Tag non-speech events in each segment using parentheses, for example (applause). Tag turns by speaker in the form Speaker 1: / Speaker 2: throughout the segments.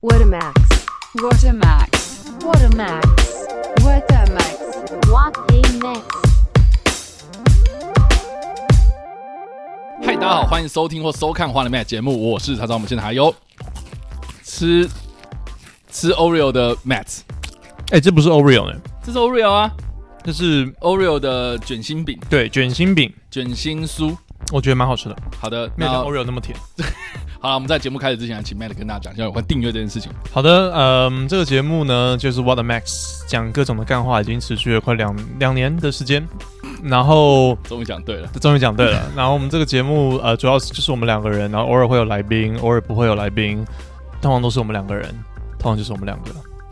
Speaker 1: What a max.
Speaker 2: What a max.
Speaker 3: What a max.
Speaker 2: What a max.
Speaker 3: What a max.
Speaker 4: 嗨，大家好，欢迎收听或收看《花了麦》节目，我是查查。我们现在还有吃吃 Oreo 的 Matt，
Speaker 5: 哎、这不是 Oreo 呢，
Speaker 4: 这是 Oreo 啊
Speaker 5: 这是
Speaker 4: ，Oreo 的卷心饼、
Speaker 5: 对卷心饼，
Speaker 4: 卷心酥。
Speaker 5: 我觉得蛮好吃的，
Speaker 4: 好的，那
Speaker 5: 没有像 Oreo 那么甜。
Speaker 4: 好了，我们在节目开始之前，请 Matt 跟大家讲一下有关订阅这件事情。
Speaker 5: 好的，嗯，这个节目呢，就是 What a Max 讲各种的干话，已经持续了快两两年的时间，然后
Speaker 4: 终于讲对了，
Speaker 5: 终于讲对了。然后我们这个节目呃，主要是就是我们两个人，然后偶尔会有来宾，偶尔不会有来宾，通常都是我们两个人，通常就是我们两个，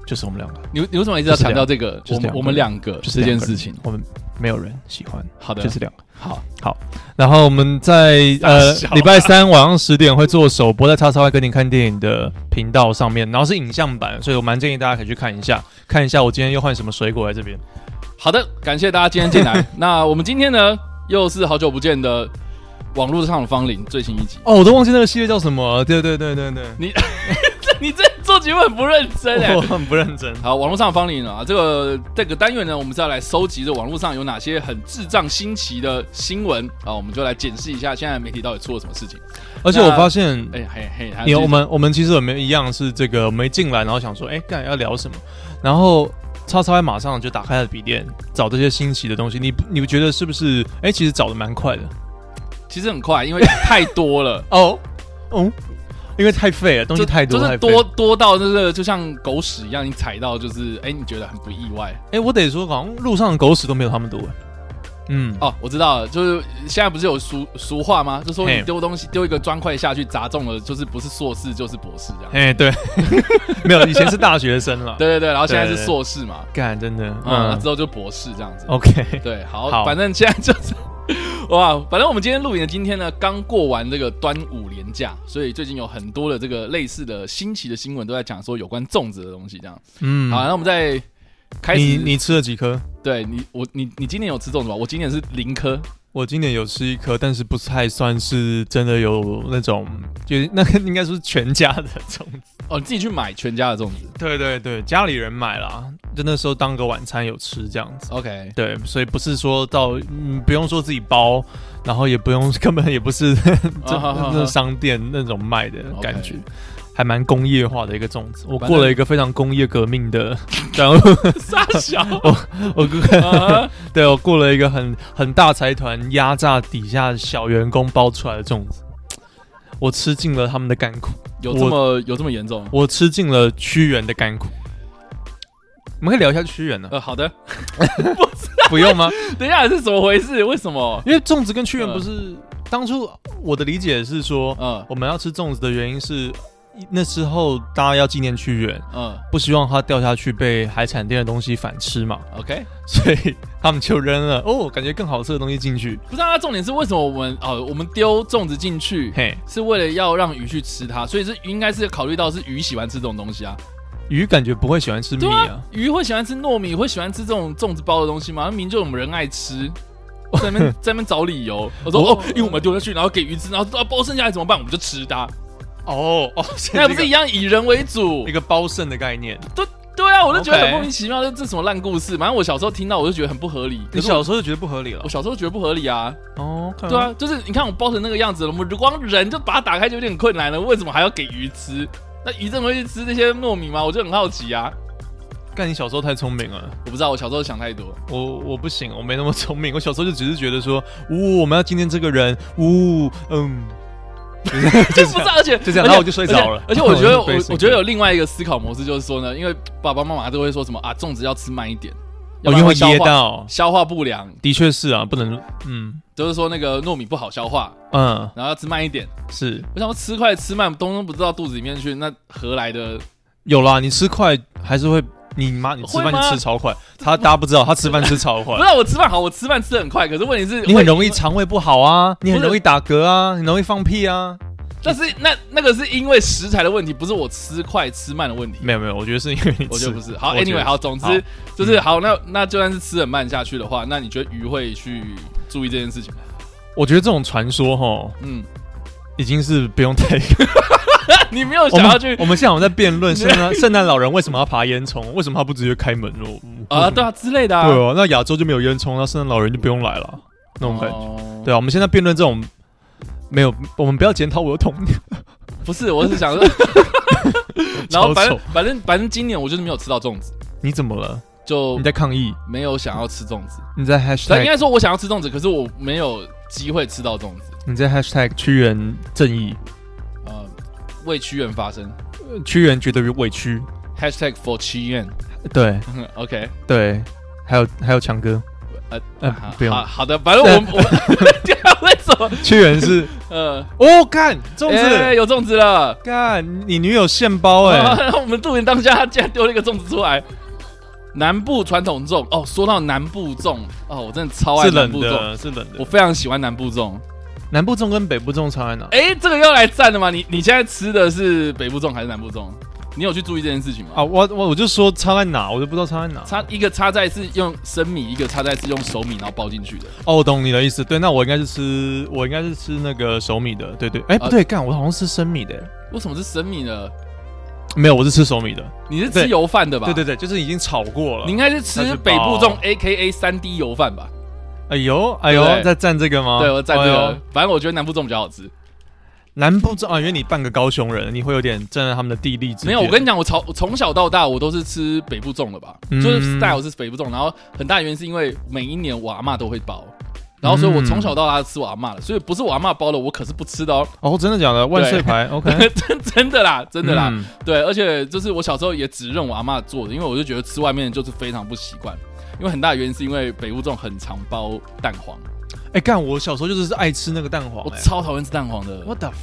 Speaker 5: 就是我们两个，
Speaker 4: 你你为什么一直要强调这个？
Speaker 5: 就
Speaker 4: 我们
Speaker 5: 是两个
Speaker 4: 我们两个
Speaker 5: 就是
Speaker 4: 这件
Speaker 5: 两个
Speaker 4: 事
Speaker 5: 人
Speaker 4: 情。啊
Speaker 5: 我们没有人喜欢，
Speaker 4: 好的，
Speaker 5: 就是两个。
Speaker 4: 好，
Speaker 5: 然后我们在呃
Speaker 4: 傻笑
Speaker 5: 礼拜三晚上十点会做首播在叉叉 Y 跟您看电影的频道上面，然后是影像版，所以我蛮建议大家可以去看一下，看一下我今天又换什么水果在这边。
Speaker 4: 好的，感谢大家今天进 (laughs) 来。那我们今天呢，又是好久不见的网络上的芳龄最新一集。
Speaker 5: 哦，我都忘记那个系列叫什么了。对对对 (laughs) 对对，
Speaker 4: (laughs) 你这做节目很不认真哎、 (laughs)
Speaker 5: 我很不认真。
Speaker 4: 好，网络上芳龄啊，这个这个单元呢，我们是要来收集这网络上有哪些很智障新奇的新闻啊，我们就来检视一下现在媒体到底出了什么事情。
Speaker 5: (laughs) 而且我发现，
Speaker 4: 哎、嘿嘿，还
Speaker 5: 你
Speaker 4: 有
Speaker 5: 我们我们其实有没有一样是这个没进来，然后想说，哎，干要聊什么？然后叉叉 Y 马上就打开他的笔电，找这些新奇的东西。你你觉得是不是？哎，其实找的蛮快的。
Speaker 4: 其实很快，啊因为太多了，
Speaker 5: 哦，哦，因为太废了， (laughs) 东西
Speaker 4: 就
Speaker 5: 太多，
Speaker 4: 就是
Speaker 5: 太废
Speaker 4: 多多到这个就像狗屎一样，你踩到就是哎、你觉得很不意外
Speaker 5: 哎、我得说，好像路上的狗屎都没有他们多。哎嗯，
Speaker 4: 哦。我知道了，就是现在不是有俗俗话吗？就说你
Speaker 5: 嘿
Speaker 4: 丢东西丢一个砖块下去砸中了，就是不是硕士就是博士这样。
Speaker 5: 哎、 (laughs) 对，没有，以前是大学生了。，
Speaker 4: 对对对，然后现在
Speaker 5: 对
Speaker 4: 是
Speaker 5: 对
Speaker 4: 硕士嘛，
Speaker 5: 干，真的，
Speaker 4: 嗯，
Speaker 5: 嗯
Speaker 4: 之后就博士这样子。
Speaker 5: ，OK，
Speaker 4: 对，好，
Speaker 5: 好
Speaker 4: 反正现在就是。 (laughs) 哇，反正我们今天录影的今天呢，刚过完这个端午连假，所以最近有很多的这个类似的新奇的新闻都在讲说有关粽子的东西，这样。
Speaker 5: 嗯，
Speaker 4: 好，那我们再开始。
Speaker 5: 你你吃了几颗？
Speaker 4: 对你我你你今年有吃粽子吧？我今年是零颗，
Speaker 5: 我今年有吃一颗，但是不太算是真的有那种，就是那个应该说是全家的粽子。
Speaker 4: 哦，你自己去买全家的粽子。
Speaker 5: 对对对，家里人买啦，就那时候当个晚餐有吃这样子。 (laughs)
Speaker 4: OK，
Speaker 5: 对，所以不是说到，嗯，不用说自己包，然后也不用， (laughs) 根本也不是这
Speaker 4: 啊好好好
Speaker 5: 那商店那种卖的
Speaker 4: OK
Speaker 5: 感觉，还蛮工业化的一个粽子。我
Speaker 4: 反
Speaker 5: 过
Speaker 4: 正
Speaker 5: 了一个非常工业革命的， (laughs) 然后
Speaker 4: 傻小，
Speaker 5: 我
Speaker 4: (laughs)
Speaker 5: (laughs)
Speaker 4: 啊
Speaker 5: 对我过了一个很很大财团压榨底下小员工包出来的粽子，我吃尽了他们的甘苦，
Speaker 4: 有这么有这么严重？
Speaker 5: 我吃尽了屈原的甘苦。我们可以聊一下屈原呢、
Speaker 4: (laughs)
Speaker 5: 啊
Speaker 4: 呃，好的，
Speaker 5: 不用吗？
Speaker 4: 等一下是怎么回事？为什么？
Speaker 5: 因为粽子跟屈原
Speaker 4: 嗯
Speaker 5: 不是、当初我的理解是说，
Speaker 4: 嗯
Speaker 5: 我们要吃粽子的原因是，那时候大家要纪念屈原，
Speaker 4: 嗯
Speaker 5: 不希望他掉下去被海产店的东西反吃嘛， (laughs)
Speaker 4: ，OK，
Speaker 5: 所以他们就扔了哦，感觉更好吃的东西进去。
Speaker 4: 不是啊，重点是为什么我们哦，我们丢粽子进去，
Speaker 5: 嘿，
Speaker 4: 是为了要让鱼去吃它，所以是应该是考虑到是鱼喜欢吃这种东西啊。
Speaker 5: 鱼感觉不会喜欢吃米
Speaker 4: 对
Speaker 5: 啊
Speaker 4: 啊，，鱼会喜欢吃糯米，会喜欢吃这种粽子包的东西吗？明明就我们人爱吃。在那
Speaker 5: (laughs)
Speaker 4: 边在那边找理由，我说
Speaker 5: 我
Speaker 4: 哦，因为我们丢下去，然后给鱼吃，然后啊包剩下来怎么办？我们就吃
Speaker 5: (laughs)
Speaker 4: 它，
Speaker 5: 哦 (laughs) 哦，
Speaker 4: 那不是一样以人为
Speaker 5: (laughs)
Speaker 4: 主
Speaker 5: 一？个包剩的概念？
Speaker 4: 对啊，我就觉得很
Speaker 5: OK
Speaker 4: 莫名其妙，这这什么烂故事？反正我小时候听到我就觉得很不合理。
Speaker 5: (laughs)
Speaker 4: 可
Speaker 5: 你
Speaker 4: 是我
Speaker 5: 小时候就觉得不合理了
Speaker 4: 我小时候觉得不合理啊，
Speaker 5: 哦，看来
Speaker 4: 对，啊，就是你看我包成那个样子，我们光人就把它打开就有点困难了，为什么还要给鱼吃？那鱼真的会去吃这些糯米吗？我就很好奇啊。
Speaker 5: 干你小时候太聪明了，
Speaker 4: 我不知道，我小时候想太 (laughs) 多。
Speaker 5: 我我不行，我没那么聪明，我小时候就只是觉得说，呜、我们要纪念这个人，呜、嗯，
Speaker 4: 这不是，而且
Speaker 5: 就这
Speaker 4: 而
Speaker 5: 样
Speaker 4: 且
Speaker 5: 然后我就睡着了
Speaker 4: 而且而且我觉得我
Speaker 5: 我就被睡着
Speaker 4: 我觉得有另外一个思考模式，就是说呢，因为爸爸妈妈都会说什么啊，粽子要吃慢一点，要不
Speaker 5: 我哦因
Speaker 4: 然
Speaker 5: 为
Speaker 4: 会消
Speaker 5: 噎
Speaker 4: 化
Speaker 5: 到，
Speaker 4: 消化不良，
Speaker 5: 的确是啊，不能，嗯
Speaker 4: 就是说那个糯米不好消化，
Speaker 5: 嗯，
Speaker 4: 然后要吃慢一点。
Speaker 5: 是
Speaker 4: 我想说吃快吃慢，东东不知道肚子里面去，那何来的？
Speaker 5: 有啦，你吃快还是会，你妈你吃
Speaker 4: 会
Speaker 5: 饭
Speaker 4: 吗
Speaker 5: 你吃超快，他大家不知道，他吃饭吃超快
Speaker 4: 不。是我吃饭好，我吃饭吃得很快，可是问题是
Speaker 5: 哦你很容
Speaker 4: 易，
Speaker 5: 易肠胃不好啊，你很
Speaker 4: 不是
Speaker 5: 容易打嗝啊，你容易放屁啊。
Speaker 4: 但是那那个是因为食材的问题，不是我吃快吃慢的问题。
Speaker 5: 没有没有，我觉得是因为你
Speaker 4: 我觉
Speaker 5: 吃
Speaker 4: 得不是。好
Speaker 5: 我觉得
Speaker 4: ，anyway，好，总
Speaker 5: 好
Speaker 4: 之就是好。那那就算是吃很慢下去的话，那你觉得鱼会去注意这件事情吗？
Speaker 5: 我觉得这种传说哈，
Speaker 4: 嗯，
Speaker 5: 已经是不用太
Speaker 4: (laughs) 你没有
Speaker 5: 我
Speaker 4: 想要去
Speaker 5: 们我们现在好像在辩
Speaker 4: (laughs)
Speaker 5: 论圣诞圣诞老人为什么要爬烟囱，为什么他不直接开门哦？
Speaker 4: 啊，对啊之类的啊，
Speaker 5: 对哦，那亚洲就没有烟囱，那圣诞老人就不用来了，那种感觉。
Speaker 4: 哦
Speaker 5: 对啊，我们现在辩论这种没有，我们不要检讨我的童年。
Speaker 4: 不是，我是想
Speaker 5: (laughs)
Speaker 4: 说，然后反
Speaker 5: 超丑
Speaker 4: 正反正反正今年我就是没有吃到粽子，
Speaker 5: 你怎么了？
Speaker 4: 就
Speaker 5: 你在抗议？
Speaker 4: 没有想要吃粽子。
Speaker 5: 你在
Speaker 4: 但应
Speaker 5: hashtag？
Speaker 4: 该说我想要吃粽子，可是我没有机会吃到粽子，
Speaker 5: 你在 hashtag 屈原正义？
Speaker 4: 呃，为屈原发声
Speaker 5: 呃屈原觉得委屈？
Speaker 4: ，#hashtag for 屈原 (laughs)
Speaker 5: 对
Speaker 4: ，OK，
Speaker 5: 对，还有还有强哥，
Speaker 4: 呃
Speaker 5: 呃
Speaker 4: 好
Speaker 5: 不用
Speaker 4: 好好的，反正我
Speaker 5: (laughs)
Speaker 4: 我 (laughs) 为什么？
Speaker 5: 屈
Speaker 4: (laughs)
Speaker 5: 原是
Speaker 4: 呃，
Speaker 5: 哦，干粽
Speaker 4: 哎
Speaker 5: 子，
Speaker 4: 有粽子了。
Speaker 5: 干你女友现包哎、
Speaker 4: 啊 (laughs) 我们杜云当下竟然丢了一个粽子出来。南部传统粽哦，说到南部粽哦，我真的超爱
Speaker 5: 是
Speaker 4: 南
Speaker 5: 冷
Speaker 4: 部粽，
Speaker 5: 的，是冷
Speaker 4: 我
Speaker 5: 的。
Speaker 4: 非常喜欢南部粽。
Speaker 5: 南部粽跟北部粽差在哪？
Speaker 4: 哎、这个要来赞的吗？你你现在吃的是北部粽还是南部粽？你有去注意这件事情吗？
Speaker 5: 啊，我我我就说差在哪，我就不知道差在哪。
Speaker 4: 插一个插在是用生米，一个插在是用熟米，然后包进去的。
Speaker 5: 哦，我懂你的意思。对，那我应该是吃，我应该是吃那个熟米的。对对，哎、
Speaker 4: 啊
Speaker 5: 不对，干、我好像是吃生米的。
Speaker 4: 为什么是生米呢？
Speaker 5: 没有，我是吃熟米的。
Speaker 4: 你是吃
Speaker 5: 对
Speaker 4: 油饭的吧？
Speaker 5: 对对对，就是已经炒过了。
Speaker 4: 你应该是吃北部粽 A K A 三 D 油饭吧？
Speaker 5: 哎呦哎
Speaker 4: 对不对
Speaker 5: 呦，在蘸这个吗？
Speaker 4: 对，我赞这
Speaker 5: 哎
Speaker 4: 个。
Speaker 5: 呦
Speaker 4: 反正我觉得南部粽比较好吃。
Speaker 5: 南部粽啊，因为你半个高雄人，你会有点站在他们的地利之
Speaker 4: 没有，我
Speaker 5: 便
Speaker 4: 跟你讲，我从我从小到大我都是吃北部粽的吧，
Speaker 5: 嗯
Speaker 4: 就是 style 是北部粽，然后很大原因是因为每一年我阿妈都会包，然后所以我从小到大吃我阿妈的，所以不是我阿妈包的，我可是不吃的
Speaker 5: (laughs)
Speaker 4: 哦，
Speaker 5: 哦，真的假的？万
Speaker 4: (laughs)
Speaker 5: 岁牌，OK，
Speaker 4: 真真的啦，真的啦，
Speaker 5: 嗯
Speaker 4: 对，而且就是我小时候也只认我阿妈做的，因为我就觉得吃外面就是非常不习惯，因为很大原因是因为北部粽很常包蛋黄，
Speaker 5: 哎、干，我小时候就是爱吃那个蛋黄、
Speaker 4: 我
Speaker 5: 哎
Speaker 4: 超讨厌吃蛋黄的，
Speaker 5: ，What the？f-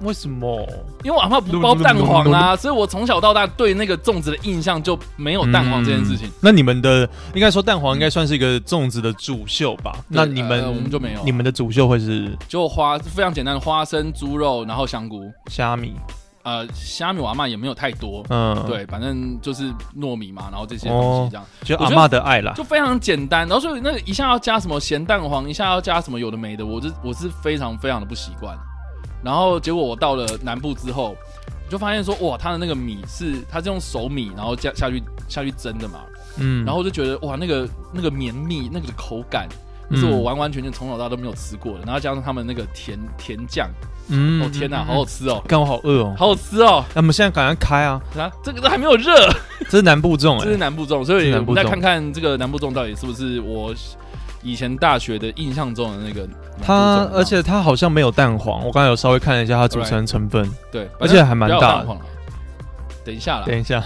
Speaker 5: 为什么？
Speaker 4: 因为我阿妈不包蛋黄啦，所以我从小到大对那个粽子的印象就没有哦蛋黄这件事情
Speaker 5: 嗯。那你们的应该说蛋黄应该算是一个粽子的主秀吧？那你们、
Speaker 4: 呃我们就没有
Speaker 5: 你们的主秀会是
Speaker 4: 就花非常简单的花生、猪肉，然后香菇。
Speaker 5: 虾米，
Speaker 4: 呃，虾米我阿妈也没有太多，
Speaker 5: 嗯，，哦
Speaker 4: 对，反正就是糯米嘛，然后这些东西这样、
Speaker 5: 就
Speaker 4: 我
Speaker 5: 阿
Speaker 4: 觉得
Speaker 5: 嬷的爱啦。
Speaker 4: 就非常简单。然后所以那个一下要加什么咸蛋黄，一下要加什么有的没的，我是我是非常非常的不习惯。然后结果我到了南部之后，就发现说哇，它的那个米是它是用熟米，然后加下去下去蒸的嘛，
Speaker 5: 嗯，
Speaker 4: 然后我就觉得哇，那个那个绵密那个口感。就是
Speaker 5: 嗯
Speaker 4: 我完完全全从小到大都没有吃过的，然后加上他们那个甜甜酱，
Speaker 5: 嗯
Speaker 4: 哦天哪，好好，吃哦，
Speaker 5: 干我好饿哦。
Speaker 4: 好好吃哦！
Speaker 5: 那我们现在赶快开啊！
Speaker 4: 啊，这个都还没有热，
Speaker 5: 这是南部粽
Speaker 4: 这
Speaker 5: 哎
Speaker 4: 是，南部粽，所以
Speaker 5: 这是
Speaker 4: 我
Speaker 5: 南部
Speaker 4: 们
Speaker 5: 粽
Speaker 4: 再看看这个南部粽到底是不是我以前大学的印象中的那个南部粽
Speaker 5: 它
Speaker 4: 啊
Speaker 5: 而且它好像没有蛋黄，我刚才有稍微看了一下它组成成分。
Speaker 4: 对，
Speaker 5: 而且还蛮
Speaker 4: 不要有
Speaker 5: 大的
Speaker 4: 蛋黄了等一下啦，
Speaker 5: 等一 (laughs) 下，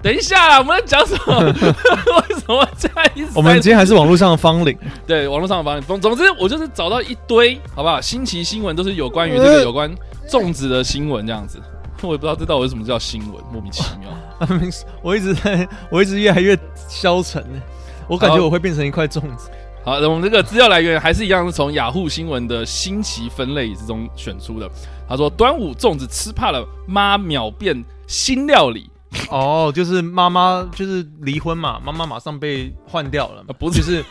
Speaker 4: 等一下啦，我们在讲什
Speaker 5: (laughs)
Speaker 4: 么？为什么这样一直在？
Speaker 5: 我们今天还是网络上的方领， (laughs)
Speaker 4: 对网络上帮你总总之，我就是找到一堆好不好？新奇新闻都是有关于这
Speaker 5: 呃
Speaker 4: 个有关粽子的新闻这样子。我也不知道这到底为什么叫新闻，莫名其妙。
Speaker 5: 我一直在，我一直越来越消沉呢。我感觉
Speaker 4: 好
Speaker 5: 我会变成一块粽子。
Speaker 4: 好，那我们这个资料来源还是一样，是从雅虎新闻的新奇分类之中选出的。他说，端午粽子吃怕了，妈秒变新料理。
Speaker 5: 哦，就是妈妈就是离婚嘛，妈妈马上被换掉了
Speaker 4: 啊，，不是，是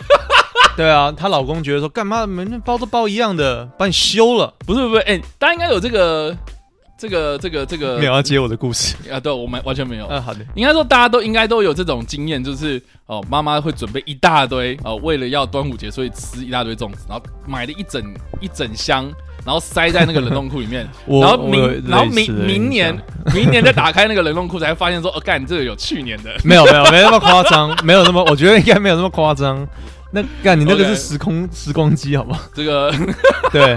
Speaker 5: 对啊，她老公觉得说干嘛，门那包都包一样的，把你休了。
Speaker 4: 不是，不是，哎、大家应该有这个，这个，这个，这个
Speaker 5: 没有要接我的故事。
Speaker 4: 啊？对，我们完全没有。
Speaker 5: 嗯，好的。
Speaker 4: 应该说，大家都应该都有这种经验，就是哦，妈妈会准备一大堆哦，为了要端午节，所以吃一大堆粽子，然后买了一整一整箱，然后塞在那个冷冻库里面，
Speaker 5: (laughs) 我
Speaker 4: 然后
Speaker 5: 我有
Speaker 4: 明然后
Speaker 5: 类似
Speaker 4: 明
Speaker 5: 的
Speaker 4: 明
Speaker 5: 印
Speaker 4: 年
Speaker 5: 象
Speaker 4: 明年再打开那个冷冻库，才发现说，哦，干，这个有去年的。
Speaker 5: 没有没有没那么夸张，没有那么，我觉得应该没有那么夸张。那干你那个
Speaker 4: OK
Speaker 5: 是时空时光机，好不好？
Speaker 4: 这
Speaker 5: (laughs)
Speaker 4: 个
Speaker 5: 对，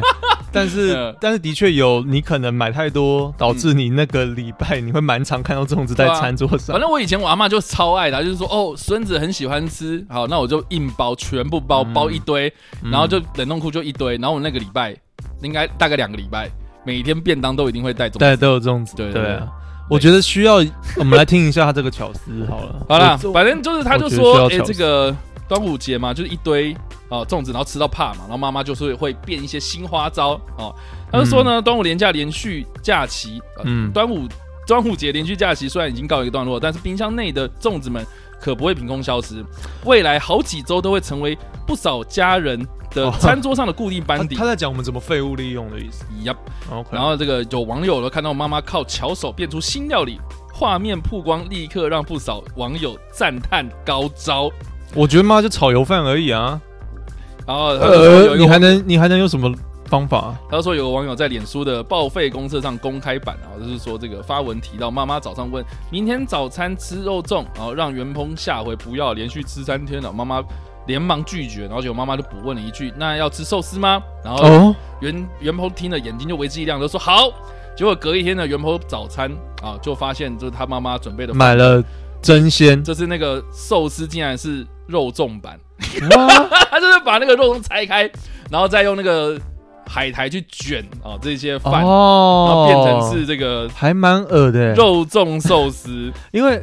Speaker 5: 但是、
Speaker 4: 嗯
Speaker 5: 但是的确有，你可能买太多，导致你那个礼拜你会蛮常看到粽子在
Speaker 4: 对啊
Speaker 5: 餐桌上。
Speaker 4: 反正我以前我阿妈就超爱的啊，就是说哦，孙子很喜欢吃，好，那我就硬包，全部
Speaker 5: 嗯
Speaker 4: 包，包一堆，然后就冷冻库就一堆，然后我那个礼拜应该大概两个礼拜，每天便当都一定会带粽子。
Speaker 5: 大家都有粽子，
Speaker 4: 对
Speaker 5: 对
Speaker 4: 对对
Speaker 5: 啊。我觉得需要，我们来听一下他这个巧思好了。
Speaker 4: (laughs) 好啦
Speaker 5: 我，
Speaker 4: 反正就是他就
Speaker 5: 我觉
Speaker 4: 说，
Speaker 5: 得
Speaker 4: 哎、
Speaker 5: 需要巧
Speaker 4: 这
Speaker 5: 思
Speaker 4: 个端午节嘛，就是一堆哦、粽子，然后吃到怕嘛，然后妈妈就是会变一些新花招哦。他就说呢，端午连假连续假期，呃
Speaker 5: 嗯
Speaker 4: 端午端午节连续假期虽然已经告一个段落，但是冰箱内的粽子们可不会凭空消失，未来好几周都会成为不少家人的餐桌上的固定班底
Speaker 5: 哦他。在讲我们怎么废物利用的意思。
Speaker 4: Yup
Speaker 5: OK，
Speaker 4: 然后这个有网友都看到妈妈靠巧手变出新料理，画面曝光立刻让不少网友赞叹高招。
Speaker 5: 我觉得妈就炒油饭而已啊。
Speaker 4: 然后他就说有
Speaker 5: 呃，
Speaker 4: 一
Speaker 5: 你
Speaker 4: 个
Speaker 5: 还能你还能有什么方法？
Speaker 4: 他说有个网友在脸书的报废公社上公开版啊，就是说这个发文提到妈妈早上问明天早餐吃肉粽，然后让袁鹏下回不要连续吃三天了，妈妈连忙拒绝，然后结果妈妈就补问了一句：“那要吃寿司吗？”然后
Speaker 5: 哦，
Speaker 4: 袁袁鹏听了眼睛就为之一亮，就说好。结果隔一天呢，袁鹏早餐啊就发现就是他妈妈准备的，
Speaker 5: 买了
Speaker 4: (laughs)
Speaker 5: 真鲜，
Speaker 4: 就是那个寿司竟然是肉粽版，
Speaker 5: 哇
Speaker 4: (laughs) 他就是把那个肉粽拆开，然后再用那个海苔去卷啊这些饭。然后
Speaker 5: 哦，
Speaker 4: 变成是这个
Speaker 5: 还蛮恶的欸，
Speaker 4: 肉粽寿司，
Speaker 5: 因为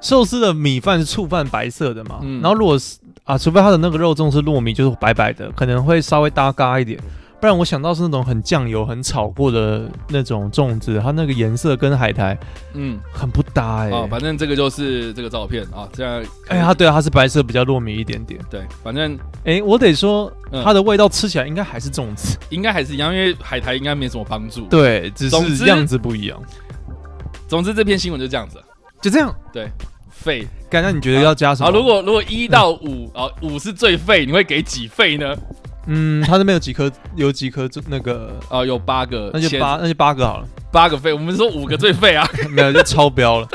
Speaker 5: 寿司的米饭是醋饭白色的嘛，
Speaker 4: 嗯
Speaker 5: 然后如果是啊，除非它的那个肉粽是糯米，就是白白的，可能会稍微搭嘎一点。不然我想到是那种很酱油、很炒过的那种粽子，它那个颜色跟海苔
Speaker 4: 嗯，
Speaker 5: 很不搭哎、
Speaker 4: 啊，反正这个就是这个照片啊，这样，
Speaker 5: 哎、它对啊，它是白色，比较糯米一点点。
Speaker 4: 对，反正
Speaker 5: 哎、我得说，
Speaker 4: 嗯
Speaker 5: 它的味道吃起来应该还是粽子，
Speaker 4: 应该还是一样，因为海苔应该没什么帮助。，
Speaker 5: (laughs) 对，只
Speaker 4: 总之
Speaker 5: 是样子不一样。
Speaker 4: 总之这篇新闻就这样子，
Speaker 5: 就这样，
Speaker 4: 废。
Speaker 5: 刚刚你觉得要加什么？
Speaker 4: 好，如果如果一到五，啊，五是最废，你会给几废呢？
Speaker 5: 嗯，它那边有几颗，有几颗那个，
Speaker 4: 啊，有八个，
Speaker 5: 那就
Speaker 4: 前
Speaker 5: 八，那就八个好了。
Speaker 4: 八个废，我们说五个最废啊，
Speaker 5: 没有，就超标了。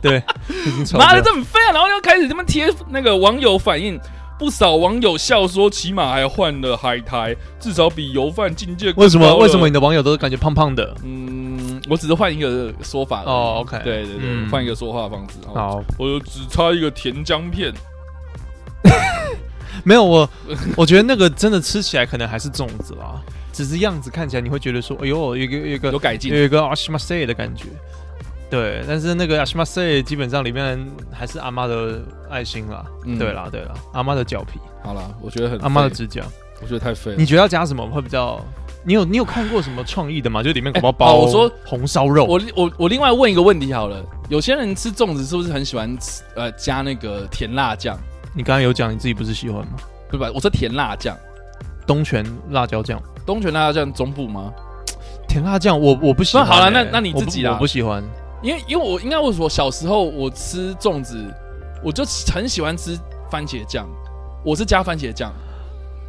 Speaker 5: 对，已经超标
Speaker 4: 妈的
Speaker 5: 了。
Speaker 4: 这么废啊，然后就开始他妈贴那个网友反应。不少网友笑说，起码还换了海苔，至少比油饭境界更
Speaker 5: 为什
Speaker 4: 高
Speaker 5: 么？
Speaker 4: 了
Speaker 5: 为什么你的网友都感觉胖胖的？
Speaker 4: 嗯，我只是换一个说法而已
Speaker 5: 哦，OK
Speaker 4: 对对对，
Speaker 5: 嗯
Speaker 4: 换、一个说话方式。哦，
Speaker 5: 好，
Speaker 4: 我只差一个甜姜片，
Speaker 5: 没有我，我觉得那个真的吃起来可能还是粽子啦，只是样子看起来你会觉得说，哎呦，有一个有一
Speaker 4: 有
Speaker 5: 个
Speaker 4: 改进。
Speaker 5: 有一个阿西马塞的感觉。对，但是那个阿西马塞基本上里面还是阿妈的爱心啦。
Speaker 4: 嗯
Speaker 5: 对啦，对啦，阿妈的脚皮，
Speaker 4: 好了，我觉得很
Speaker 5: 阿啊妈的
Speaker 4: 废
Speaker 5: 指甲。
Speaker 4: 我觉得太废了
Speaker 5: 你。觉得要加什么会比较？你有你有看过什么创意的吗？就里面
Speaker 4: 哎
Speaker 5: 搞不好
Speaker 4: 好
Speaker 5: 包
Speaker 4: 我说
Speaker 5: 红烧肉，
Speaker 4: 我我我另外问一个问题好了，有些人吃粽子是不是很喜欢吃呃加那个甜辣酱，
Speaker 5: 你刚刚有讲你自己不是喜欢吗？
Speaker 4: 对吧？我说甜辣酱，
Speaker 5: 东泉辣椒酱。
Speaker 4: 东泉辣椒酱中部吗？
Speaker 5: 甜辣酱，我我不喜欢、
Speaker 4: 那好啦
Speaker 5: 欸
Speaker 4: 那那你自己啦
Speaker 5: 我不我不喜欢。
Speaker 4: 因为因为我应该我说小时候我吃粽子，我就很喜欢吃番茄酱，我是加番茄酱。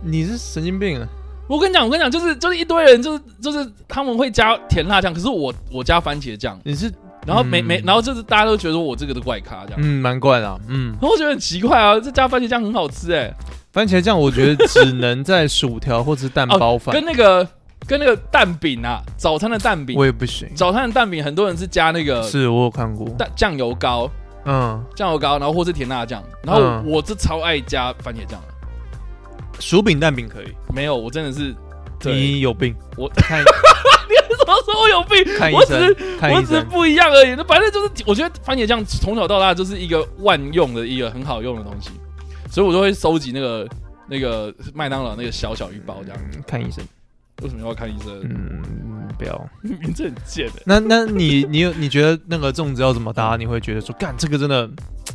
Speaker 5: 你是神经病啊！
Speaker 4: 我跟你讲，我跟你讲，就是就是一堆人，就是就是他们会加甜辣酱，可是我我加番茄酱，
Speaker 5: 你是
Speaker 4: 然后每
Speaker 5: 嗯
Speaker 4: 每、然后就是大家都觉得我这个的怪咖这样，
Speaker 5: 嗯，蛮怪啦。嗯，
Speaker 4: 然后我觉得很奇怪啊，这加番茄酱很好吃哎、
Speaker 5: 番茄酱我觉得只能在薯条或者
Speaker 4: (laughs)
Speaker 5: 是蛋包饭，
Speaker 4: 哦跟那个跟那个蛋饼啊，早餐的蛋饼，
Speaker 5: 我也不行。
Speaker 4: 早餐的蛋饼很多人是加那个
Speaker 5: 是我有看过，
Speaker 4: 蛋酱油膏，
Speaker 5: 嗯，
Speaker 4: 酱油膏，然后或是甜辣酱，然后我,、
Speaker 5: 嗯
Speaker 4: 是超爱加番茄酱的，
Speaker 5: 薯饼蛋饼可以。
Speaker 4: 没有，我真的是。对，
Speaker 5: 你有病，
Speaker 4: 我
Speaker 5: 看
Speaker 4: 什么时候有病？
Speaker 5: 看
Speaker 4: 哎 (laughs)
Speaker 5: 医
Speaker 4: 我只是
Speaker 5: 生，看
Speaker 4: 我
Speaker 5: 医
Speaker 4: 只是
Speaker 5: 生。
Speaker 4: 不一样而已。那反正就是，我觉得番茄酱从小到大就是一个万用的一个很好用的东西，所以我都会收集那个那个麦当劳那个小小一包这样。
Speaker 5: 嗯看医生，
Speaker 4: 为什么要看医生？
Speaker 5: 嗯，不要。
Speaker 4: (laughs) 名字很贱欸的。
Speaker 5: 那那你你有你觉得那个粽子要怎么搭？你会觉得说，干这个真的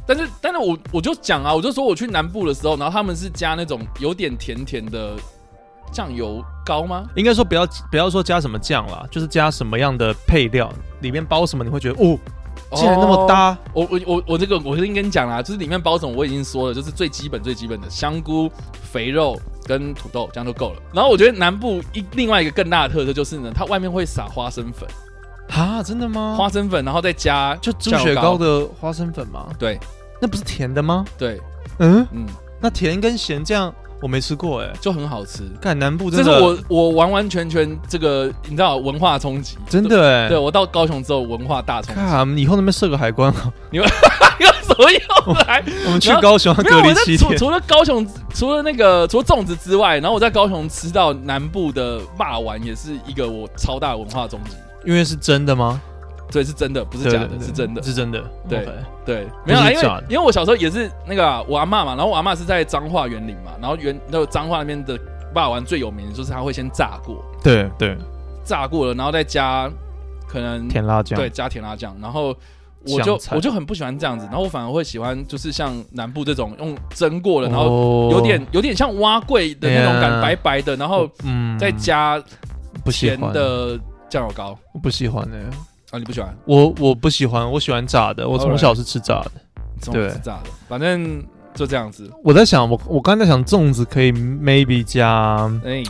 Speaker 4: 但是但是我我就讲啊，我就说我去南部的时候，然后他们是加那种有点甜甜的酱油膏吗？
Speaker 5: 应该说不要不要说加什么酱啦，就是加什么样的配料，里面包什么，你会觉得哦，竟然那么
Speaker 4: 哦。
Speaker 5: 搭，
Speaker 4: 我我我我这个我先跟你讲啦，就是里面包什么我已经说了，就是最基本最基本的香菇、肥肉跟土豆，这样就够了。然后我觉得南部一另外一个更大的特色就是呢，它外面会撒花生粉，
Speaker 5: 啊，真的吗？
Speaker 4: 花生粉，然后再加
Speaker 5: 就猪
Speaker 4: 酱
Speaker 5: 血
Speaker 4: 油
Speaker 5: 糕，的花生粉吗？
Speaker 4: 对
Speaker 5: 那不是甜的吗？
Speaker 4: 对，
Speaker 5: 嗯，
Speaker 4: 嗯，
Speaker 5: 那甜跟咸这样我没吃过哎、欸，
Speaker 4: 就很好吃。
Speaker 5: 干南部
Speaker 4: 这
Speaker 5: 真
Speaker 4: 是
Speaker 5: 的
Speaker 4: 我我完完全全这个你知道文化冲击，
Speaker 5: 真的哎、
Speaker 4: 对，对我到高雄之后文化大冲击， (laughs)
Speaker 5: 看以后能不能设个海关？啊
Speaker 4: 有什么用来？
Speaker 5: 我们去
Speaker 4: 然后
Speaker 5: 高
Speaker 4: (laughs)
Speaker 5: 雄要
Speaker 4: 没有，
Speaker 5: 隔离
Speaker 4: 我在
Speaker 5: 七
Speaker 4: 除
Speaker 5: 天。
Speaker 4: 除了高雄，除了那个除了粽子之外，然后我在高雄吃到南部的霸丸，也是一个我超大的文化冲击。
Speaker 5: 因为是真的吗？
Speaker 4: 对，是真的，不是
Speaker 5: 对
Speaker 4: 假
Speaker 5: 对
Speaker 4: 的，
Speaker 5: 对
Speaker 4: 是真的。
Speaker 5: 是真的。
Speaker 4: 对
Speaker 5: OK
Speaker 4: 对，没有啦，啊
Speaker 5: 不是
Speaker 4: 因为
Speaker 5: 假的
Speaker 4: 因为我小时候也是那个啊、我阿嬷嘛，然后我阿嬷是在彰化园林嘛，然后园那个彰化那边的霸丸最有名的就是它会先炸过，
Speaker 5: 对
Speaker 4: 嗯
Speaker 5: 对，
Speaker 4: 炸过了，然后再加可能
Speaker 5: 甜辣酱。
Speaker 4: 对加甜辣酱，然后我就
Speaker 5: 香菜
Speaker 4: 我就很不喜欢这样子，然后我反而会喜欢就是像南部这种用蒸过
Speaker 5: 哦
Speaker 4: 的，然后
Speaker 5: 后
Speaker 4: 有点、有点像蛙桂的那种感，
Speaker 5: Yeah
Speaker 4: 白白的，然后
Speaker 5: 哎嗯
Speaker 4: 再加
Speaker 5: 不喜
Speaker 4: 甜
Speaker 5: 欢，
Speaker 4: 的酱油膏
Speaker 5: 我不喜欢的、哎
Speaker 4: 啊，你不喜欢？
Speaker 5: 我我不喜欢，我喜欢炸的，我
Speaker 4: Alright
Speaker 5: 从小是吃炸的。
Speaker 4: 怎
Speaker 5: 对
Speaker 4: 么是炸的？反正就这样子。
Speaker 5: 我在想，我我刚才在想粽子可以 maybe 加
Speaker 4: 哎、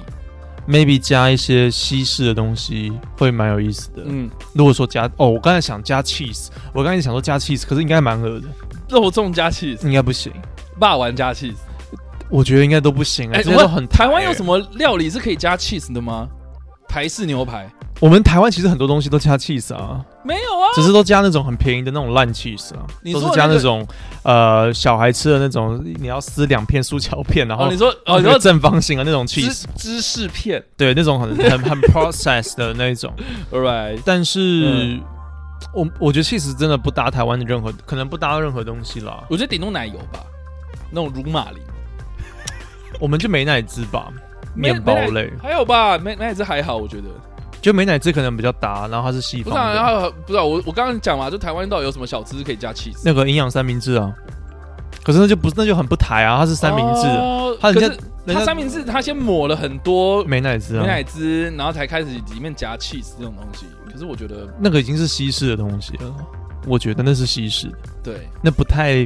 Speaker 5: maybe 加一些西式的东西，会蛮有意思的。
Speaker 4: 嗯，
Speaker 5: 如果说加哦，我刚才想加 cheese，我刚才想说加 cheese，可是应该蛮恶的，
Speaker 4: 肉粽加 cheese，
Speaker 5: 应该不行，
Speaker 4: 霸王加 cheese。
Speaker 5: 我觉得应该都不行、哎、
Speaker 4: 哎、
Speaker 5: 这
Speaker 4: 我
Speaker 5: 些都很
Speaker 4: 台湾有什
Speaker 5: 么？
Speaker 4: 么料理是可以加 cheese 的吗？台式牛排
Speaker 5: 我们台湾其实很多东西都加 cheese 啊，
Speaker 4: 没有啊？
Speaker 5: 只是都加那种很便宜的那种烂 cheese 啊，
Speaker 4: 你
Speaker 5: 都
Speaker 4: 说
Speaker 5: 是加
Speaker 4: 那个
Speaker 5: 那种呃小孩吃的那种，你要撕两片塑胶片，然后、
Speaker 4: 哦，你说哦，你
Speaker 5: 那个
Speaker 4: 说
Speaker 5: 正方形的那种
Speaker 4: 芝
Speaker 5: cheese，
Speaker 4: 芝士片
Speaker 5: 对，那种很 (laughs) 很很 process 的那种。
Speaker 4: ，all right，
Speaker 5: 但是，
Speaker 4: 嗯
Speaker 5: 我我觉得 cheese 真的不搭台湾的任何，可能不搭任何东西啦。
Speaker 4: 我觉得顶多奶油吧，那种乳马林
Speaker 5: 我们就美乃滋吧，面包
Speaker 4: 美
Speaker 5: 类
Speaker 4: 乃，还有吧，美那也是还好，我觉得。
Speaker 5: 就美乃滋可能比较搭，然后它是西
Speaker 4: 不
Speaker 5: 方
Speaker 4: 是、啊，然
Speaker 5: 的。
Speaker 4: 后不知道、我我刚刚讲嘛，就台湾到底有什么小吃是可以加 cheese？
Speaker 5: 那个营养三明治啊，可是那就不那就很不台啊，它是三明治，
Speaker 4: 哦
Speaker 5: 它人家
Speaker 4: 可是它
Speaker 5: 人家
Speaker 4: 三明治它先抹了很多
Speaker 5: 美乃滋
Speaker 4: 美
Speaker 5: 啊，
Speaker 4: 乃滋，然后才开始里面夹 cheese 这种东西。可是我觉得
Speaker 5: 那个已经是西式的东西了，我觉得那是西式的，
Speaker 4: 对
Speaker 5: 那不太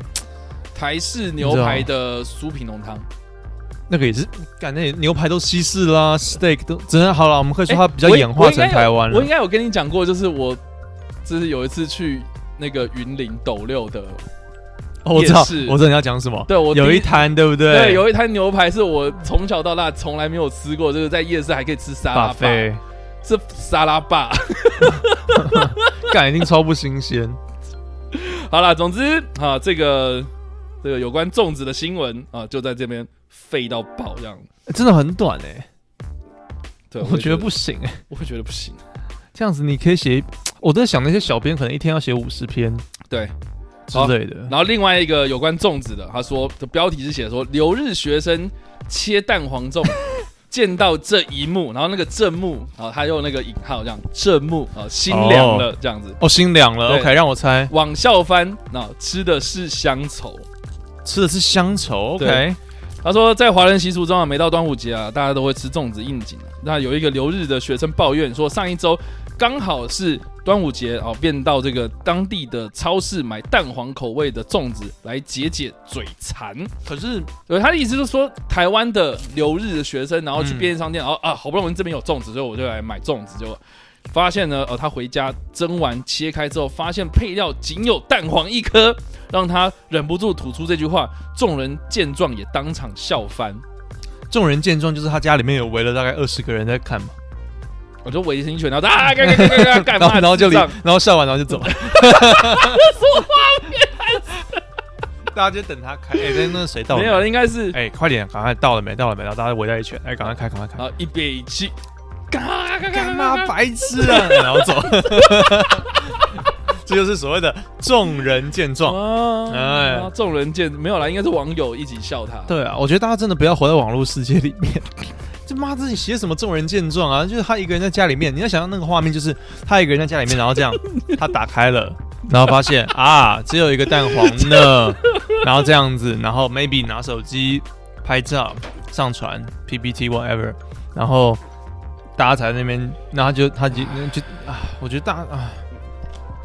Speaker 4: 台式牛排的酥皮浓汤，
Speaker 5: 那个也是，感觉牛排都西式啦，steak 都，真的好了，我们可以说它比较
Speaker 4: 诶我
Speaker 5: 演化成台
Speaker 4: 我
Speaker 5: 湾
Speaker 4: 应该有我
Speaker 5: 了
Speaker 4: 应。该有跟你讲过，就是我就是有一次去那个云林斗六的，
Speaker 5: 哦我知道，
Speaker 4: 也
Speaker 5: 我
Speaker 4: 是
Speaker 5: 知道你要讲什么。
Speaker 4: 对我
Speaker 5: 有
Speaker 4: 第
Speaker 5: 一摊，对不对？
Speaker 4: 对有一摊牛排是我从小到大从来没有吃过，就是在夜市还可以吃沙拉
Speaker 5: 把
Speaker 4: 吧，
Speaker 5: 费，
Speaker 4: 是沙拉吧。
Speaker 5: 干一定超不
Speaker 4: (laughs)
Speaker 5: 新鲜。
Speaker 4: 好啦，总之啊，这个这个有关粽子的新闻啊，就在这边废到爆这样。
Speaker 5: 真的很短哎、
Speaker 4: 对，
Speaker 5: 我
Speaker 4: 也
Speaker 5: 觉得不，行哎、
Speaker 4: 我会觉得不行。
Speaker 5: 这样子你可以写，我在想那些小编可能一天要写五十篇
Speaker 4: 对，
Speaker 5: 之类的。
Speaker 4: 然后另外一个有关粽子的，他说的标题是写说留日学生切蛋黄粽。见到这一幕，然后那个正幕，啊，他用那个引号这样，正幕啊，心凉了、这样子。
Speaker 5: 哦，心凉了。
Speaker 4: 对
Speaker 5: OK，让我猜，
Speaker 4: 往校翻，那、吃的是乡愁。
Speaker 5: 吃的是乡愁。OK，
Speaker 4: 对他说，在华人习俗中啊，每到端午节啊，大家都会吃粽子应景。那有一个留日的学生抱怨说，上一周刚好是端午节哦，便到这个当地的超市买蛋黄口味的粽子来解解嘴馋。
Speaker 5: 可是
Speaker 4: 对，他的意思就是说，台湾的留日的学生，然后去
Speaker 5: 嗯
Speaker 4: 便利商店，然后啊，好不容易这边有粽子，所以我就来买粽子，结果发现呢，呃，他回家蒸完切开之后，发现配料仅有蛋黄一颗，让他忍不住吐出这句话。众人见状也当场笑翻。
Speaker 5: 众人见状，就是他家里面有围了大概二十个人在看嘛，
Speaker 4: 我就围成一圈，然后
Speaker 5: (laughs)
Speaker 4: 啊，干干干干干干
Speaker 5: 然
Speaker 4: 嘛？
Speaker 5: 后然后就
Speaker 4: 智
Speaker 5: 离，
Speaker 4: 障
Speaker 5: 然后笑完然后就
Speaker 4: (laughs)
Speaker 5: 走 (laughs) 了。什么画面？大家就等他开。哎、那那谁到了？
Speaker 4: 没有，应该是
Speaker 5: 哎、快点，赶快到了没？到了没？然后大家围在一圈，哎、赶快开，赶快开。
Speaker 4: 啊，一边一起，嘎嘎
Speaker 5: 干
Speaker 4: 嘎
Speaker 5: 嘛
Speaker 4: 嘎嘎，
Speaker 5: 白痴啊？然后走。 (laughs) 这就是所谓的众人见状。
Speaker 4: 啊，
Speaker 5: 哎
Speaker 4: 然后众人见没有啦，应该是网友一起笑他。
Speaker 5: 对啊，我觉得大家真的不要活在网络世界里面。 (laughs) 这妈自己写什么众人见状啊？就是他一个人在家里面，你要想象那个画面，就是他一个人在家里面，然后这样，他打开了， (laughs) 然后发现啊，只有一个蛋黄呢， (laughs) 然后这样子，然后 maybe 拿手机拍照、上传 PPT whatever，然后大家才在那边，然后他就他就就啊，我觉得大啊，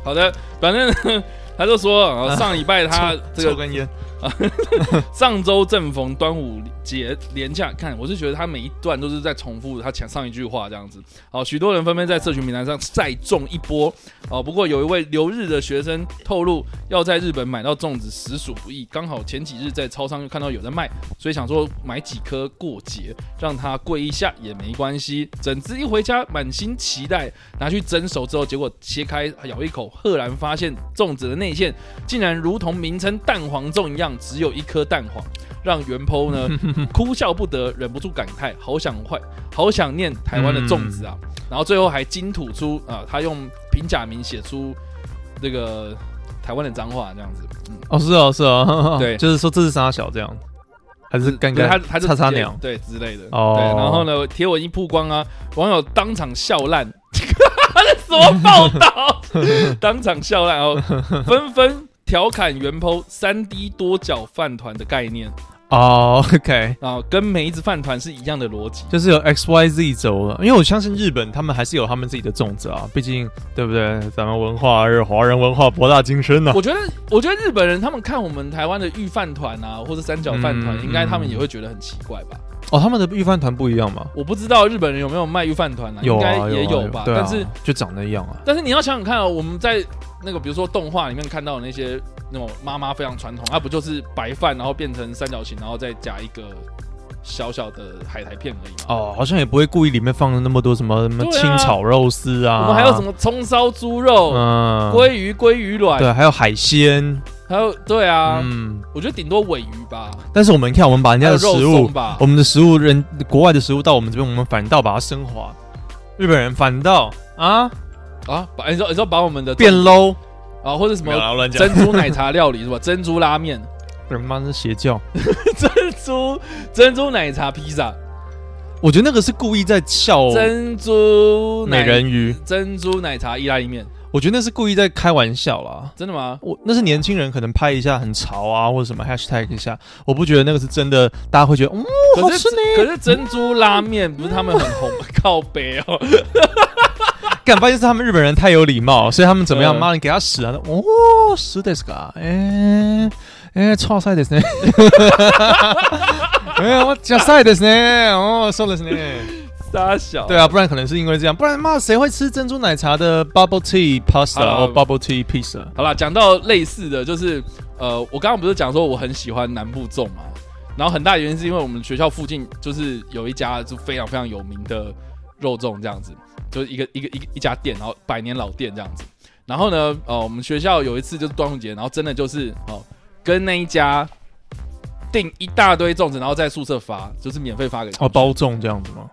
Speaker 4: 好的，反正呵呵 (laughs) 他就说，呃上礼拜他
Speaker 5: 抽
Speaker 4: 这
Speaker 5: 抽
Speaker 4: 个
Speaker 5: 根烟，
Speaker 4: 上周正逢端午节连假，看我是觉得他每一段都是在重复他前上一句话这样子。好，许多人纷纷在社群平台上再中一波。哦，不过有一位留日的学生透露，要在日本买到粽子实属不易，刚好前几日在超商又看到有在卖，所以想说买几颗过节，让它贵一下也没关系。整只一回家，满心期待，拿去蒸熟之后，结果切开咬一口，赫然发现粽子的内馅竟然如同名称蛋黄粽一样，只有一颗蛋黄，让袁剖呢哭笑不得，忍不住感慨：好想坏，好想念台湾的粽子啊！然后最后还惊吐出啊、他用平假名写出这个台湾的脏话，这样子。嗯，
Speaker 5: 哦是哦是哦， (laughs)
Speaker 4: 对嗯
Speaker 5: 就是说这是傻小这样，还是干
Speaker 4: 对
Speaker 5: 干
Speaker 4: 他他就
Speaker 5: 叉叉
Speaker 4: 直接
Speaker 5: 鸟。
Speaker 4: 对之类的。
Speaker 5: 哦 (laughs)
Speaker 4: 对，然后呢，贴文一曝光啊，网友当场笑烂。个什么报道？当场笑烂哦，纷纷调侃原 PO 三 D 多角饭团的概念，
Speaker 5: 哦，OK，
Speaker 4: 然后跟梅子饭团是一样的逻辑。
Speaker 5: 就是有 X Y Z 轴了，因为我相信日本他们还是有他们自己的粽子啊，毕竟对不对？咱们文化是华人文化博大精深呐、啊
Speaker 4: 我觉得，我觉得日本人他们看我们台湾的御饭团啊，或者三角饭团，
Speaker 5: 嗯
Speaker 4: 应该他们也会觉得很奇怪吧？
Speaker 5: 哦，他们的御饭团不一样吗？
Speaker 4: 我不知道日本人有没有卖御饭团啊，
Speaker 5: 有
Speaker 4: 应该
Speaker 5: 啊，
Speaker 4: 也
Speaker 5: 有啊
Speaker 4: 吧。
Speaker 5: 对啊
Speaker 4: 但是，
Speaker 5: 就长得一样啊。
Speaker 4: 但是你要想想看啊，我们在那个比如说动画里面看到的那些那种妈妈非常传统，啊，不就是白饭，然后变成三角形，然后再加一个小小的海苔片而已嘛。
Speaker 5: 哦，好像也不会故意里面放那么多什么什么
Speaker 4: 对啊
Speaker 5: 清炒肉丝啊，
Speaker 4: 我们还有什么葱烧猪肉、
Speaker 5: 嗯
Speaker 4: 鲑鱼、鲑鱼卵，
Speaker 5: 对，还有海鲜，
Speaker 4: 还有对啊，
Speaker 5: 嗯。
Speaker 4: 我觉得顶多尾鱼吧，
Speaker 5: 但是我们看，我们把人
Speaker 4: 还
Speaker 5: 家
Speaker 4: 有肉
Speaker 5: 的食
Speaker 4: 松
Speaker 5: 物，
Speaker 4: 吧
Speaker 5: 我。们的食物人国外的食物到我们这边，我们反倒把它升华。日本人反倒啊
Speaker 4: 啊，把你说你说把我们的
Speaker 5: 变 low，
Speaker 4: 啊，或者什么
Speaker 5: 没有啦我乱讲
Speaker 4: 珍珠奶茶料理是吧？珍珠拉面、
Speaker 5: 人妈是邪教。
Speaker 4: 珍珠珍珠奶茶披萨、
Speaker 5: 我觉得那个是故意在笑
Speaker 4: 珍珠奶
Speaker 5: 哦美、人鱼，
Speaker 4: 珍珠奶茶意大利面，
Speaker 5: 我觉得那是故意在开玩笑啦。
Speaker 4: 真的吗？
Speaker 5: 我那是年轻人可能拍一下很潮啊，或者什么 hashtag 一下，我不觉得那个是真的，大家会觉得嗯好
Speaker 4: 可
Speaker 5: 吃
Speaker 4: 是
Speaker 5: 呢。
Speaker 4: 可是珍珠拉面不是他们很红 (laughs) 吗？靠北哦，
Speaker 5: 敢发现是他们日本人太有礼貌，所以他们怎么样？
Speaker 4: 嗯
Speaker 5: 妈，你给他屎啊！哦，屎ですか？哎哎，臭
Speaker 4: (laughs)
Speaker 5: 菜ですね。哎，我假菜ですね。哦，そうですね。
Speaker 4: 傻小。
Speaker 5: 对啊，不然可能是因为这样，不然妈谁会吃珍珠奶茶的 bubble tea pasta
Speaker 4: 好
Speaker 5: 或 bubble tea pizza？
Speaker 4: 好啦，讲到类似的就是，呃，我刚刚不是讲说我很喜欢南部粽嘛，然后很大原因是因为我们学校附近就是有一家就非常非常有名的肉粽这样子，就是一个一个一个一家店，然后百年老店这样子。然后呢，呃，我们学校有一次就是端午节，然后真的就是哦，跟那一家订一大堆粽子，然后在宿舍发，就是免费发给他
Speaker 5: 哦，
Speaker 4: 们。
Speaker 5: 包粽这样子吗？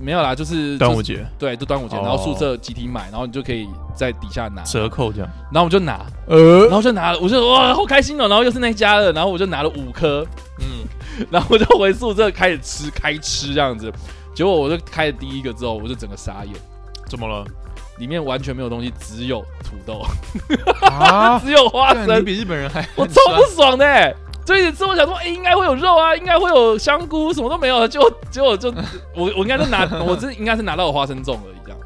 Speaker 4: 没有啦，就是
Speaker 5: 端午
Speaker 4: 节，
Speaker 5: 节
Speaker 4: 对，就端午节，
Speaker 5: 哦
Speaker 4: 然后宿舍集体买，然后你就可以在底下拿，
Speaker 5: 折扣这样。
Speaker 4: 然后我就拿，
Speaker 5: 呃
Speaker 4: 然，后就拿了，我就哇，好开心哦！然后又是那家的，然后我就拿了五颗，
Speaker 5: 嗯，
Speaker 4: (laughs) 然后我就回宿舍开始吃，开吃这样子。结果我就开了第一个之后，我就整个傻眼，
Speaker 5: 怎么了？
Speaker 4: 里面完全没有东西，只有土豆，，
Speaker 5: (laughs) 啊
Speaker 4: 只有花
Speaker 5: 干你
Speaker 4: 生，
Speaker 5: 比日本人还
Speaker 4: 我超不爽的、欸。就一直吃，我想说，哎、应该会有肉啊，应该会有香菇，什么都没有，结果结果就我我应该是拿，我这应该是拿到我花生粽而已这样。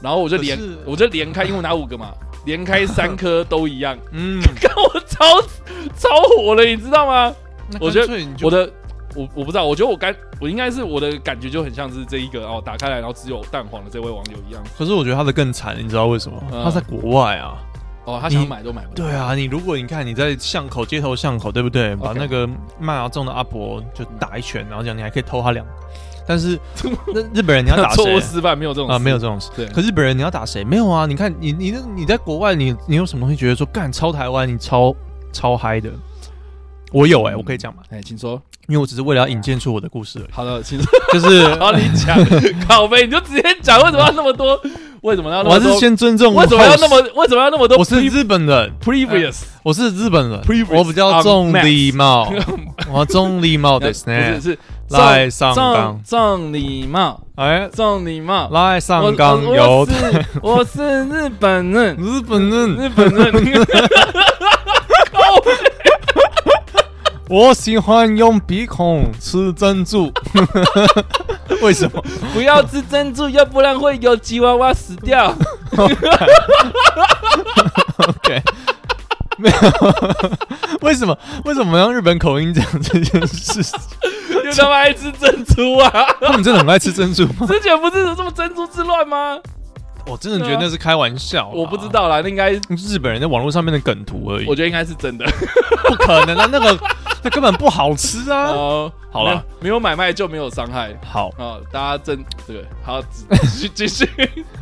Speaker 4: 然后我就连
Speaker 5: 可是
Speaker 4: 我就连开，因为我拿五个嘛，连开三颗都一样， (laughs)
Speaker 5: 嗯，
Speaker 4: 看我超超火了，你知道吗？我觉得我
Speaker 5: 的
Speaker 4: 的我我不知道，我觉得我感我应该是我的感觉就很像是这一个哦，打开来然后只有蛋黄的这位网友一样
Speaker 5: 可是我觉得他的更惨，你知道为什么？
Speaker 4: 嗯
Speaker 5: 他在国外啊。
Speaker 4: 哦，他想
Speaker 5: 你
Speaker 4: 买都买不到。
Speaker 5: 对啊，你如果你看你在巷口街头巷口，对不对？把那个卖牙中的阿伯就打一拳，然后讲你还可以偷他两个。
Speaker 4: (laughs)
Speaker 5: 但是那日本人你要打
Speaker 4: 错误
Speaker 5: 谁
Speaker 4: 示范没有这种
Speaker 5: 啊？没
Speaker 4: 有
Speaker 5: 有这种事。
Speaker 4: 对
Speaker 5: 可日本人你要打谁？没有啊！你看你你你在国外，你你有什么东西觉得说干超台湾，你超超嗨的？我有哎、我可以讲嘛，
Speaker 4: 哎，请说。
Speaker 5: 因为我只是为了要引荐出我的故事
Speaker 4: (laughs)
Speaker 5: 而已。
Speaker 4: 好的，请说。
Speaker 5: 就是
Speaker 4: (laughs) 然后你讲靠背，你就直接讲，为什么要那么多？为什么要那
Speaker 5: 我还
Speaker 4: 么
Speaker 5: 是
Speaker 4: 多？
Speaker 5: 先尊重。
Speaker 4: 为什么要那么？为什么要那么多？哦
Speaker 5: 我是日本人，
Speaker 4: (laughs) previous，
Speaker 5: (laughs) 我是日本人
Speaker 4: Previous
Speaker 5: 我比较重礼貌
Speaker 4: on，
Speaker 5: (laughs) 我重礼貌
Speaker 4: (laughs) 呃不
Speaker 5: 的
Speaker 4: 是
Speaker 5: 呢。
Speaker 4: 是
Speaker 5: 来上
Speaker 4: 赠
Speaker 5: 纲，
Speaker 4: 赠礼貌，
Speaker 5: 哎，
Speaker 4: 赠礼貌。
Speaker 5: 来
Speaker 4: 我
Speaker 5: 上纲
Speaker 4: 我我
Speaker 5: 有
Speaker 4: (laughs) 是我是日本人，
Speaker 5: 日本人，
Speaker 4: 日本人， (laughs)
Speaker 5: 我喜欢用鼻孔吃珍珠。 (laughs) 为什么？
Speaker 4: 不要吃珍珠，要不然会有吉娃娃死 (laughs) 掉。
Speaker 5: 为什么？为什么要用日本口音讲这件事情？ (laughs)
Speaker 4: 你他妈爱吃珍珠啊！
Speaker 5: 他们真的很爱吃珍珠吗？
Speaker 4: 之前不是有这么珍珠之乱吗？
Speaker 5: 我真的觉得那是开玩笑，
Speaker 4: 我不知。道啦，那应该
Speaker 5: 日本人在网络上面的梗图而已，
Speaker 4: 我觉得应该是 (laughs) 真的。
Speaker 5: 不可能啊！那个，那根本不好吃啊！
Speaker 4: 哦，
Speaker 5: 好
Speaker 4: 没
Speaker 5: 啦
Speaker 4: 有，没有买卖就没有伤害。
Speaker 5: 好，
Speaker 4: 哦，大家真对，好，继续继续。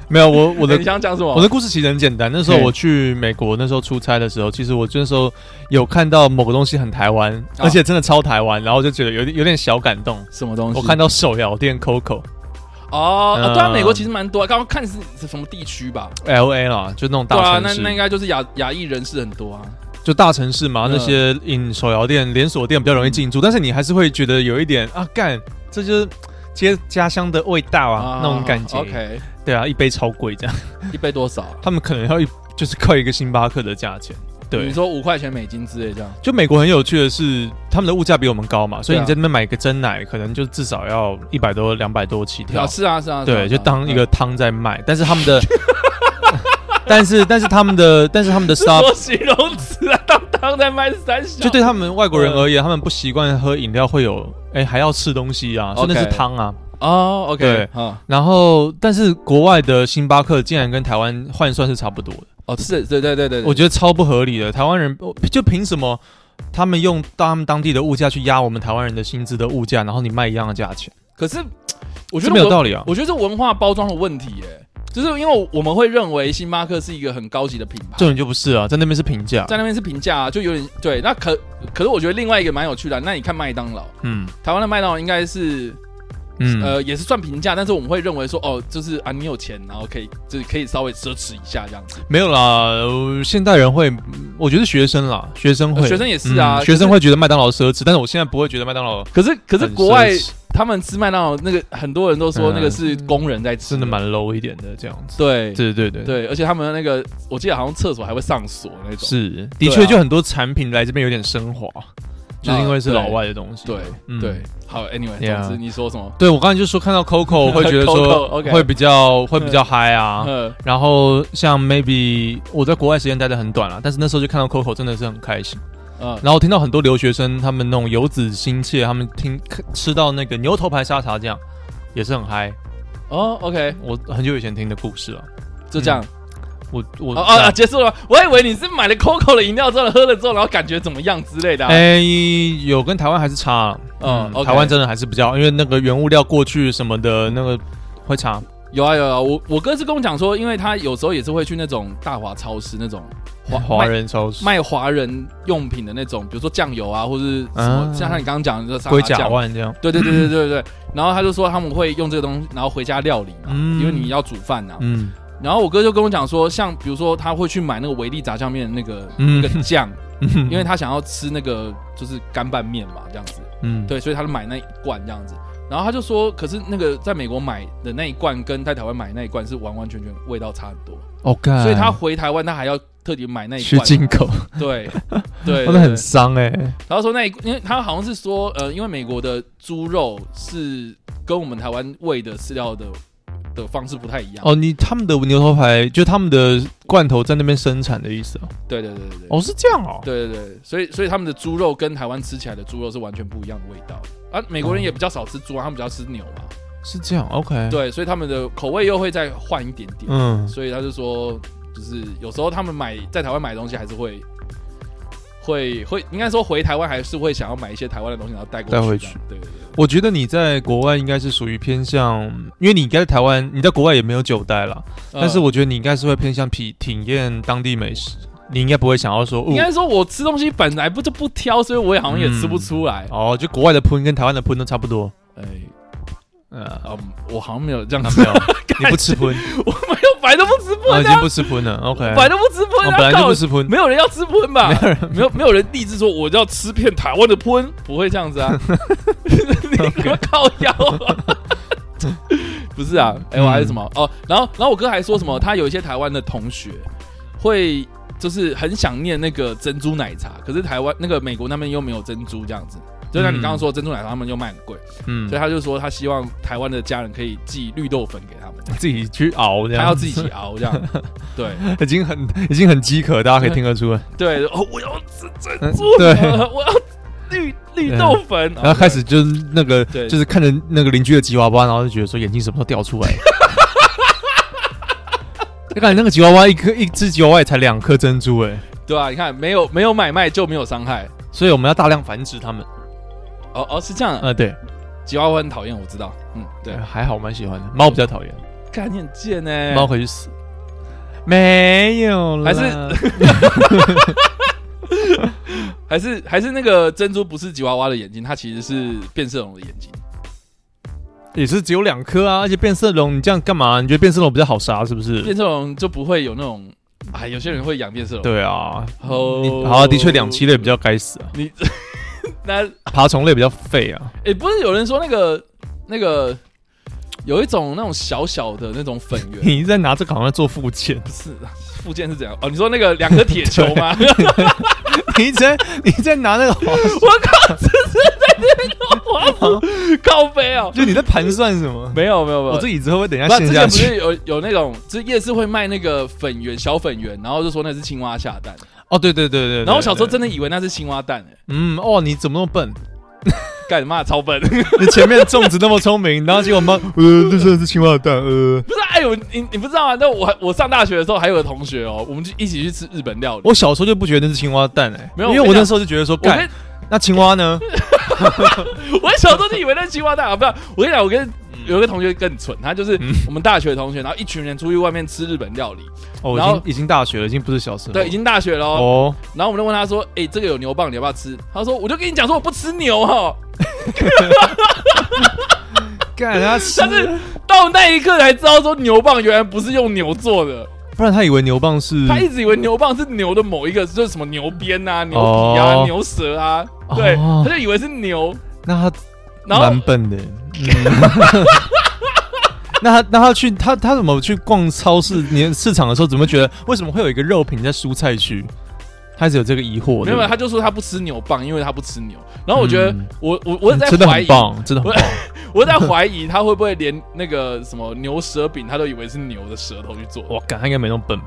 Speaker 5: 没有 (laughs) 我我的
Speaker 4: (laughs) 你想哦讲什么？
Speaker 5: 我的故事其实很简单。那时候
Speaker 4: 嗯
Speaker 5: 我去美国，那时候出差的时候，其实我那时候有看到某个东西很台湾，
Speaker 4: 哦
Speaker 5: 而且真的超台湾，然后就觉得有点有点小感动。
Speaker 4: 什么东西？
Speaker 5: 我看到手摇店 Coco
Speaker 4: 哦，哦
Speaker 5: 嗯
Speaker 4: 对啊，美国其实蛮多啊。刚刚看是是什么地区吧？
Speaker 5: L A 啦，就那种
Speaker 4: 对啊，
Speaker 5: 大城
Speaker 4: 那
Speaker 5: 市，
Speaker 4: 那应该就是亚亚裔人士很多啊。
Speaker 5: 就大城市嘛，
Speaker 4: 嗯
Speaker 5: 那些饮手摇店、连锁店比较容易进驻，但是你还是会觉得有一点啊，干，这就是。接家乡的味道啊，那种感觉。
Speaker 4: OK，
Speaker 5: 对啊，一杯超贵这样，
Speaker 4: 一杯多少啊？
Speaker 5: 他们可能要一就是扣一个星巴克的价钱。对
Speaker 4: 你，说五块钱美金之类这样，
Speaker 5: 就美国很有趣的是，他们的物价比我们高嘛，所以
Speaker 4: 对啊
Speaker 5: 你在那边买个真奶，可能就至少要一百多、两百多起跳
Speaker 4: 啊。是啊是啊，
Speaker 5: 对，
Speaker 4: 是
Speaker 5: 就
Speaker 4: 啊
Speaker 5: 当一个汤在卖，但是他
Speaker 4: (laughs)
Speaker 5: 们的，但是但是他们的，但是他们
Speaker 4: (laughs)
Speaker 5: 的 Star
Speaker 4: 啊说形容词啊，当当在卖三小，
Speaker 5: (laughs) 就对他们外国人而言，他们不习惯喝饮料会有，哎，还要吃东西啊，所以那是
Speaker 4: OK
Speaker 5: 汤啊。
Speaker 4: 哦，OK，
Speaker 5: 对
Speaker 4: 啊，
Speaker 5: 然后，但是国外的星巴克竟然跟台湾换算是差不多的，
Speaker 4: 哦，是，对对对对，对
Speaker 5: 我觉得超不合理的。台湾人就凭什么他们用他们当地的物价去压我们台湾人的薪资的物价，然后你卖一样的价钱，
Speaker 4: 可是我觉
Speaker 5: 这
Speaker 4: 得
Speaker 5: 没有
Speaker 4: 我
Speaker 5: 道理啊。
Speaker 4: 我觉得是文化包装的问题耶、就是因为我们会认为星巴克是一个很高级的品牌，
Speaker 5: 这种就不是啊，在那边是平价，
Speaker 4: 在那边是平价、啊，就有点对。那可可是我觉得另外一个蛮有趣的啊、那你看麦当劳，
Speaker 5: 嗯
Speaker 4: 台湾的麦当劳应该是、
Speaker 5: 嗯，
Speaker 4: 呃也是算平价，但是我们会认为说哦，就是啊你有钱，然后可以就是可以稍微奢侈一下这样子。
Speaker 5: 没有啦，呃现代人会，嗯我觉得学生啦，学生会，嗯
Speaker 4: 呃学生也是啊
Speaker 5: 学
Speaker 4: 就是
Speaker 5: 生会觉得麦当劳奢侈，但是我现在不会觉得麦当劳
Speaker 4: 可是可是
Speaker 5: 很
Speaker 4: 国外
Speaker 5: 奢侈嗯
Speaker 4: 他们吃麦当劳那个很多人都说那个是工人在吃，
Speaker 5: 真的蛮 low 一点的这样子。
Speaker 4: 对
Speaker 5: 对对对，
Speaker 4: 对，而且他们那个我记得好像厕所还会上锁那种。
Speaker 5: 是的
Speaker 4: 对
Speaker 5: 确
Speaker 4: 啊
Speaker 5: 就很多产品来这边有点升华，就是因为是
Speaker 4: 对
Speaker 5: 老外的东西。
Speaker 4: 对、
Speaker 5: 嗯
Speaker 4: 对，好，anyway，
Speaker 5: Yeah
Speaker 4: 总之你说什么？
Speaker 5: 对，我刚才就说看到 Coco 会觉 (laughs) 得说
Speaker 4: Coco，OK
Speaker 5: 会比较会比较嗨啊。
Speaker 4: 呃，
Speaker 5: 然后像 maybe 我在国外时间待的很短了，但是那时候就看到 Coco 真的是很开心。
Speaker 4: 呃，
Speaker 5: 然后听到很多留学生他们那种游子心切，他们听吃到那个牛头牌沙茶酱也是很嗨。
Speaker 4: 哦，OK，
Speaker 5: 我很久以前听的故事啊，
Speaker 4: 就这样。
Speaker 5: 我我
Speaker 4: 哦哦啊，结束了吗。我还以为你是买了 Coco 的饮料之后喝了之后，然后感觉怎么样之类的、啊。
Speaker 5: 哎、有跟台湾还是差啊，
Speaker 4: 嗯
Speaker 5: 嗯，
Speaker 4: OK
Speaker 5: 台湾真的还是比较，因为那个原物料过去什么的，那个会差。
Speaker 4: 有啊有啊，我我哥是跟我讲说，因为他有时候也是会去那种大华超市那种
Speaker 5: 华华人超市
Speaker 4: 卖华人用品的那种，比如说酱油啊，或者是什么，
Speaker 5: 啊
Speaker 4: 像像你刚刚讲的这
Speaker 5: 龟
Speaker 4: 沙茶
Speaker 5: 甲啊
Speaker 4: 酱。
Speaker 5: 万这样，
Speaker 4: 对对对对对对，然后他就说他们会用这个东西，然后回家料理嘛，
Speaker 5: 嗯
Speaker 4: 因为你要煮饭呐、啊。
Speaker 5: 嗯
Speaker 4: 然后我哥就跟我讲说，像比如说他会去买那个维力炸酱面的那个、
Speaker 5: 嗯
Speaker 4: 那
Speaker 5: (laughs)
Speaker 4: 个酱，
Speaker 5: 嗯，
Speaker 4: 因为他想要吃那个就是干拌面嘛，这样子。
Speaker 5: 嗯
Speaker 4: 对，所以他就买那一罐这样子。然后他就说，可是那个在美国买的那一罐跟在台湾买的那一罐是完完全全味道差很多，
Speaker 5: ，OK，
Speaker 4: 所以他回台湾他还要特地买那一
Speaker 5: 去
Speaker 4: 罐。
Speaker 5: 进口， (laughs)
Speaker 4: 对对，
Speaker 5: 真的
Speaker 4: 对
Speaker 5: 很伤哎、
Speaker 4: 然后说那一，因为他好像是说，呃，因为美国的猪肉是跟我们台湾喂的饲料的的方式不太一样。
Speaker 5: 哦，你他们的牛头牌就他们的罐头在那边生产的意思啊？
Speaker 4: 对对对对对。
Speaker 5: 哦，是这样哦。
Speaker 4: 对对对，所以所以他们的猪肉跟台湾吃起来的猪肉是完全不一样的味道啊！美
Speaker 5: 哦
Speaker 4: 国人也比较少吃猪啊，他们比较吃牛嘛，
Speaker 5: 是这样，OK。，
Speaker 4: 对，所以他们的口味又会再换一点点。
Speaker 5: 嗯，
Speaker 4: 所以他就说，就是有时候他们买在台湾买东西还是会，会会应该说回台湾还是会想要买一些台湾的东西，然后带过
Speaker 5: 带回
Speaker 4: 这样
Speaker 5: 去
Speaker 4: 对对对，
Speaker 5: 我觉得你在国外应该是属于偏向，因为你应该在台湾，你在国外也没有久待啦。但是
Speaker 4: 呃
Speaker 5: 我觉得你应该是会偏向体体验当地美食，你应该不会想要说，
Speaker 4: 应
Speaker 5: 哦，
Speaker 4: 该说我吃东西本来不就不挑，所以我也好像也吃不出来。
Speaker 5: 哦，就国外的喷跟台湾的喷都差不多。
Speaker 4: 哎、
Speaker 5: 呃，
Speaker 4: 嗯，我好像没有这样
Speaker 5: 啊
Speaker 4: 子，
Speaker 5: (laughs) 没有，你不吃喷，
Speaker 4: 我 (laughs) 没有本来都不吃
Speaker 5: 我
Speaker 4: 荤
Speaker 5: 已
Speaker 4: 啊
Speaker 5: 经，不吃喷了。OK，
Speaker 4: 本来都不吃
Speaker 5: 我
Speaker 4: 荤啊，
Speaker 5: 哦本来就
Speaker 4: 靠
Speaker 5: 不吃
Speaker 4: (laughs)
Speaker 5: 喷。
Speaker 4: 没有人要吃喷吧？没有人，没有人立志说我要吃遍台湾的喷，不会这样子 (laughs) 啊！你们靠腰、 (laughs) 啊，不是啊？哎、我还是什么、哦？然后，然后我哥还说什么？他有一些台湾的同学会就是很想念那个珍珠奶茶，可是台湾那个美国那边又没有珍珠这样子。就像你刚刚说，珍珠奶茶他们又卖很贵，
Speaker 5: 嗯
Speaker 4: 所以，他就说他希望台湾的家人可以寄绿豆粉给他们，
Speaker 5: 自己去熬这
Speaker 4: 他
Speaker 5: 样，
Speaker 4: 要自
Speaker 5: (laughs)
Speaker 4: 己熬这样。对
Speaker 5: 已经很已经很饥渴，大家可以听得 (laughs) 出来。
Speaker 4: 对，哦，我要吃珍
Speaker 5: 嗯
Speaker 4: 珠，
Speaker 5: 对，
Speaker 4: 我要绿绿豆粉，哦
Speaker 5: 然后开始就是那个，
Speaker 4: 对
Speaker 5: 就是看着那个邻居的吉娃娃，然后就觉得说眼睛什么时候掉出来。 (laughs) 就感觉那个吉娃娃一颗一只吉娃娃也才两颗珍珠哎，
Speaker 4: 对啊，你看，没有没有买卖就没有伤害。
Speaker 5: 所以我们要大量繁殖它们。
Speaker 4: 哦哦，是这样啊。
Speaker 5: 啊，对，
Speaker 4: 吉娃娃很讨厌，我知道。嗯，对，
Speaker 5: 还好，我蛮喜欢的。猫比较讨厌，
Speaker 4: 看你很贱呢。
Speaker 5: 猫可以去死。没有啦，
Speaker 4: 还是还是还是那个珍珠不是吉娃娃的眼睛，它其实是变色龙的眼睛。
Speaker 5: (laughs) 也是只有两颗啊，而且变色龙，你这样干嘛？你觉得变色龙比较好杀是不
Speaker 4: (laughs)
Speaker 5: 是？
Speaker 4: 变色龙就不会有那种，哎，有些人会养变色龙。
Speaker 5: 对啊，
Speaker 4: 哦
Speaker 5: 你好啊，的确两栖类比较该死啊，
Speaker 4: 你那
Speaker 5: 爬虫类比较废啊。
Speaker 4: 哎，不是有人说那个那个有一种那种小小的那种粉
Speaker 5: (laughs)
Speaker 4: 圆，
Speaker 5: 你在拿这个好像在做附件，
Speaker 4: 不是附件是怎样？哦，你说那个两颗铁球吗？
Speaker 5: (laughs) 你一直在你一直在拿那个黄，，
Speaker 4: 我靠，只是在那边我要扶靠背哦
Speaker 5: 就你在盘算什么？
Speaker 4: 没有没有没有，
Speaker 5: 我这椅子会不会等一
Speaker 4: 不
Speaker 5: 下
Speaker 4: 是，之前
Speaker 5: 陷下
Speaker 4: 不
Speaker 5: 去？
Speaker 4: 是有有那种，就是夜市会卖那个粉圆小粉圆，然后就说那是青蛙下蛋，
Speaker 5: 哦，对对对对对
Speaker 4: 然后我小时候
Speaker 5: 对
Speaker 4: 真的以为那是青蛙蛋、欸，
Speaker 5: 嗯哦，你怎么那么笨？
Speaker 4: 干嘛超
Speaker 5: (laughs)
Speaker 4: 笨？不
Speaker 5: 你前面种植那么聪明，然后结果妈，呃，这真的是青蛙的蛋，呃。
Speaker 4: 是，哎呦，你你不知道啊？那我我上大学的时候还有个同学哦，我们就一起去吃日本料理。
Speaker 5: 我小时候就不觉得那是青蛙蛋哎、
Speaker 4: 没有
Speaker 5: 因为
Speaker 4: 我
Speaker 5: 我
Speaker 4: 跟你
Speaker 5: 那时候就觉得说，
Speaker 4: 我跟
Speaker 5: 干，那青蛙呢？
Speaker 4: 我小时候就以为那是青蛙蛋啊，不是？我跟你讲，我跟
Speaker 5: 嗯
Speaker 4: 有一个同学更蠢，他就是我们大学同学，然后一群人出去外面吃日本料理，
Speaker 5: 哦，已
Speaker 4: 然后
Speaker 5: 经已经大学了，已经不是小时候。
Speaker 4: 对，已经大学了哦。
Speaker 5: 哦，
Speaker 4: 然后我们就问他说：“哎、这个有牛蒡，你要不要吃？”他说：“我就跟你讲说我不吃牛哦。”
Speaker 5: 干他吃，
Speaker 4: 但是到那一刻才知道，说牛蒡原来不是用牛做的，
Speaker 5: 不然他以为牛蒡是
Speaker 4: 他一直以为牛蒡是牛的某一个，就是什么牛鞭啊、牛皮啊、
Speaker 5: 嗯哦
Speaker 4: 牛舌啊，对，
Speaker 5: 哦
Speaker 4: 他就以为是牛，
Speaker 5: 那他
Speaker 4: 然
Speaker 5: 蛮
Speaker 4: 后
Speaker 5: 笨的。嗯 (laughs) 那他那他去他他怎么去逛超市、年市场的时候，怎么觉得为什么会有一个肉品在蔬菜区？他一直有这个疑惑。
Speaker 4: 没有，没有
Speaker 5: 对不
Speaker 4: 他就说他不吃牛蒡，因为他不吃牛。然后我觉得
Speaker 5: 嗯
Speaker 4: 我，我我
Speaker 5: 对
Speaker 4: 在
Speaker 5: 真的
Speaker 4: 怀
Speaker 5: 很
Speaker 4: 疑，
Speaker 5: 棒，真的很
Speaker 4: 我 (laughs)
Speaker 5: 棒。
Speaker 4: 我在怀疑他会不会连那个什么牛舌饼，他都以为是牛的舌头去做。
Speaker 5: 哇，干他应该没那么
Speaker 4: (laughs)
Speaker 5: 笨吧。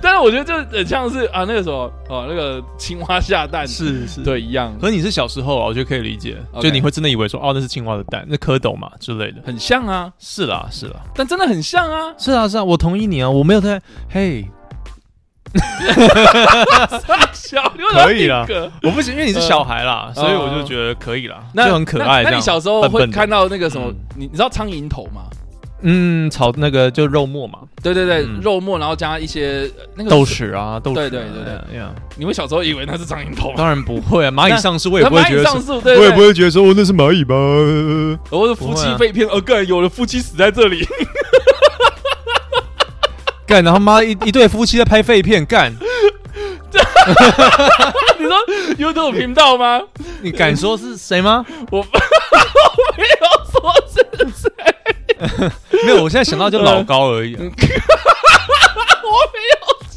Speaker 4: 但是我觉得就很像是啊那个什么哦那个青蛙下蛋
Speaker 5: 是是
Speaker 4: 对一样，
Speaker 5: 可是你是小时候啊，我觉得可以理解
Speaker 4: OK
Speaker 5: 就你会真的以为说，哦，那是青蛙的蛋，那蝌蚪嘛之类的。
Speaker 4: 很像啊，
Speaker 5: 是啦，是啦，
Speaker 4: 但真的很像啊。 (laughs)
Speaker 5: 是啊，是啊，我同意你啊，我没有在，嘿，
Speaker 4: 小刘老
Speaker 5: (laughs) 可以啦
Speaker 4: 一个
Speaker 5: 我不行，因为你是小孩啦，所以我就觉得可以啦，就很可爱
Speaker 4: 那。那
Speaker 5: 这样
Speaker 4: 你小时候
Speaker 5: 笨
Speaker 4: 会
Speaker 5: 笨的
Speaker 4: 看到那个什么
Speaker 5: 嗯？
Speaker 4: 你你知道苍蝇头吗？
Speaker 5: 嗯，炒那个就肉末嘛，
Speaker 4: 对对对，
Speaker 5: 嗯
Speaker 4: 肉末，然后加一些呃那个
Speaker 5: 豆。豉啊，豆豉啊，
Speaker 4: 对对对对
Speaker 5: 哎呀，
Speaker 4: 你们小时候以为那是苍蝇头吗？
Speaker 5: 当然不 (laughs) 会啊，蚂蚁上树我也不会
Speaker 4: 那蚂蚁
Speaker 5: 觉得
Speaker 4: 上
Speaker 5: 说，
Speaker 4: 树，对
Speaker 5: 我
Speaker 4: 对
Speaker 5: 也不会觉得说哦那是蚂蚁吧。
Speaker 4: 对，我是夫妻被
Speaker 5: 啊
Speaker 4: 骗，呃，个人有了夫妻死在这里， (laughs)
Speaker 5: 干，然后妈一一对夫妻在拍废片，干，
Speaker 4: 你说 YouTube 频道
Speaker 5: (laughs)
Speaker 4: 吗？
Speaker 5: 你敢说是谁 (laughs) 吗？
Speaker 4: 我我没有说是谁，
Speaker 5: 没有，我现在想到就老高而已啊、
Speaker 4: 我没有。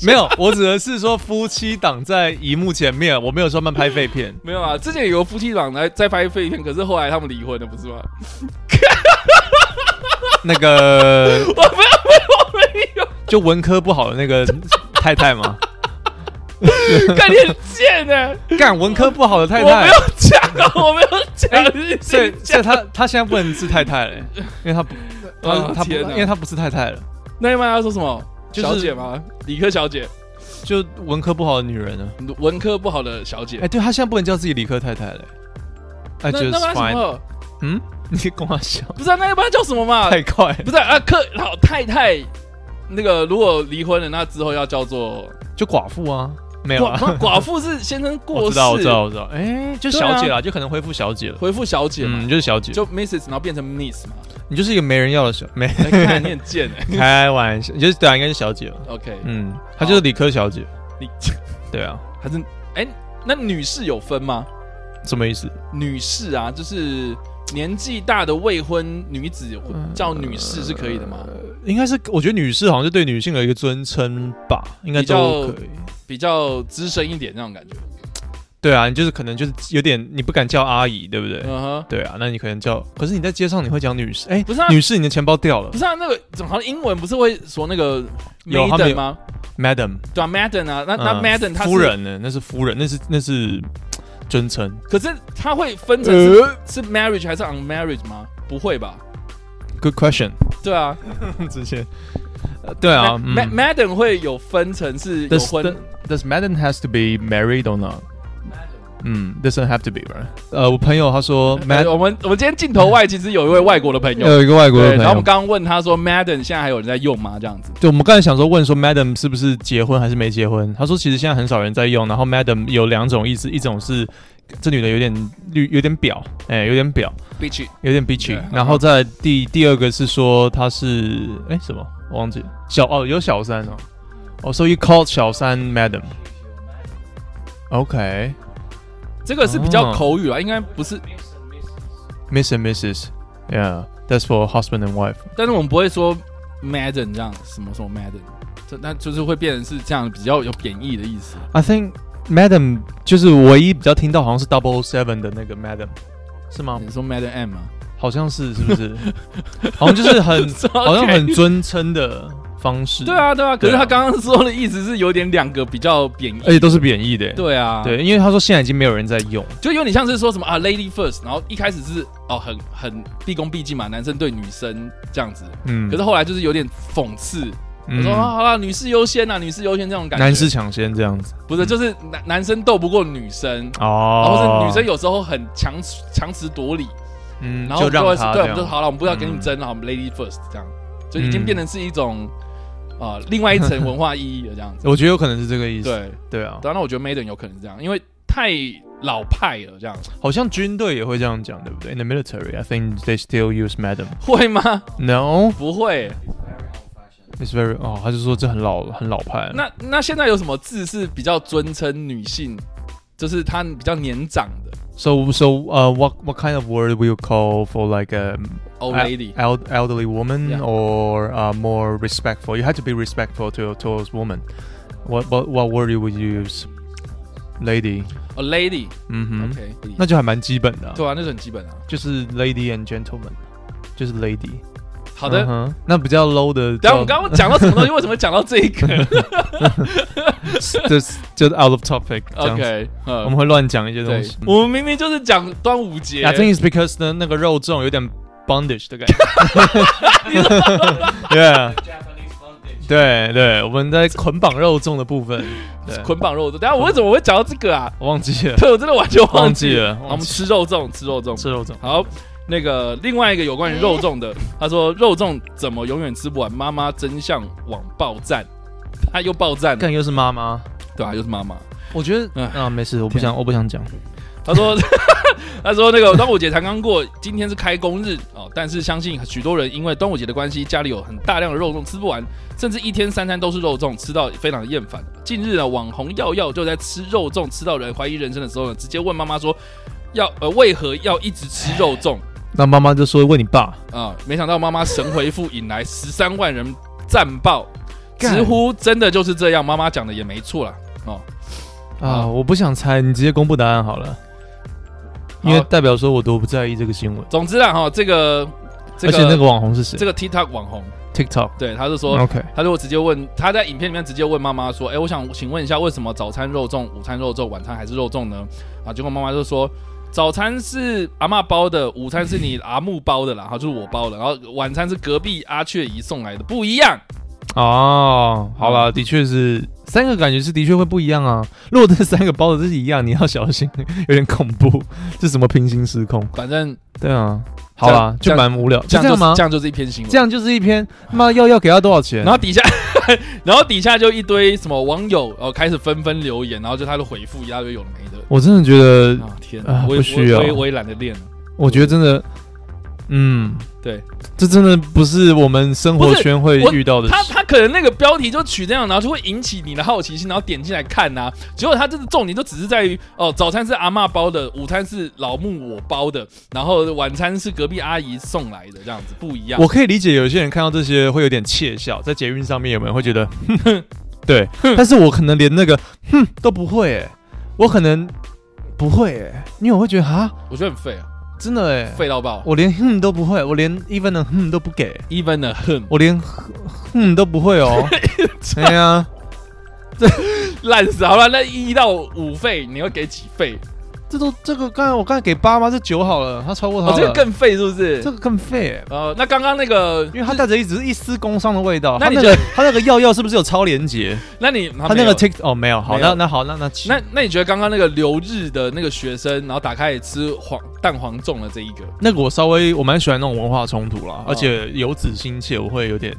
Speaker 5: 没有，我指的是说夫妻挡在荧幕前面，我没有说他们拍废片。
Speaker 4: 没有啊，之前有个夫妻档来在拍废片，可是后来他们离婚了，不是吗？ (laughs)
Speaker 5: 那个
Speaker 4: 我没有，没有，没有。
Speaker 5: 就文科不好的那
Speaker 4: (laughs)
Speaker 5: 个太太嘛，
Speaker 4: 看你很贱啊呢，
Speaker 5: 干文科不好的太
Speaker 4: 我没
Speaker 5: 太
Speaker 4: 有，讲啊，我没有讲，啊你
Speaker 5: 所以
Speaker 4: 先
Speaker 5: 所
Speaker 4: 讲
Speaker 5: 以。他他现在不能是太太了，因为他
Speaker 4: 哦
Speaker 5: 不呃他他不
Speaker 4: 天哪
Speaker 5: 因为他不是太太了，
Speaker 4: 那一般要说什么？
Speaker 5: 就是
Speaker 4: 小姐吗？理科小姐，
Speaker 5: 就文科不好的女人啊。
Speaker 4: 文科不好的小姐。
Speaker 5: 哎，对他现在不能叫自己理科太太了。I
Speaker 4: 那
Speaker 5: just
Speaker 4: 那班什
Speaker 5: fine。
Speaker 4: 么？
Speaker 5: 嗯， (laughs) 你跟我笑
Speaker 4: 不是、啊、那一般叫什么嘛？
Speaker 5: 太快了，
Speaker 4: 不是啊，啊克老太太，那个如果离婚了，那之后要叫做
Speaker 5: 就寡妇啊，没有
Speaker 4: 寡
Speaker 5: 啊。
Speaker 4: 寡寡妇是先生过世，
Speaker 5: (laughs) 我知道，我知道，我知道。哎，就
Speaker 4: 对
Speaker 5: 小姐
Speaker 4: 啊
Speaker 5: 啦，就可能恢复小姐了。
Speaker 4: 回复小姐嘛，
Speaker 5: 嗯，就是小姐，
Speaker 4: 就 Mrs，然后变成 Miss
Speaker 5: (laughs)
Speaker 4: 嘛。
Speaker 5: 你就是一个没人要的小 (laughs) 没。
Speaker 4: 哎看你很贱哎、
Speaker 5: 开玩笑，你就是对啊，应该是小姐吧？
Speaker 4: OK，、
Speaker 5: 嗯，她就是理科小姐。
Speaker 4: 你
Speaker 5: 对啊，
Speaker 4: 还是哎、那女士有分吗？
Speaker 5: 什么意思？
Speaker 4: 女士啊，就是年纪大的未婚女子叫女士是可以的吗？
Speaker 5: 应该是我觉得女士好像就对女性有一个尊称吧，应该都
Speaker 4: 比较
Speaker 5: 可以。
Speaker 4: 比较资深一点那种感觉。
Speaker 5: 对啊，你就是可能就是有点你不敢叫阿姨，对不对？
Speaker 4: 嗯哼。
Speaker 5: 对啊，那你可能叫，可是你在街上你会讲女士，哎、
Speaker 4: 不是啊
Speaker 5: 女士，你的钱包掉了
Speaker 4: 不是啊，那个怎么好像英文不是会说那个
Speaker 5: 有他们
Speaker 4: maiden
Speaker 5: 有
Speaker 4: 吗？
Speaker 5: ，Madam，
Speaker 4: 对啊，maiden 啊，那那
Speaker 5: 嗯
Speaker 4: maiden 她是
Speaker 5: 夫，人呢？那是夫人，那是那是尊称，
Speaker 4: 可是她会分成是
Speaker 5: 呃
Speaker 4: 是 marriage 还是 unmarriage 吗？不会吧？
Speaker 5: Good question， (laughs)
Speaker 4: 对啊
Speaker 5: 直接，呃对啊
Speaker 4: ，ma
Speaker 5: 嗯
Speaker 4: ma- maiden 会有分成是有
Speaker 5: Does,
Speaker 4: 婚
Speaker 5: does Madden has to be married or not？嗯，doesn't have to be right。呃，我朋友他说
Speaker 4: 哎
Speaker 5: Mad
Speaker 4: 我们我们今天镜头外其实有一位外国的朋友，
Speaker 5: 有一个外国的
Speaker 4: 对，
Speaker 5: 朋
Speaker 4: 然后我
Speaker 5: 友
Speaker 4: 们，刚刚问他说 maiden 现在还有人在用吗？这样子，
Speaker 5: 对，我们刚才想说问说 Madam 是不是结婚还是没结婚？他说其实现在很少人在用，然后 Madam 有两种意思，一种是这女的有点绿，有点表，哎、有点表，
Speaker 4: 必须
Speaker 5: 有点 bitchy
Speaker 4: 对。
Speaker 5: 然后在第第二个是说她是哎、什么？我忘记了小哦，有小三哦，哦，so you call 小三 Madam。OK。
Speaker 4: 这个是比较
Speaker 5: 哦
Speaker 4: 口语啊，应该不是
Speaker 5: Miss and Mrs. Yeah, that's for husband and wife.
Speaker 4: 但是我们不会说 Madden 这样什么什么 Madden，这那就是会变成是这样比较有贬义的意思。
Speaker 5: I think Madam 就是唯一比较听到好像是 Double Seven 的那个 Madam 是吗？
Speaker 4: 你说 Madden M 吗？ (laughs)
Speaker 5: 好像是是不是？ (laughs) 好像就是很好像很尊称的方式。
Speaker 4: 啊对，啊对啊，可是
Speaker 5: 对啊
Speaker 4: 他刚刚说的意思是有点两个比较贬义。
Speaker 5: 而且都是贬义的。
Speaker 4: 对啊，，
Speaker 5: 对，因为他说现在已经没有人在用。
Speaker 4: 就有点像是说什么啊，lady first，然后一开始是哦很很毕恭毕敬嘛，男生对女生这样子，
Speaker 5: 嗯，
Speaker 4: 可是后来就是有点讽刺，我
Speaker 5: 嗯
Speaker 4: 说、啊好啦，女士优先啊，女士优先这种感觉，
Speaker 5: 男士抢先这样子
Speaker 4: 不是就是男男生斗不过女生，然
Speaker 5: 哦
Speaker 4: 后，啊是女生有时候很强强词夺理，
Speaker 5: 嗯，
Speaker 4: 然后
Speaker 5: 就让
Speaker 4: 会
Speaker 5: 他
Speaker 4: 对，
Speaker 5: 这
Speaker 4: 我们就
Speaker 5: 样。
Speaker 4: 好了，我们不要跟你
Speaker 5: 嗯
Speaker 4: 争了，我们 lady first 这样，就已经
Speaker 5: 嗯
Speaker 4: 变成是一种啊、呃另外一层文化意义了这样子。
Speaker 5: 我觉得有可 (laughs) 能是这个意思。
Speaker 4: 对，
Speaker 5: 对啊，
Speaker 4: 当然我觉得 Maiden 有可能这样，因为太老派了这样，
Speaker 5: 好像军队也会这样讲，对不对？In the military, I think they still use madam.
Speaker 4: 会
Speaker 5: (laughs)
Speaker 4: 吗？
Speaker 5: No,
Speaker 4: 不会。
Speaker 5: it's very 哦，他就说这很老很老派。
Speaker 4: 那那现在有什么字是比较尊称女性，就是她比较年长的
Speaker 5: So so uh what what kind of word will you call for like um, a
Speaker 4: old
Speaker 5: 哎
Speaker 4: lady？
Speaker 5: el- elderly woman
Speaker 4: Yeah.
Speaker 5: or uh, more respectful? You have to be respectful to towards woman. What what what word you would use? Lady.
Speaker 4: 哦，lady，OK，
Speaker 5: 嗯哼，那
Speaker 4: 那
Speaker 5: 就还蛮基本的啊、
Speaker 4: 对啊，那是很基本啊。
Speaker 5: 就是 lady and gentleman，就是 lady。
Speaker 4: 好的
Speaker 5: 嗯，哼那比较 low 的
Speaker 4: 等一下
Speaker 5: 叫，
Speaker 4: 我们
Speaker 5: (laughs)
Speaker 4: 刚刚讲到什么东西？为什么会讲到这一个
Speaker 5: 就是就是 out of topic 这样子。
Speaker 4: ？OK，嗯
Speaker 5: 我们会乱讲一些东
Speaker 4: 对
Speaker 5: 西。，
Speaker 4: 我们明明就是讲端午节。
Speaker 5: I think it's because 呢那个肉粽有点
Speaker 4: (laughs)
Speaker 5: bondage 的感觉。yeah，对对，我们在捆绑肉粽的部分，对
Speaker 4: 捆绑肉粽。等一下我为什么会讲到这个啊？ (laughs)
Speaker 5: 我忘记了
Speaker 4: 对，我真的完全忘记
Speaker 5: 了
Speaker 4: 好
Speaker 5: (laughs) 忘记了
Speaker 4: 我们吃肉粽，吃肉粽。
Speaker 5: 吃肉粽。
Speaker 4: 好，那个另外一个有关于肉粽的，他说肉粽怎么永远吃不完？妈妈真相网爆赞，他又爆赞，
Speaker 5: 看又是妈妈，
Speaker 4: 对啊，又是妈妈。
Speaker 5: 我觉得
Speaker 4: 唉
Speaker 5: 啊没事，我不想我不想讲。
Speaker 4: 他说， (laughs) 他说那个端午节才刚过，今天是开工日哦，但是相信许多人因为端午节的关系，家里有很大量的肉粽吃不完，甚至一天三餐都是肉粽，吃到非常的厌烦。近日呢，啊网红耀耀就在吃肉粽吃到人怀疑人生的时候呢，直接问妈妈说，要呃为何要一直吃肉粽
Speaker 5: 那妈妈就说问你爸，
Speaker 4: 啊、没想到妈妈神回复，引来十三万人赞爆，
Speaker 5: 干
Speaker 4: 直呼真的就是这样，妈妈讲的也没错啦。哦，
Speaker 5: 啊，
Speaker 4: 好
Speaker 5: 我不想猜，你直接公布答案好了，因为
Speaker 4: 好
Speaker 5: 代表说我多不在意这个新闻，
Speaker 4: 总之啦，哈、这个这
Speaker 5: 而
Speaker 4: 个
Speaker 5: 且那个网红是谁
Speaker 4: 这个 TikTok 网红，
Speaker 5: ？TikTok。
Speaker 4: 对，他就说。
Speaker 5: OK，
Speaker 4: 他就直接问，他在影片里面直接问妈妈说：“哎、我想请问一下，为什么早餐肉粽、午餐肉粽、晚餐还是肉粽呢？”啊，结果妈妈就说：“早餐是阿嬷包的，午餐是你阿木包的啦，然啊后就是我包的，然后晚餐是隔壁阿雀姨送来的，不一样。
Speaker 5: 哦，好了，的确是三个，感觉是的确会不一样啊。如果这三个包的都是一样，你要小心，有点恐怖。 (laughs) 这什么平行时空？
Speaker 4: 反正
Speaker 5: 对啊，好啦，
Speaker 4: 这
Speaker 5: 就
Speaker 4: 样
Speaker 5: 蛮无聊，
Speaker 4: 这样
Speaker 5: 就
Speaker 4: 就
Speaker 5: 这样
Speaker 4: 是
Speaker 5: 吗
Speaker 4: 这？样就是一篇新闻。
Speaker 5: 这样就是一篇，妈要要给他多少钱？
Speaker 4: 然后底下， (laughs) 然后底下就一堆什么网友哦、开始纷纷留言，然后就他的回复一大堆有的没的。
Speaker 5: 我真的觉得，
Speaker 4: 啊天
Speaker 5: 啊
Speaker 4: 我也
Speaker 5: 不需要
Speaker 4: 我也我也懒得练了。
Speaker 5: 我觉得真的，嗯，
Speaker 4: 对，
Speaker 5: 这真的不是我们生活圈会
Speaker 4: 不是我
Speaker 5: 遇到的
Speaker 4: 他
Speaker 5: 事。
Speaker 4: 他可能那个标题就取这样，然后就会引起你的好奇心，然后点进来看呐、结果他这个重点就只是在于哦，早餐是阿嬷包的，午餐是老木我包的，然后晚餐是隔壁阿姨送来的，这样子不一样。
Speaker 5: 我可以理解有些人看到这些会有点窃笑，在捷运上面有没有会觉得，
Speaker 4: (laughs)
Speaker 5: 哼对，但是我可能连那个哼都不会、欸，我可能不会、欸，因为我会觉得啊，
Speaker 4: 我觉得很废啊，
Speaker 5: 真的哎、
Speaker 4: 废到爆。
Speaker 5: 我连哼都不会，我连 even 的哼都不给、
Speaker 4: even a him
Speaker 5: 我连哼哼都不会
Speaker 4: (laughs)
Speaker 5: 哦。对呀、
Speaker 4: 烂死好了，那一到五费你会给几费？
Speaker 5: 这都这个刚才我刚才给八吗？这九好了，他超过他
Speaker 4: 哦
Speaker 5: 了、，
Speaker 4: 这个更废是不是？
Speaker 5: 这个更废欸、
Speaker 4: 呃，那刚刚那个，
Speaker 5: 因为他带着一直一丝工伤的味道。
Speaker 4: 那
Speaker 5: 他
Speaker 4: 你
Speaker 5: 那
Speaker 4: 觉得
Speaker 5: 个他那个药药是不是有超连接？
Speaker 4: 那你
Speaker 5: 他
Speaker 4: 他
Speaker 5: 那个
Speaker 4: take，
Speaker 5: take 哦没有，好
Speaker 4: 没有
Speaker 5: 那那好那那七
Speaker 4: 那那你觉得刚刚那个留日的那个学生，然后打开来吃黄蛋黄粽的这一个，
Speaker 5: 那个我稍微我蛮喜欢那种文化冲突啦，而且有子心切，我会有点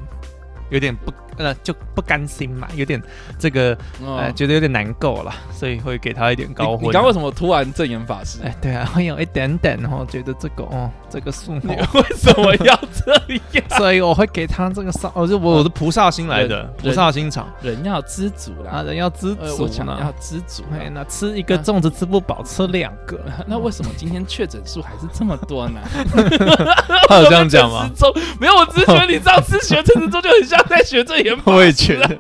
Speaker 5: 有点不呃就不甘心嘛，有点这个呃
Speaker 4: 嗯，
Speaker 5: 觉得有点难过了，所以会给他一点高
Speaker 4: 哦你
Speaker 5: 温。
Speaker 4: 你刚为什么突然正言法师？
Speaker 5: 哎，对啊，会有一点点哦，觉得这个哦，这个树
Speaker 4: (laughs) 你
Speaker 5: 哦，
Speaker 4: 为什么要这样？
Speaker 5: (laughs) 所以我会给他这个烧，我就我我是菩萨心来的，
Speaker 4: 人
Speaker 5: 菩萨心肠
Speaker 4: 人要知足
Speaker 5: 啊，
Speaker 4: 啦，
Speaker 5: 人要知
Speaker 4: 呃，
Speaker 5: 足
Speaker 4: 我想要
Speaker 5: 呢。
Speaker 4: 知足啦。
Speaker 5: 哎，那吃一个粽子吃不饱，吃两 (laughs) 个，
Speaker 4: (laughs) 那为什么今天确诊数还是这么多
Speaker 5: (laughs)
Speaker 4: 呢？
Speaker 5: 他有这样
Speaker 4: 陈时？中没有，我只是觉得你这样自学陈时中就很像在学这言法。
Speaker 5: (laughs) (laughs) 我也觉得，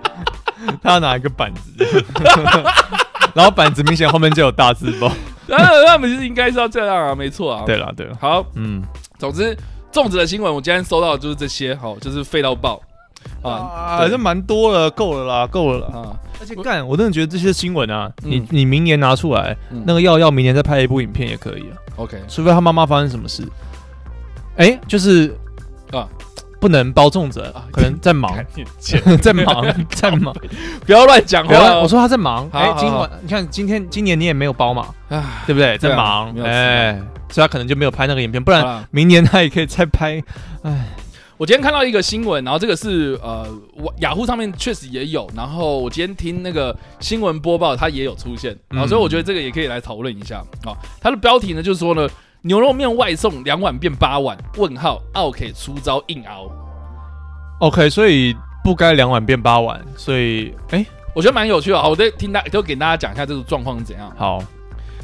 Speaker 5: 他要拿一个板子， (laughs) 然后板子明显后面就有大字报。
Speaker 4: (laughs) 然后他们其实应该是要这样啊，没错啊。
Speaker 5: 对，了对了，
Speaker 4: 好，
Speaker 5: 嗯，
Speaker 4: 总之粽子的新闻我今天收到的就是这些，好，就是废到爆啊
Speaker 5: 啊，这蛮多了，够了啦，够了啦。
Speaker 4: 啊！
Speaker 5: 而且干，我真的觉得这些新闻啊，你
Speaker 4: 嗯
Speaker 5: 你明年拿出来，
Speaker 4: 嗯
Speaker 5: 那个药药明年再拍一部影片也可以啊，
Speaker 4: OK，
Speaker 5: 除非他妈妈发生什么事。哎，就是
Speaker 4: 啊
Speaker 5: 啊，不能包粽子
Speaker 4: 啊，
Speaker 5: 可能在忙， (laughs) 在忙， (laughs) 在忙。
Speaker 4: (laughs) 不要乱讲
Speaker 5: 不
Speaker 4: 话
Speaker 5: 要，
Speaker 4: 哦。
Speaker 5: 我说他在忙。
Speaker 4: 好
Speaker 5: 哎
Speaker 4: 好，
Speaker 5: 今晚你看今天今年你也没有包
Speaker 4: (laughs)
Speaker 5: 嘛，
Speaker 4: 啊，
Speaker 5: 对不对？
Speaker 4: 对啊
Speaker 5: 在忙
Speaker 4: 没，有吃
Speaker 5: 哎，所以他可能就没有拍那个影片，不
Speaker 4: 好
Speaker 5: 然
Speaker 4: 啦
Speaker 5: 明年他也可以再拍。 (laughs)
Speaker 4: 我今天看到一个新闻，然后这个是呃，我雅虎上面确实也有，然后我今天听那个新闻播报，它也有出现，啊、
Speaker 5: 嗯
Speaker 4: 所以我觉得这个也可以来讨论一下啊、它的标题呢就是说呢，牛肉面外送两碗变八碗？问号奥 K 出招硬熬，
Speaker 5: OK，所以不该两碗变八碗，所以哎，
Speaker 4: 我觉得蛮有趣的。好，我再听大就给大家讲一下这个状况是怎样。
Speaker 5: 好，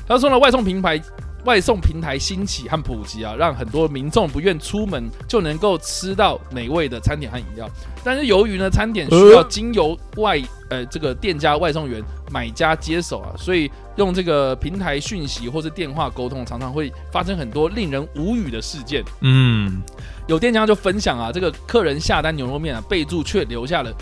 Speaker 4: 他说呢，外送平台外送平台兴起和普及啊，让很多民众不愿出门就能够吃到美味的餐点和饮料。但是由于呢，餐点需要
Speaker 5: 呃
Speaker 4: 经由外呃这个店家、外送员、买家接手啊，所以用这个平台讯息或是电话沟通，常常会发生很多令人无语的事件。
Speaker 5: 嗯，
Speaker 4: 有店家就分享啊，这个客人下单牛肉面啊，备注却留下了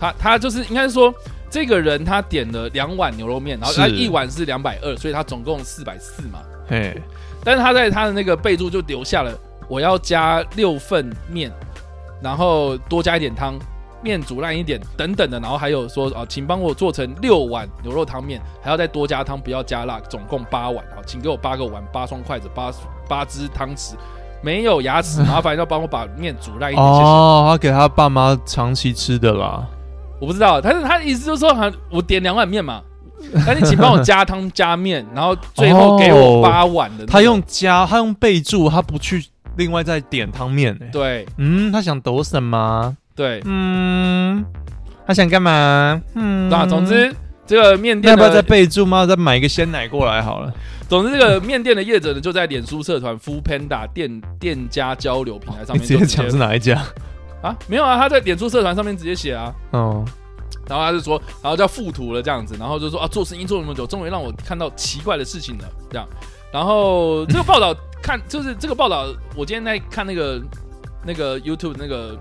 Speaker 4: 他他就是应该说。这个人他点了两碗牛肉面，然后他
Speaker 5: 是
Speaker 4: 一碗是两百二，所以他总共四百四嘛。
Speaker 5: 嘿，
Speaker 4: 但是他在他的那个备注就留下了，我要加六份面，然后多加一点汤，面煮烂一点等等的，然后还有说啊，请帮我做成六碗牛肉汤面，还要再多加汤，不要加辣，总共八碗啊，请给我八个碗、八双筷子、八八只汤匙，没有牙齿，麻烦要帮我把面煮烂一点，谢谢。
Speaker 5: 哦，他给他爸妈长期吃的啦，
Speaker 4: 我不知道，但是他的意思就是说，好像我点两碗面嘛。但是请帮我加汤加面，然后最后给我
Speaker 5: 哦
Speaker 4: 八碗的那种、
Speaker 5: 他用加，他用备注，他不去另外再点汤面、欸，
Speaker 4: 对
Speaker 5: 嗯，他想抖什么？
Speaker 4: 对，
Speaker 5: 嗯，他想干嘛？嗯，
Speaker 4: 那啊总之这个面
Speaker 5: 那要
Speaker 4: 店
Speaker 5: 不要再
Speaker 4: 的，
Speaker 5: 备注吗？再买一个鲜奶过来好了。
Speaker 4: 总之这个面店的业者呢，就在脸书社团 f o o Panda 店店家交流平台上
Speaker 5: 你
Speaker 4: 面
Speaker 5: (laughs) 直
Speaker 4: 就
Speaker 5: 接讲是哪一家？
Speaker 4: 啊，没有啊，他在脸书社团上面直接写啊，
Speaker 5: 哦，
Speaker 4: 然后他就说，然后叫附图了这样子，然后就说啊，做生意做那么久，终于让我看到奇怪的事情了，这样。然后这个报道看， (laughs) 就是这个报道，我今天在看那个那个 YouTube 那个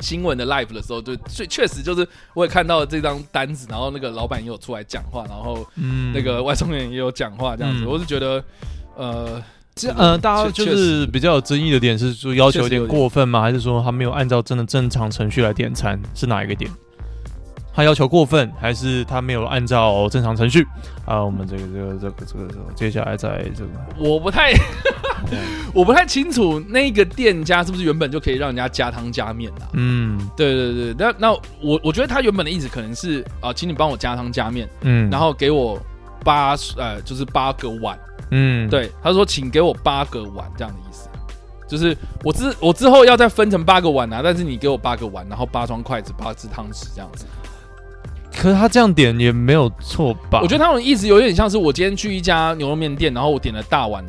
Speaker 4: 新闻的 live 的时候，就确确实就是我也看到这张单子，然后那个老板也有出来讲话，然后
Speaker 5: 嗯，
Speaker 4: 那个外送员也有讲话这样子，
Speaker 5: 嗯
Speaker 4: 我是觉得，呃，
Speaker 5: 这呃，大家
Speaker 4: 确
Speaker 5: 就
Speaker 4: 确实
Speaker 5: 是比较有争议的点是说要求
Speaker 4: 确实
Speaker 5: 有
Speaker 4: 有
Speaker 5: 点
Speaker 4: 点
Speaker 5: 过分吗？还是说他没有按照真的正常程序来点餐？是哪一个点？他要求过分，还是他没有按照正常程序？啊，我们这个这个这个这个这个，接下来再这个。
Speaker 4: 我不太， (laughs) 我不太清楚那个店家是不是原本就可以让人家加汤加面的、啊。
Speaker 5: 嗯
Speaker 4: 对对对，那那我我觉得他原本的意思可能是啊、请你帮我加汤加面，
Speaker 5: 嗯，
Speaker 4: 然后给我八呃就是八个碗，
Speaker 5: 嗯，
Speaker 4: 对，他说请给我八个碗这样的意思，就是我之我之后要再分成八个碗啊，但是你给我八个碗，然后八双筷子、八只汤匙这样子。
Speaker 5: 可是他这样点也没有错吧？
Speaker 4: 我觉得他们意思有点像是我今天去一家牛肉面店，然后我点了大碗，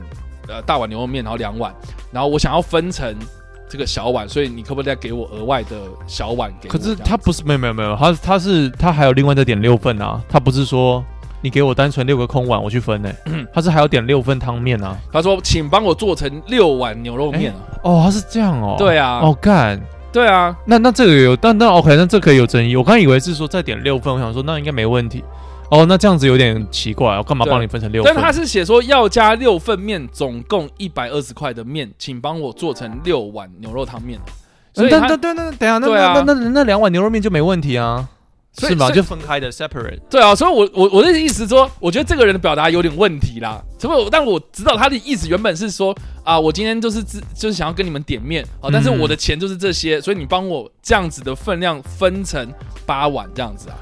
Speaker 4: 呃，大碗牛肉面，然后两碗，然后我想要分成这个小碗，所以你可不可以再给我额外的小碗给我？
Speaker 5: 可是
Speaker 4: 这样
Speaker 5: 他不是没有没有没有，他他是他还有另外再点六份啊，他不是说你给我单纯六个空碗我去分呢、他是还要点六份汤面啊。
Speaker 4: 他说，请帮我做成六碗牛肉面啊。
Speaker 5: 哦，他是这样哦。
Speaker 4: 对啊，
Speaker 5: 哦干，
Speaker 4: 对啊，
Speaker 5: 那那这个有，但那 OK，那这可以有争议。我刚以为是说再点六份，我想说那应该没问题。哦，那这样子有点奇怪，我干嘛
Speaker 4: 对
Speaker 5: 帮你分嗯成六份？
Speaker 4: 但他是写说要加六份面，总共一百二十块的面，请帮我做成六碗牛肉汤面。所以
Speaker 5: 嗯但
Speaker 4: 他
Speaker 5: 但但但等一下，那
Speaker 4: 对啊
Speaker 5: 那那那那两碗牛肉面就没问题啊。
Speaker 4: 所以
Speaker 5: 是吗？
Speaker 4: 所以
Speaker 5: 就分开的 separate，
Speaker 4: 对啊，所以我我我的意思是说，我觉得这个人的表达有点问题啦。只不过，但我知道他的意思原本是说啊，我今天就是自就是想要跟你们点面啊，但是
Speaker 5: 嗯
Speaker 4: 我的钱就是这些，所以你帮我这样子的分量分成八碗这样子啊。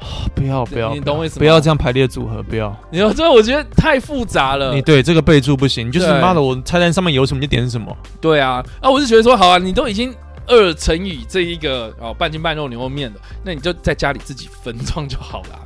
Speaker 5: 哦不要不要，
Speaker 4: 你懂我意思吗？
Speaker 5: 不要这样排列组合，不要。
Speaker 4: 你说，所以我觉得太复杂了
Speaker 5: 你。对这个备注不行，就是
Speaker 4: 呃对
Speaker 5: 妈的，我菜单上面有什么就点什么。
Speaker 4: 对啊，啊，我是觉得说，好啊，你都已经二乘以这一个哦半斤半肉牛肉面了，那你就在家里自己分装就好啦。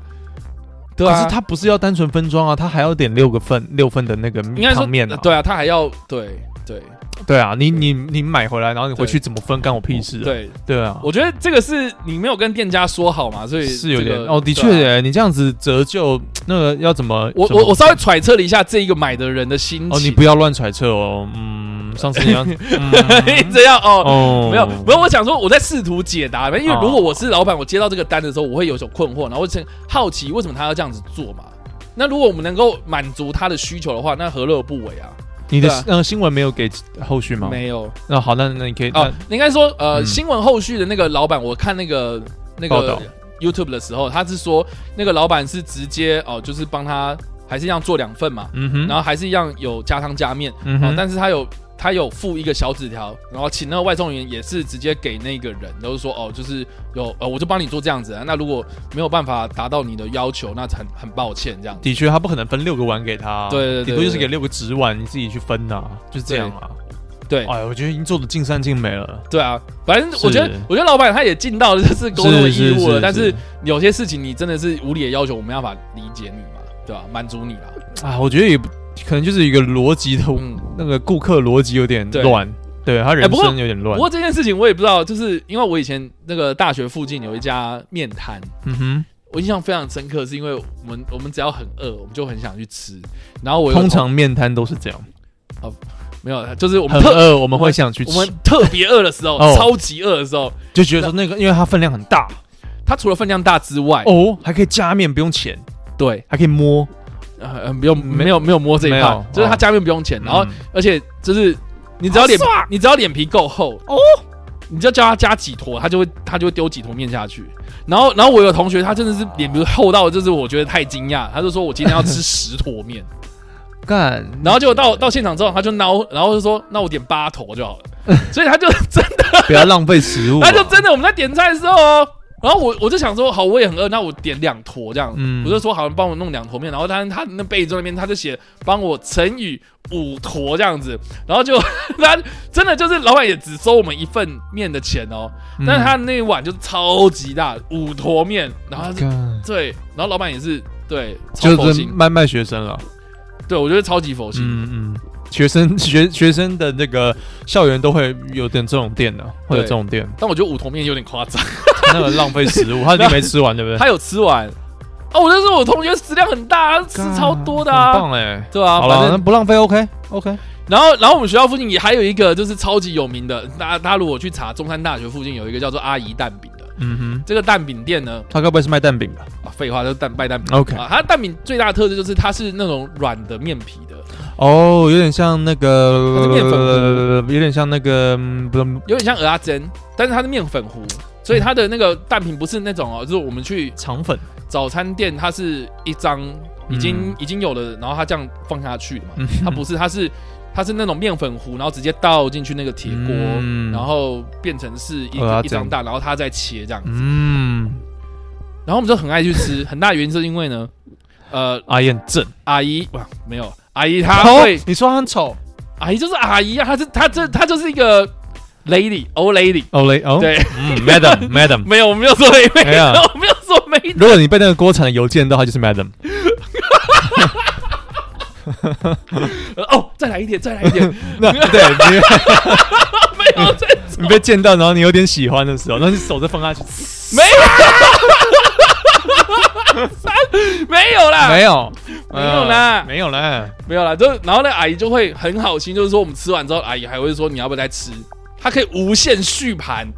Speaker 4: 对啊，
Speaker 5: 可是他不是要单纯分装啊，他还要点六个份六份的那个
Speaker 4: 应该说
Speaker 5: 汤面啊。
Speaker 4: 对啊，他还要对对
Speaker 5: 对啊，你你你买回来，然后你回去
Speaker 4: 对
Speaker 5: 怎么分，干我屁事啊。
Speaker 4: 对，
Speaker 5: 对啊，
Speaker 4: 我觉得这个是你没有跟店家说好嘛，所以
Speaker 5: 是有
Speaker 4: 这个
Speaker 5: 点哦，的确
Speaker 4: 对啊
Speaker 5: 耶，你这样子折旧，那个要怎么？
Speaker 4: 我
Speaker 5: 怎么
Speaker 4: 我我稍微揣测了一下这一个买的人的心情。
Speaker 5: 哦，你不要乱揣测哦。嗯，上次
Speaker 4: (laughs)
Speaker 5: 你要嗯
Speaker 4: 这样哦。
Speaker 5: 哦，
Speaker 4: (laughs) 没有，没有。我想说，我在试图解答，因为
Speaker 5: 哦
Speaker 4: 如果我是老板，我接到这个单的时候，我会有一种困惑，然后我很好奇为什么他要这样子做嘛？那如果我们能够满足他的需求的话，那何乐而不为啊？
Speaker 5: 你的
Speaker 4: 对啊
Speaker 5: 呃新闻没有给后续吗？
Speaker 4: 没有
Speaker 5: 那好，那那你可以
Speaker 4: 哦
Speaker 5: 那，
Speaker 4: 你应该说，呃，
Speaker 5: 嗯
Speaker 4: 新闻后续的那个老板，我看那个那
Speaker 5: 报
Speaker 4: 个
Speaker 5: 道
Speaker 4: YouTube 的时候，他是说那个老板是直接哦，就是帮他还是一样做两份嘛，
Speaker 5: 嗯哼，
Speaker 4: 然后还是一样有加汤加面，
Speaker 5: 嗯
Speaker 4: 哦
Speaker 5: 哼，
Speaker 4: 但是他有他有附一个小纸条，然后请那个外送员也是直接给那个人，都是说哦，就是有呃，我就帮你做这样子、啊，那如果没有办法达到你的要求，那很很抱歉这样子。
Speaker 5: 的确，他不可能分六个碗给他，
Speaker 4: 对对对
Speaker 5: 顶多就是
Speaker 4: 对
Speaker 5: 给六个纸碗，你自己去分呐、就是这样嘛。
Speaker 4: 对
Speaker 5: 哎，我觉得已经做的尽善尽美了，
Speaker 4: 对啊，反正我觉得
Speaker 5: 是
Speaker 4: 我觉得老板他也尽到了就是沟通的义务了，但是
Speaker 5: 是
Speaker 4: 有些事情你真的是无理的要求，我没办法理解你嘛，对吧、满足你啦，
Speaker 5: 啊，我觉得也不可能就是一个逻辑的、
Speaker 4: 嗯。
Speaker 5: 那个顾客逻辑有点
Speaker 4: 对
Speaker 5: 乱，对他
Speaker 4: 哎
Speaker 5: 人
Speaker 4: 不过
Speaker 5: 生有点
Speaker 4: 不
Speaker 5: 乱。
Speaker 4: 过这件事情我也不知道，就是因为我以前那个大学附近有一家面摊，
Speaker 5: 嗯
Speaker 4: 我印象非常深刻，是因为我们我们只要很饿，我们就很想去吃。然后我
Speaker 5: 哼，
Speaker 4: 有个
Speaker 5: 通
Speaker 4: 同
Speaker 5: 常面摊都是这样，
Speaker 4: 没有，就是我们
Speaker 5: 很
Speaker 4: 特
Speaker 5: 饿我们会想去
Speaker 4: 我
Speaker 5: 吃，
Speaker 4: 们特别饿的时候，
Speaker 5: (laughs) 哦
Speaker 4: 超级饿的时候，
Speaker 5: 就觉得说那个因为它分量很大
Speaker 4: 它除了分量大之外，
Speaker 5: 哦，还可以加面不用钱，
Speaker 4: 对，
Speaker 5: 还可以摸，
Speaker 4: 呃，呃不用
Speaker 5: 没
Speaker 4: 没有没有摸这一
Speaker 5: 没
Speaker 4: 块
Speaker 5: 有，哦嗯
Speaker 4: 就是它加面不用钱，然后而且就是你只要脸
Speaker 5: 好爽
Speaker 4: 你只要脸皮够厚
Speaker 5: 哦
Speaker 4: 哦。你就叫他加几坨，他就会他就会丢几坨面下去。然后然后我有同学，他真的是脸皮厚到，就是我觉得太惊讶。他就说我今天要吃十坨面，
Speaker 5: 嗯干，
Speaker 4: 然后结果到到现场之后，他就挠，然后就说那我点八坨就好了。 (laughs) 所以他就真
Speaker 5: 不要浪费食
Speaker 4: (laughs)
Speaker 5: 物啊，
Speaker 4: 他就真的我们在点菜的时候哦，然后我我就想说，好，我也很饿，那我点两坨这样，
Speaker 5: 嗯
Speaker 4: 我就说好，帮我弄两坨面，然后他他那备注那边他就写帮我乘以五坨这样子，然后就 (laughs) 他真的就是老板也只收我们一份面的钱哦，
Speaker 5: 嗯，
Speaker 4: 但是他那一碗就超级大，五坨面，然后他是
Speaker 5: 干
Speaker 4: 对，然后老板也是对，超佛
Speaker 5: 就是
Speaker 4: 心，
Speaker 5: 卖卖学生了。
Speaker 4: 对我觉得超级佛心，
Speaker 5: 嗯，嗯，学生 (laughs) 学学生的那个校园都会有点这种店的、会有这种店，
Speaker 4: 但我觉得五坨面有点夸张。
Speaker 5: 那个浪费
Speaker 4: (laughs)
Speaker 5: 食物，他一定没吃完，对不对？
Speaker 4: 他有吃完。哦，我就说我同学食量很大，他吃超多的
Speaker 5: 很
Speaker 4: 啊，
Speaker 5: 棒哎！
Speaker 4: 对啊，
Speaker 5: 好
Speaker 4: 反
Speaker 5: 了，那
Speaker 4: 正
Speaker 5: 不浪费，OK OK。
Speaker 4: 然后然后我们学校附近也还有一个就是超级有名的，大家大家如果去查中山大学附近有一个叫做阿姨蛋饼的，
Speaker 5: 嗯哼，
Speaker 4: 这个蛋饼店呢，
Speaker 5: 他该不会是卖蛋饼吧
Speaker 4: 啊，废话就是蛋卖蛋饼
Speaker 5: ？OK，
Speaker 4: 啊，它的蛋饼最大的特质就是它是那种软的面皮的，
Speaker 5: 哦，有点像那
Speaker 4: 它是面粉
Speaker 5: 个，有点像那个，嗯不，
Speaker 4: 有点像鹅阿珍，但是它是面粉糊，所以它的那个蛋饼不是那种哦，就是我们去
Speaker 5: 肠粉。
Speaker 4: 早餐店它是一张已经、已经有了，然后它这样放下去的嘛，
Speaker 5: 嗯
Speaker 4: 它不是，它是它是那种面粉糊，然后直接倒进去那个铁锅，
Speaker 5: 嗯
Speaker 4: 然后变成是一
Speaker 5: 呃
Speaker 4: 个
Speaker 5: 啊
Speaker 4: 一
Speaker 5: 这样
Speaker 4: 张大，然后它再切这样子。
Speaker 5: 嗯，
Speaker 4: 然后我们就很爱去吃，很大原因是因为呢，呃，
Speaker 5: 阿燕正。
Speaker 4: 阿姨哇没有阿姨她
Speaker 5: 丑
Speaker 4: 会，
Speaker 5: 啊你说他很丑？
Speaker 4: 阿姨就是阿姨啊，她是她这她就是一个 lady old lady，
Speaker 5: 哦嘞，哦，
Speaker 4: 对， (laughs)
Speaker 5: 嗯，Madam Madam。
Speaker 4: 没有我没有说妹
Speaker 5: 哎
Speaker 4: 妹，
Speaker 5: 呀
Speaker 4: (laughs) 我没有说妹妹，
Speaker 5: 如果你被那个锅铲的油溅到，他就是 Madam。
Speaker 4: 呃哦再来一点再来一
Speaker 5: (laughs)
Speaker 4: 点，
Speaker 5: 那对，你
Speaker 4: 没有再
Speaker 5: (laughs) 你被见到，然后你有点喜欢的时候，然后你手就放下去，
Speaker 4: 没有，啊没有啦，
Speaker 5: 没有，
Speaker 4: 没有啦
Speaker 5: 嗯没有啦，
Speaker 4: 没有啦，就是然后那阿姨就会很好心，就是说我们吃完之后，阿姨还会说你要不要再吃，她可以无限续盘。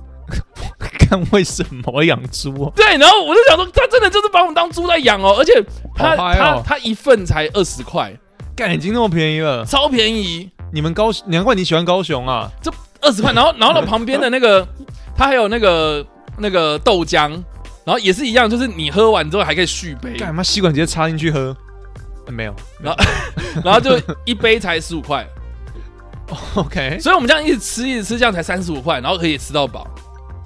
Speaker 5: 看为什么养猪哦？
Speaker 4: 对，然后我就想说，她真的就是把我们当猪在养哦，而且她
Speaker 5: 好嗨
Speaker 4: 她
Speaker 5: 哦
Speaker 4: 她一份才二十块，
Speaker 5: 干已经那么便宜了，
Speaker 4: 超便宜，
Speaker 5: 你们高，难怪你喜欢高雄啊！
Speaker 4: 呃二十块。然后然后呢旁边的那个，她还有那个那个豆浆，然后也是一样，就是你喝完之后还可以续杯，
Speaker 5: 干嘛吸管直接插进去喝？呃没有 (laughs)
Speaker 4: 然后就一杯才十五块，
Speaker 5: ，OK，
Speaker 4: 所以我们这样一直吃一直吃，这样才三十五块，然后可以吃到饱，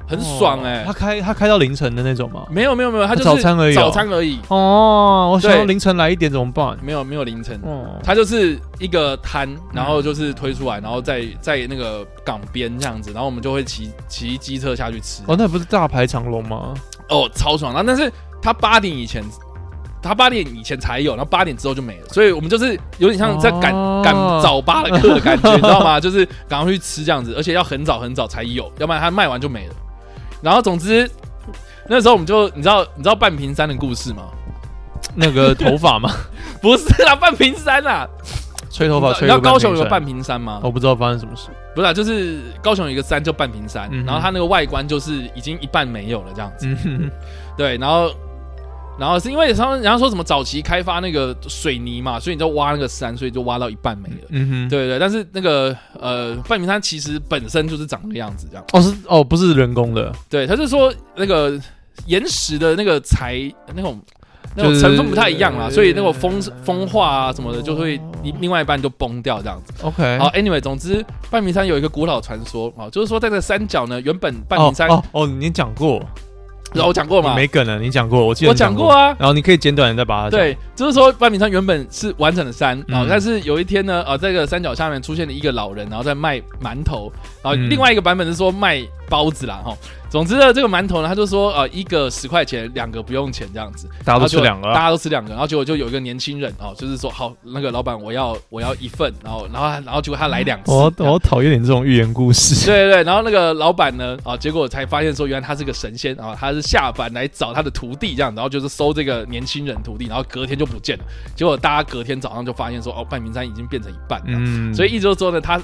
Speaker 4: 很爽嗯哎、
Speaker 5: 哦他开他开到凌晨的那种吗？
Speaker 4: 没有没有没有，他就是
Speaker 5: 早餐而已哦
Speaker 4: 早餐而已，
Speaker 5: 哦，我想
Speaker 4: 对
Speaker 5: 要凌晨来一点怎么办？
Speaker 4: 没有没有凌晨，
Speaker 5: 哦，
Speaker 4: 它就是一个摊，然后就是推出来，然后在在那个港边这样子，然后我们就会骑骑机车下去吃。
Speaker 5: 哦，那不是大排长龙吗？
Speaker 4: 哦，超爽！然后但是它八点以前，它八点以前才有，然后八点之后就没了，所以我们就是有点像在赶、
Speaker 5: 哦
Speaker 4: 赶早八的课的感觉，你知道吗？ (laughs) 就是赶快去吃这样子，而且要很早很早才有，要不然它卖完就没了。然后总之那时候我们就你知道你知道半瓶山的故事吗？
Speaker 5: 那个头
Speaker 4: (laughs)
Speaker 5: 发吗？
Speaker 4: 不是啦，半瓶山啦，
Speaker 5: 吹头
Speaker 4: 你
Speaker 5: 发
Speaker 4: 知
Speaker 5: 吹
Speaker 4: 道
Speaker 5: 个半
Speaker 4: 高雄
Speaker 5: 瓶
Speaker 4: 有
Speaker 5: 水
Speaker 4: 个半，瓶山吗？
Speaker 5: 我不知道发生什么事。
Speaker 4: 不是、啊，就是高雄有一个山叫半屏山，
Speaker 5: 嗯哼
Speaker 4: 然后它那个外观就是已经一半没有了这样子。
Speaker 5: 嗯哼，对，
Speaker 4: 对，然后然后是因为他们人家说什么早期开发那个水泥嘛，所以你就挖那个山，所以就挖到一半没了。
Speaker 5: 嗯哼，，
Speaker 4: 对对，但是那个呃半屏山其实本身就是长那个样子这样。
Speaker 5: 哦是哦，不是人工的，
Speaker 4: 对，他是说那个岩石的那个材那种。那种
Speaker 5: 就是
Speaker 4: 成分不太一样啦，所以那个风风化啊什么的，就会另另外一半就崩掉这样子。
Speaker 5: OK，
Speaker 4: 好，anyway，总哎之，半屏山有一个古老传说啊，就是说在这个山脚呢，原本半屏山，哦
Speaker 5: 哦哦，哦你讲过，
Speaker 4: 然后我讲过嘛
Speaker 5: 你，没梗了，你讲过，我记得
Speaker 4: 我
Speaker 5: 你
Speaker 4: 讲
Speaker 5: 讲
Speaker 4: 过。啊。
Speaker 5: 然后你可以简短的再把它讲
Speaker 4: 对，就是说半屏山原本是完整的山啊、
Speaker 5: 嗯
Speaker 4: 但是有一天呢，呃，这个山脚下面出现了一个老人，然后在卖馒头，然后
Speaker 5: 嗯
Speaker 4: 另外一个版本是说卖包子啦，哈。总之呢，这个馒头呢，他就说呃，一个十块钱，两个不用钱这样子，
Speaker 5: 大家都
Speaker 4: 然后
Speaker 5: 吃
Speaker 4: 就
Speaker 5: 两个
Speaker 4: 大
Speaker 5: 啊，
Speaker 4: 家都吃两个，然后结果就有一个年轻人哦，就是说好，那个老板我要我要一份，然后然后然后结果他来两次，
Speaker 5: 我
Speaker 4: 这样
Speaker 5: 我讨厌你这种寓言故事。
Speaker 4: (laughs) 对对对，然后那个老板呢，啊，结果才发现说，原来他是个神仙啊，他是下凡来找他的徒弟这样，然后就是收这个年轻人徒弟，然后隔天就不见了。结果大家隔天早上就发现说，哦，半屏山已经变成一半了。
Speaker 5: 嗯，
Speaker 4: 所以一周之后呢，他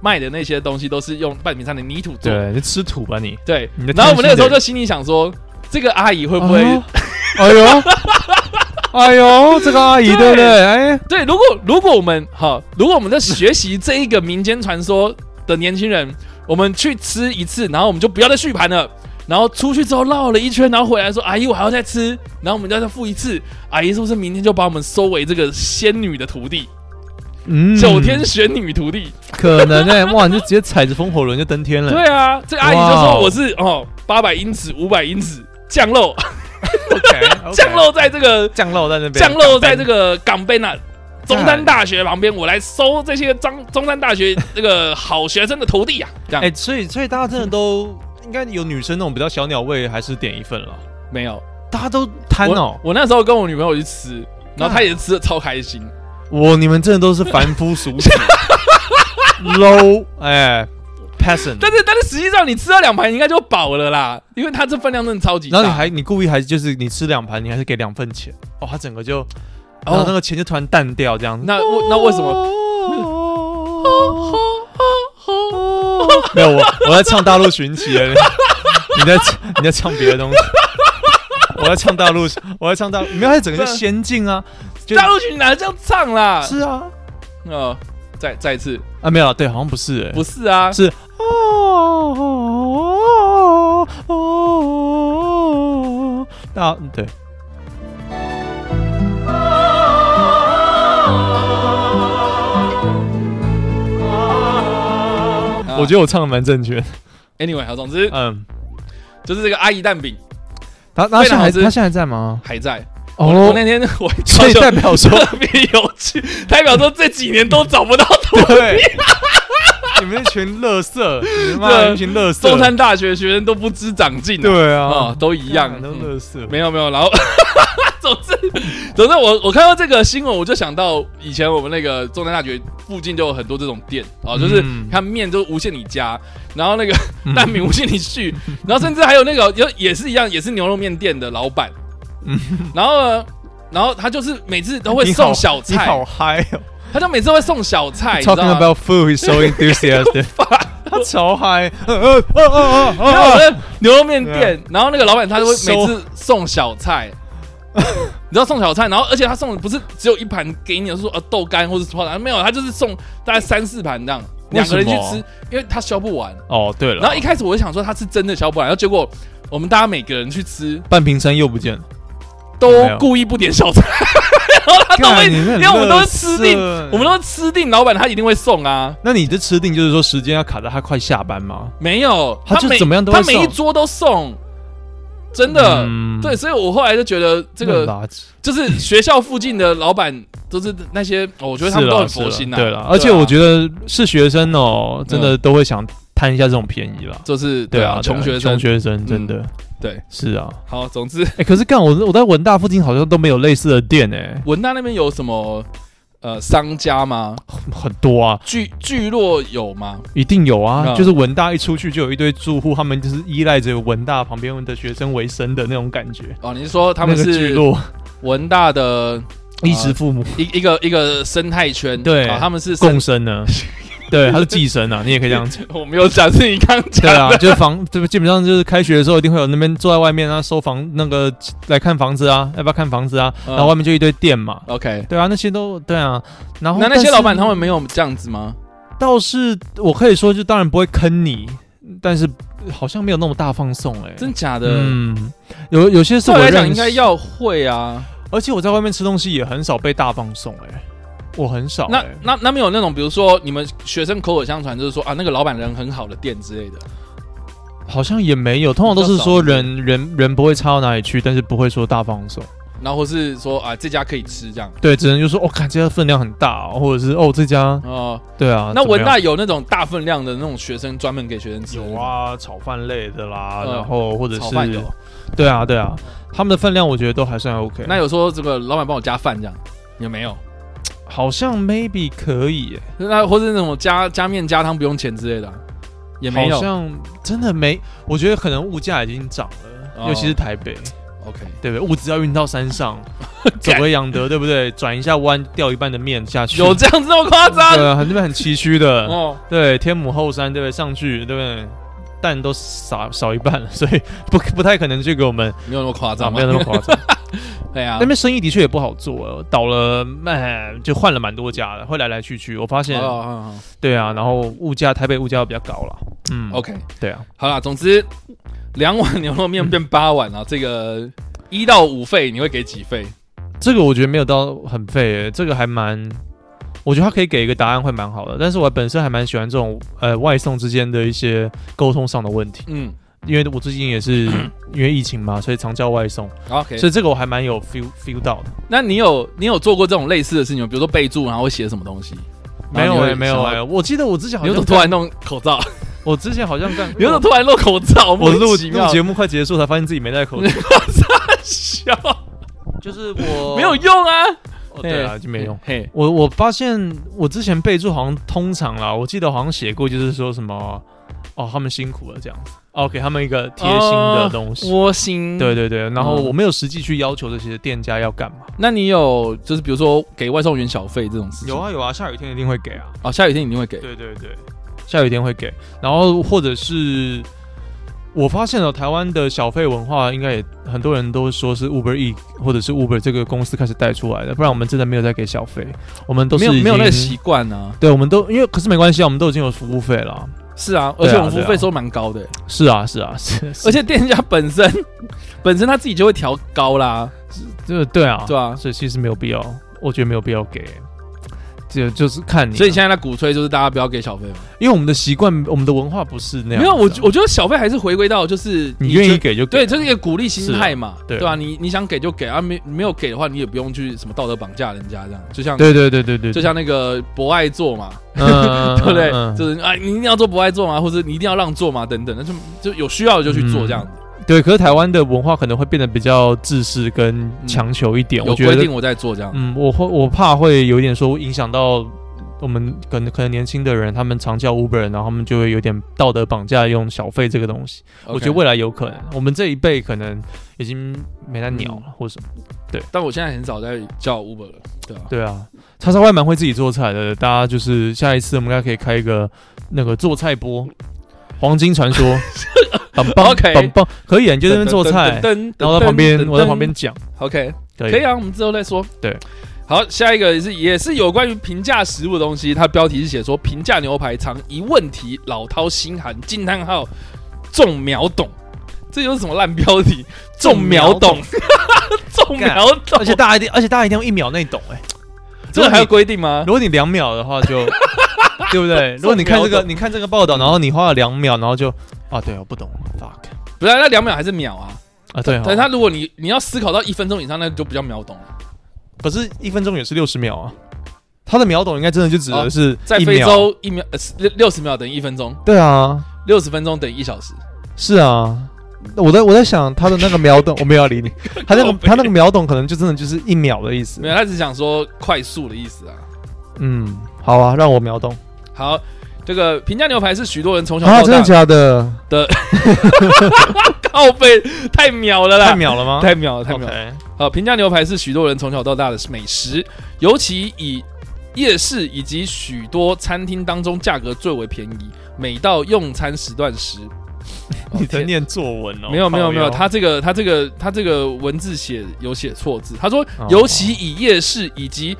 Speaker 4: 卖的那些东西都是用半屏山的泥土做的。
Speaker 5: 对，你吃土吧你。
Speaker 4: 对
Speaker 5: 你的
Speaker 4: 然后我们那个时候就
Speaker 5: 天
Speaker 4: 心里想说，这个阿姨会不会、
Speaker 5: 哎呦，
Speaker 4: (laughs)
Speaker 5: 哎呦，这个阿姨
Speaker 4: 对
Speaker 5: 对不对？哎，
Speaker 4: 对？如果如果我们好，如果我们在学习这一个民间传说的年轻人，我们去吃一次，然后我们就不要再续盘了。然后出去之后绕了一圈，然后回来说：“阿姨，我还要再吃。”然后我们就要再付一次。阿姨是不是明天就把我们收为这个仙女的徒弟，
Speaker 5: 嗯
Speaker 4: 九天玄女徒弟？
Speaker 5: 可能哎， (laughs) 哇，你就直接踩着风火轮就登天了。
Speaker 4: 对啊，这个阿姨就
Speaker 5: 哇
Speaker 4: 说
Speaker 5: 哦
Speaker 4: 我是哦八百英尺、五百英尺降落， (laughs)
Speaker 5: ，OK，
Speaker 4: 降落在这个
Speaker 5: 降落在那边，
Speaker 4: 降落在这个港边啊，中山大学旁边，我来收这些 (laughs) 中中山大学这个好学生的徒弟呀、啊。这样、
Speaker 5: 哎，所以所以大家真的都应该有女生那种比较小鸟胃，还是点一份了。
Speaker 4: 没有
Speaker 5: 大家都贪哦，
Speaker 4: 我。我那时候跟我女朋友去吃，然后她也吃的超开心。
Speaker 5: 我你们真的都是凡夫俗
Speaker 4: (laughs)
Speaker 5: 子，low 哎，peasant。
Speaker 4: 但是但是实际上你吃到两盘你应该就饱了啦，因为它这分量真的超级大。
Speaker 5: 然后你还你故意还就是你吃两盘，你还是给两份钱哦，他整个就，
Speaker 4: 哦
Speaker 5: 然后那个钱就突然淡掉这样子。
Speaker 4: 那为那为什么？
Speaker 5: (laughs)
Speaker 4: 哦
Speaker 5: 没有我我在唱大陆寻奇了，你在你在唱别的东西，我在唱大陆，我在唱大陆，没有，他整个就仙境啊，就
Speaker 4: 大陆群哪这样唱啦？
Speaker 5: 是啊
Speaker 4: 呃，再再一次，
Speaker 5: 啊没有，对，好像不是、欸，
Speaker 4: 不是啊，
Speaker 5: 是哦哦哦，啊对，
Speaker 4: 啊
Speaker 5: 我觉得我唱的蛮正确的，
Speaker 4: anyway 好，总之
Speaker 5: 嗯，
Speaker 4: 就是这个阿姨蛋饼
Speaker 5: 他他
Speaker 4: 非
Speaker 5: 现
Speaker 4: 常
Speaker 5: 在
Speaker 4: 好
Speaker 5: 还
Speaker 4: 吃
Speaker 5: 他现在还在吗？
Speaker 4: 还在。我
Speaker 5: 哦
Speaker 4: 那，天我
Speaker 5: (laughs) 所以代表说
Speaker 4: 特别有趣，代表说这几年都找不到
Speaker 5: (laughs)
Speaker 4: 徒弟。
Speaker 5: 对，你们一群乐色，你们妈一群乐色，
Speaker 4: 中山大学学生都不知长进、啊，
Speaker 5: 对
Speaker 4: 啊、
Speaker 5: 啊，
Speaker 4: 都一样，
Speaker 5: 都
Speaker 4: 嗯
Speaker 5: 乐色，
Speaker 4: 没有没有，然后 (laughs) 总之总之我我看到这个新闻，我就想到以前我们那个中山大学附近就有很多这种店啊，就是
Speaker 5: 嗯
Speaker 4: 它面就无限你加，然后那个蛋饼无限你续，然后甚至还有那个有也是一样，也是牛肉面店的老板，然后呢。然后他就是每次都会
Speaker 5: 嗯你
Speaker 4: 送
Speaker 5: 好
Speaker 4: 小
Speaker 5: 你
Speaker 4: 菜，
Speaker 5: 好嗨哦
Speaker 4: 他就每次会送小菜，你知道
Speaker 5: ，Talking
Speaker 4: 吗？
Speaker 5: about food is so
Speaker 4: (laughs)
Speaker 5: enthusiastic，他超嗨，呃呃呃呃
Speaker 4: 然后我
Speaker 5: 呃
Speaker 4: 在牛肉面
Speaker 5: (laughs)
Speaker 4: 店，然后那个老板他就会每次送小菜， (laughs) 你知道送小菜，然后而且他送的不是只有一盘给你，是说呃豆干或者什么，没有，他就是送大概三四盘这样，
Speaker 5: 为
Speaker 4: 两
Speaker 5: 什
Speaker 4: 个
Speaker 5: 么
Speaker 4: 人去吃，因为他消不完。
Speaker 5: 哦对了，
Speaker 4: 然后一开始我就想说他是真的消不完，然后结果。我们大家每个人去吃，
Speaker 5: 半瓶山又不见了，
Speaker 4: 都
Speaker 5: 没有
Speaker 4: 故意不点小菜，然后他都会，
Speaker 5: 干你那
Speaker 4: 因
Speaker 5: 很
Speaker 4: 为我们都是
Speaker 5: 垃
Speaker 4: 吃
Speaker 5: 圾
Speaker 4: 定，我们都是吃定，老板他一定会送啊。
Speaker 5: 那你的吃定就是说时间要卡在他快下班吗？
Speaker 4: 没有，
Speaker 5: 他就
Speaker 4: 每
Speaker 5: 怎么样都会
Speaker 4: 他每一
Speaker 5: 送
Speaker 4: 桌都送，真的。
Speaker 5: 嗯
Speaker 4: 对，所以我后来就觉得这
Speaker 5: 那
Speaker 4: 个
Speaker 5: 垃圾
Speaker 4: 就是学校附近的老板都是那些，哦我觉得他们
Speaker 5: 是啦
Speaker 4: 都很佛心啊
Speaker 5: 是
Speaker 4: 呐、
Speaker 5: 啦对了，而且我觉得是学生哦，
Speaker 4: 嗯
Speaker 5: 真的都会想贪一下这种便宜啦。
Speaker 4: 得就是对
Speaker 5: 对
Speaker 4: 啊，
Speaker 5: 啊，
Speaker 4: 穷学
Speaker 5: 对啊
Speaker 4: 生嗯
Speaker 5: 穷学生真的
Speaker 4: 对。
Speaker 5: 是啊。
Speaker 4: 好，总之
Speaker 5: 哎，可是干我我在文大附近好像都没有类似的店哎，
Speaker 4: 文大那边有什么呃商家吗？
Speaker 5: 很多啊，
Speaker 4: 聚聚落有吗？
Speaker 5: 一定有啊
Speaker 4: 嗯。
Speaker 5: 就是文大一出去就有一堆住户，他们就是依赖着文大旁边的学生为生的那种感觉。
Speaker 4: 哦，你是说他们
Speaker 5: 那个聚
Speaker 4: 是呃
Speaker 5: 落
Speaker 4: 文大的
Speaker 5: 衣食父母
Speaker 4: 一一个一个生态圈？
Speaker 5: 对
Speaker 4: 啊他们是生
Speaker 5: 共生呢， (laughs) 对，他是寄生啊，你也可以这样
Speaker 4: (laughs)
Speaker 5: 讲。
Speaker 4: 我没有讲，是你刚
Speaker 5: 对
Speaker 4: 讲的。
Speaker 5: 啊，就是房，对，基本上就是开学的时候一定会有那边坐在外面啊，收房那个来看房子啊，要不要看房子啊？
Speaker 4: 嗯
Speaker 5: 然后外面就一堆店嘛，
Speaker 4: OK，
Speaker 5: 对啊，那些都对啊。然后
Speaker 4: 那那
Speaker 5: 但
Speaker 4: 些
Speaker 5: 是嗯
Speaker 4: 老板他们没有这样子吗？
Speaker 5: 倒是我可以说，就当然不会坑你，但是好像没有那么大放送哎、
Speaker 4: 真假的？
Speaker 5: 嗯，有有些是
Speaker 4: 照
Speaker 5: 我
Speaker 4: 理来
Speaker 5: 认
Speaker 4: 讲
Speaker 5: 识
Speaker 4: 应该，要会啊。
Speaker 5: 而且我在外面吃东西也很少被大放送哎、我很少、
Speaker 4: 那
Speaker 5: 哎
Speaker 4: 那那边有那种，比如说你们学生口口相传，就是说啊，那个老板人很好的店之类的。
Speaker 5: 好像也没有，通常都是说人人人不会差到哪里去，但是不会说大放送。
Speaker 4: 然后或是说啊，这家可以吃这样
Speaker 5: 对，只能就说哦，看这家分量很大、哦，或者是哦这家
Speaker 4: 哦、
Speaker 5: 对啊。
Speaker 4: 那
Speaker 5: 怎么
Speaker 4: 文
Speaker 5: 样
Speaker 4: 大有那种大分量的那种学生专门给学生吃的那
Speaker 5: 有
Speaker 4: 种，
Speaker 5: 啊，炒饭类的啦，
Speaker 4: 嗯
Speaker 5: 然后或者
Speaker 4: 炒饭
Speaker 5: 是
Speaker 4: 有。
Speaker 5: 对啊对啊，他们的分量我觉得都还算 OK。
Speaker 4: 那有说这个老板帮我加饭这样，也没有。
Speaker 5: 好像 maybe 可以欸耶、
Speaker 4: 那或是那种加加面加汤不用钱之类的啊、也没有
Speaker 5: 好。像真的没，我觉得可能物价已经涨了，
Speaker 4: 哦
Speaker 5: 尤其是台北，
Speaker 4: OK，
Speaker 5: 对不对？物资要运到山
Speaker 4: (laughs)
Speaker 5: 上，走回养德，对不对？转一下弯，掉一半的面下去，
Speaker 4: 有这样子那么夸张？
Speaker 5: (laughs) 对啊，很那边很崎岖
Speaker 4: (laughs)
Speaker 5: 的，
Speaker 4: 哦，
Speaker 5: 对，天母后山，对不对？上去，对不对？蛋都少少一半了， (laughs) 所以不不太可能去给我们
Speaker 4: 没有那么夸
Speaker 5: 啊，
Speaker 4: 张
Speaker 5: 没
Speaker 4: 吗
Speaker 5: 有？那么夸
Speaker 4: (laughs)
Speaker 5: 张。
Speaker 4: 对啊
Speaker 5: 那，边生意的确也不好做，呃倒了，哎、就换了蛮多家的，会来来去去。我发现，
Speaker 4: 哦哦
Speaker 5: 对啊，然后物价台北物价又比较高了，嗯
Speaker 4: 哦，OK，
Speaker 5: 对啊，
Speaker 4: 好啦，总之两碗牛肉面变八碗啊，这个一到五费你会给几费？
Speaker 5: 这个我觉得没有到很废、欸，这个还蛮，我觉得他可以给一个答案会蛮好的。但是我本身还蛮喜欢这种呃外送之间的一些沟通上的问题，
Speaker 4: 嗯
Speaker 5: 因为我最近
Speaker 4: (clears throat)
Speaker 5: 也是因为疫情嘛，所以常叫外送，
Speaker 4: ，OK，
Speaker 5: 所以这个我还蛮有 feel feel 到的。
Speaker 4: 那你有你有做过这种类似的事情吗？比如说备注，然后会写什么东西？
Speaker 5: 没
Speaker 4: 然
Speaker 5: 有
Speaker 4: 后
Speaker 5: 哎、
Speaker 4: 哦你会
Speaker 5: 没有
Speaker 4: 想
Speaker 5: 哎、
Speaker 4: 要
Speaker 5: 我记得我之前好
Speaker 4: 你怎
Speaker 5: 像
Speaker 4: 么突然弄口
Speaker 5: (laughs)
Speaker 4: 罩？
Speaker 5: 我之前好像干，
Speaker 4: 你怎么突然弄口罩？
Speaker 5: 我录
Speaker 4: 莫
Speaker 5: 录
Speaker 4: 名其妙
Speaker 5: 节目快结束才发现自己没戴
Speaker 4: (laughs)
Speaker 5: 口罩，
Speaker 4: 笑， (laughs)
Speaker 5: 就是我
Speaker 4: 没有用啊，
Speaker 5: 哦对啊，就没用。
Speaker 4: 嘿，
Speaker 5: 我我发现我之前备注好像通常啦，我记得好像写过，就是说什么哦，他们辛苦了这样子，哦，给他们一个贴心的东西。
Speaker 4: 窝心。
Speaker 5: 对，对对，然后
Speaker 4: 嗯
Speaker 5: 我没有实际去要求这些店家要干嘛。
Speaker 4: 那你有就是比如说给外送员小费这种事情？
Speaker 5: 有啊有啊，下雨天一定会给啊。
Speaker 4: 哦，下雨天一定会给。
Speaker 5: 对对对，下雨天会给，然后或者是。我发现了台湾的小费文化，应该也很多人都说是 Uber E 或者是 Uber 这个公司开始带出来的，不然我们真的没有在给小费，我们都是
Speaker 4: 没有
Speaker 5: 已
Speaker 4: 没有那个
Speaker 5: 经
Speaker 4: 习惯啊，
Speaker 5: 对，我们都因为可是没关系啊，我们都已经有服务费了啊。
Speaker 4: 是啊，而
Speaker 5: 对啊
Speaker 4: 且我们服务
Speaker 5: 对啊
Speaker 4: 费收蛮高的、欸
Speaker 5: 是啊，是啊，
Speaker 4: (laughs)
Speaker 5: 是，
Speaker 4: 而且店家本身本身他自己就会调高啦，
Speaker 5: 这对啊，
Speaker 4: 对啊，
Speaker 5: 所以其实没有必要，我觉得没有必要给，就就是看你啊，
Speaker 4: 所以现在在鼓吹就是大家不要给小费嘛。
Speaker 5: 因为我们的习惯，我们的文化不是那样子啊，
Speaker 4: 没有，我我觉得小费还是回归到就是
Speaker 5: 你愿
Speaker 4: 觉
Speaker 5: 意给就给
Speaker 4: 对，这是一个鼓励心态嘛，
Speaker 5: 对
Speaker 4: 对吧、你你想给就给啊，没没有给的话，你也不用去什么道德绑架人家这样，就像
Speaker 5: 对对对对对，
Speaker 4: 就像那个博爱座嘛，
Speaker 5: 嗯
Speaker 4: (laughs) 对不对？
Speaker 5: 嗯嗯
Speaker 4: 就是啊，你一定要做博爱座嘛，或者你一定要让座嘛，等等，那就就有需要的就去做这样子，
Speaker 5: 对，可是台湾的文化可能会变得比较自私跟强求一点，
Speaker 4: 嗯有
Speaker 5: 我觉
Speaker 4: 规
Speaker 5: 得
Speaker 4: 定，我再做这样。
Speaker 5: 嗯，我会我怕会有一点说影响到。我们可能可能年轻的人，他们常叫 Uber，然后他们就会有点道德绑架用小费这个东西。嗯我觉得
Speaker 4: OK
Speaker 5: 未来有可能，我们这一辈可能已经没在鸟
Speaker 4: 嗯
Speaker 5: 了，或什么。
Speaker 4: 但我现在很少在叫 Uber 了，对啊，
Speaker 5: 对啊，叉烧外蛮会自己做菜的，大家就是下一次我们应该可以开一个那个做菜
Speaker 4: (laughs)
Speaker 5: 播，《黄金传说》棒棒
Speaker 4: OK
Speaker 5: 棒棒，可以啊，你就在那边做菜，
Speaker 4: 噔
Speaker 5: 然后在旁边我在旁边讲，
Speaker 4: ，OK，
Speaker 5: 可
Speaker 4: 可以
Speaker 5: 以。
Speaker 4: 啊，我们之后再说。
Speaker 5: 对，
Speaker 4: 好，下一个也是也是有关于平价食物的东西，它标题是写说平价牛排常疑问题，老饕心寒，惊叹号，众秒懂。这有什么烂标
Speaker 5: (laughs)
Speaker 4: 题？众秒懂，众秒懂， (laughs)
Speaker 5: 而且大家一定，而且大家一定要一秒内懂哎、
Speaker 4: 啊这个还有规定吗？
Speaker 5: 如果你两秒的话就， (laughs) 对不
Speaker 4: (laughs)
Speaker 5: 对？如果你看这
Speaker 4: 送秒
Speaker 5: 个，
Speaker 4: 懂
Speaker 5: 你看这个报道，然后你花了两秒，然后就啊，对，我不懂，fuck
Speaker 4: 不是啊，那两秒还是秒啊？
Speaker 5: 啊，对哦，
Speaker 4: 但是他如果你你要思考到一分钟以上，那就比较秒懂了。
Speaker 5: 可是一分钟也是六十秒啊，他的秒懂应该真的就指的是
Speaker 4: 哦在
Speaker 5: 一
Speaker 4: 非
Speaker 5: 秒，
Speaker 4: 洲，一秒呃六六十秒等于一分钟，
Speaker 5: 对啊，
Speaker 4: 六十分钟等于一小时。
Speaker 5: 是啊。我在我在想他的那个秒懂，我没有要
Speaker 4: (laughs)
Speaker 5: 理你。他那个他那个秒懂可能就真的就是一秒的意思
Speaker 4: 没。有，他只想说快速的意思啊。
Speaker 5: 嗯，好啊，让我秒懂
Speaker 4: 好，这个平价牛排是许多人从小
Speaker 5: 啊！
Speaker 4: 到
Speaker 5: 真的
Speaker 4: 大
Speaker 5: 假的？
Speaker 4: 靠背太秒了啦，
Speaker 5: 太秒了 (laughs) 吗？
Speaker 4: 太秒了，太秒哦了。
Speaker 5: OK
Speaker 4: 好，平价牛排是许多人从小到大的美食，尤其以夜市以及许多餐厅当中价格最为便宜。每到用餐时段时，哦
Speaker 5: (laughs) 你在
Speaker 4: 天
Speaker 5: 念作文哦？
Speaker 4: 没有没有
Speaker 5: 靠
Speaker 4: 没
Speaker 5: 腰
Speaker 4: 有，他这个他这个他这个文字写有写错字。他说
Speaker 5: 哦，
Speaker 4: 尤其以夜市以及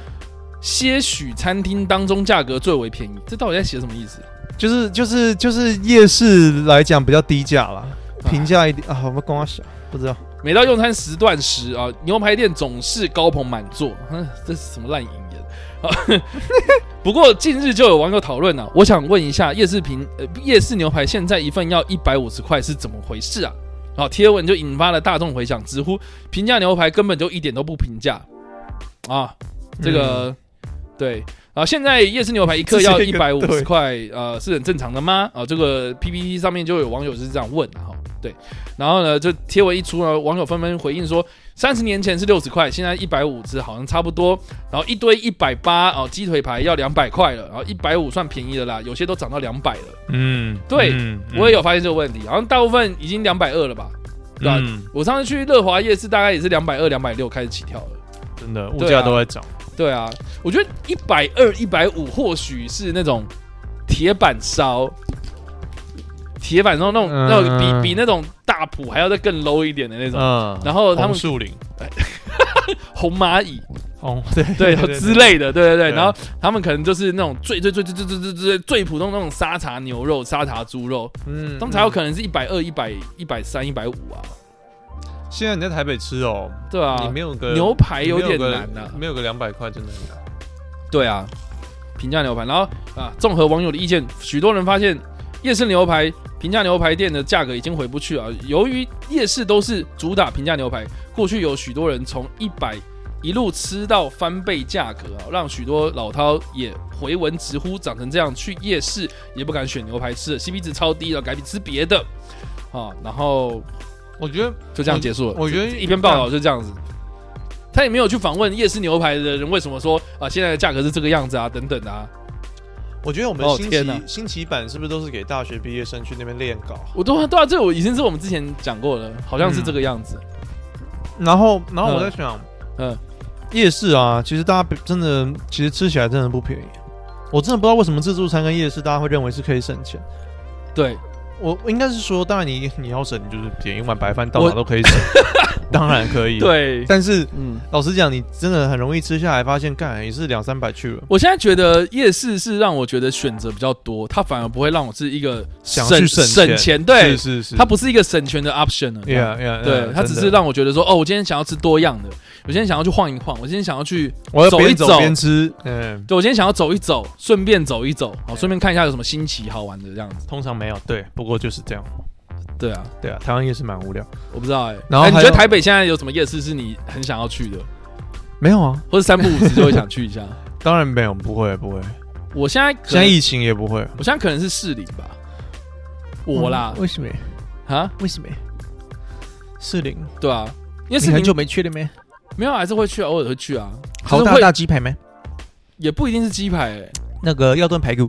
Speaker 4: 些许餐厅当中价格最为便宜，这到底在写什么意思？
Speaker 5: 就是就是就是夜市来讲比较低价啦，
Speaker 4: 哎
Speaker 5: 平价一点啊，我们光小不知道。
Speaker 4: 每到用餐时段时啊，牛排店总是高朋满座。 (laughs) 哼，这是什么烂引言？ (laughs) 啊不过近日就有网友讨论啊，我想问一下，夜市平呃夜市牛排现在一份要一百五十块是怎么回事啊？啊，贴文就引发了大众回响，直呼平价牛排根本就一点都不平价啊！这个、对，然啊后现在夜市牛排一克要
Speaker 5: 这是
Speaker 4: 一
Speaker 5: 一个
Speaker 4: 百五
Speaker 5: 对
Speaker 4: 十块，呃，是很正常的吗？啊，这个 PPT 上面就有网友是这样问啊，哈对，然后呢，就贴文一出呢，网友纷纷回应说，三十年前是六十块，现在一百五只好像差不多，然后一堆一百八哦，鸡腿排要两百块了，哦然后一百五算便宜的啦，有些都涨到两百了，
Speaker 5: 嗯，
Speaker 4: 对
Speaker 5: 嗯
Speaker 4: 我也有发现这个问题，好像大部分已经两百二了吧？对啊
Speaker 5: 嗯，
Speaker 4: 我上次去乐华夜市，大概也是两百二、两百六开始起跳了。
Speaker 5: 真的物
Speaker 4: 对啊
Speaker 5: 价都在涨。
Speaker 4: 对啊，我觉得一百二、一百五或许是那种铁板烧，铁板烧那种、
Speaker 5: 嗯
Speaker 4: 那种比比那种大埔还要再更 low 一点的那种，
Speaker 5: 嗯，
Speaker 4: 然后哦他们
Speaker 5: 红树林，
Speaker 4: 红蚂蚁
Speaker 5: 红 (laughs) 对
Speaker 4: 哦对之类的，对对对，
Speaker 5: 对
Speaker 4: 然后他们可能就是那种最最最最最最最最最普通那种沙茶牛肉、沙茶猪肉，
Speaker 5: 嗯
Speaker 4: 他们才有可能是一百二、一百一百三、一百五啊，
Speaker 5: 嗯现在你在台北吃哦，
Speaker 4: 对啊，
Speaker 5: 你没有个
Speaker 4: 牛排有点难
Speaker 5: 的
Speaker 4: 啊，
Speaker 5: 没有个两百块真的很难。
Speaker 4: 对啊，平价牛排。然后啊，综合网友的意见，许多人发现夜市牛排、平价牛排店的价格已经回不去了。啊由于夜市都是主打平价牛排，过去有许多人从一百一路吃到翻倍价格啊，让许多老饕也回文直呼涨成这样，去夜市也不敢选牛排吃了，CP 值超低了，改吃别的啊。然后
Speaker 5: 我觉得，
Speaker 4: 就这样结束了。
Speaker 5: 我觉得
Speaker 4: 一篇报道就这样子。他也没有去访问夜市牛排的人为什么说啊，现在的价格是这个样子啊，等等的啊，
Speaker 5: 我觉得我们
Speaker 4: 哦
Speaker 5: 新
Speaker 4: 天哪
Speaker 5: 奇新奇版是不是都是给大学毕业生去那边练稿？
Speaker 4: 我都对啊，这我已经是我们之前讲过了，好像是这个样子。
Speaker 5: 然后，然后我
Speaker 4: 嗯
Speaker 5: 在想，
Speaker 4: 嗯
Speaker 5: 夜市啊，其实大家真的，其实吃起来真的不便宜。我真的不知道为什么自助餐跟夜市大家会认为是可以省钱。
Speaker 4: 对，
Speaker 5: 我我应该是说，当然你你要省，你就是点一碗白饭到
Speaker 4: 我
Speaker 5: 哪都可
Speaker 4: (laughs)
Speaker 5: 以省，当然可以。，
Speaker 4: 对，
Speaker 5: 但是
Speaker 4: 嗯，
Speaker 5: 老实讲，你真的很容易吃下来，发现干也是两三百去了。
Speaker 4: 我现在觉得夜市是让我觉得选择比较多，它反而不会让我是一个
Speaker 5: 想去省钱
Speaker 4: 省钱，对
Speaker 5: 是，是是，
Speaker 4: 它不是一个省钱的 option 了。
Speaker 5: ，yeah yeah，
Speaker 4: 对，它只是让我觉得说，哦，我今天想要吃多样的，我今天想要去晃一晃，我今天想要去
Speaker 5: 我要
Speaker 4: 走一
Speaker 5: 边走
Speaker 4: 走
Speaker 5: 边吃。嗯，
Speaker 4: 对我今天想要走一走，顺便走一走，好，顺便看一下有什么新奇好玩的这样子。
Speaker 5: 通常没有，对，不过就是这样。
Speaker 4: 对啊，
Speaker 5: 对啊，台湾夜市蛮无聊。
Speaker 4: 我不知道哎、
Speaker 5: 然后
Speaker 4: 哎你
Speaker 5: 还
Speaker 4: 觉
Speaker 5: 有
Speaker 4: 得台北现在有什么夜市是你很想要去的，
Speaker 5: 没有啊，
Speaker 4: 或者三不五时就会想去一
Speaker 5: (laughs)
Speaker 4: 下？
Speaker 5: 当然没有，不会不会。
Speaker 4: 我现在可
Speaker 5: 现在
Speaker 4: 能，
Speaker 5: 疫情也不会。
Speaker 4: 我现在可能是士林吧，我啦
Speaker 5: 嗯为什么？
Speaker 4: 啊，
Speaker 5: 为什么？四零，
Speaker 4: 对啊，因为
Speaker 5: 你
Speaker 4: 士
Speaker 5: 很
Speaker 4: 林
Speaker 5: 久没去了没？
Speaker 4: 没有还是会去啊，偶尔会去啊，
Speaker 5: 好
Speaker 4: 就是
Speaker 5: 大
Speaker 4: 会
Speaker 5: 大鸡排没？
Speaker 4: 也不一定是鸡排、欸，
Speaker 5: 那个药炖排骨，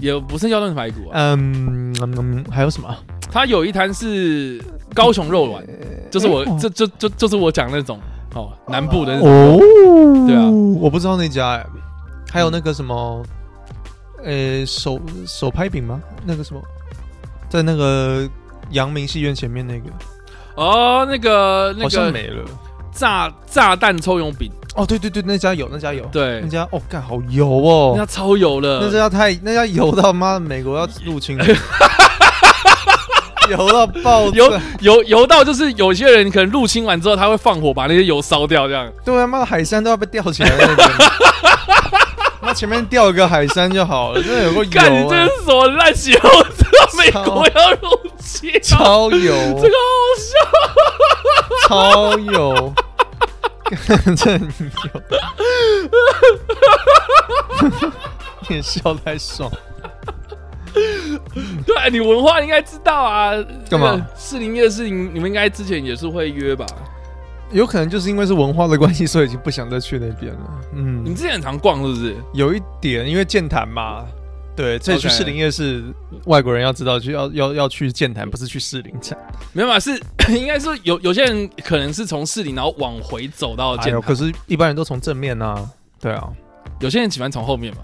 Speaker 4: 也不是腰炖排骨啊，
Speaker 5: 嗯，嗯还有什么啊？
Speaker 4: 它有一摊是高雄肉丸，
Speaker 5: 哎
Speaker 4: 就是我这这这就是我讲那种哦南部的那种，
Speaker 5: 哦，
Speaker 4: 对啊
Speaker 5: 我不知道那家哎，还有那个什么，呃，手手拍饼吗？那个什么，在那个阳明戏院前面那个，
Speaker 4: 哦那个那
Speaker 5: 好像
Speaker 4: 个
Speaker 5: 没了。
Speaker 4: 炸炸弹抽油饼，
Speaker 5: 哦，对对对，那家有，那家有，
Speaker 4: 对
Speaker 5: 那，家哦，干好油
Speaker 4: 那呃
Speaker 5: 哦，
Speaker 4: 超油了， (laughs)
Speaker 5: 那家太那家油到妈，美国要入侵了。油到爆
Speaker 4: 油
Speaker 5: 炸，
Speaker 4: 油油到就是有些人可能入侵完之后，他会放火把那些油烧掉，这样
Speaker 5: 对啊，妈的海山都要被吊起来那
Speaker 4: (laughs)
Speaker 5: 种。那前面吊一个海山就好了，真的有个
Speaker 4: 干你
Speaker 5: 油、
Speaker 4: 这
Speaker 5: 啊，
Speaker 4: 是什么烂血后
Speaker 5: (laughs)
Speaker 4: 美国要入侵、啊？
Speaker 5: 超油，
Speaker 4: 这个好
Speaker 5: 超 (laughs) 油，干这很油，你笑太爽。
Speaker 4: 笑，对你文化应该知道啊。
Speaker 5: 干嘛？
Speaker 4: 四零夜市，你你们应该之前也是会约吧？
Speaker 5: 嗯有可能就是因为是文化的关系，所以已经不想再去那边了。
Speaker 4: 你
Speaker 5: 嗯，
Speaker 4: 之前很常逛是不是？
Speaker 5: 有一点，因为健谈嘛，对，所以去
Speaker 4: OK
Speaker 5: 士林夜市，外国人要知道去要要要去健谈，不是去士林站。
Speaker 4: 没有嘛，是 (coughs) 应该是有有些人可能是从市里然后往回走到
Speaker 5: 哎
Speaker 4: 建
Speaker 5: 呦，
Speaker 4: 堂
Speaker 5: 可，是一般人都从正面啊，对啊，
Speaker 4: 有些人喜欢从后面嘛。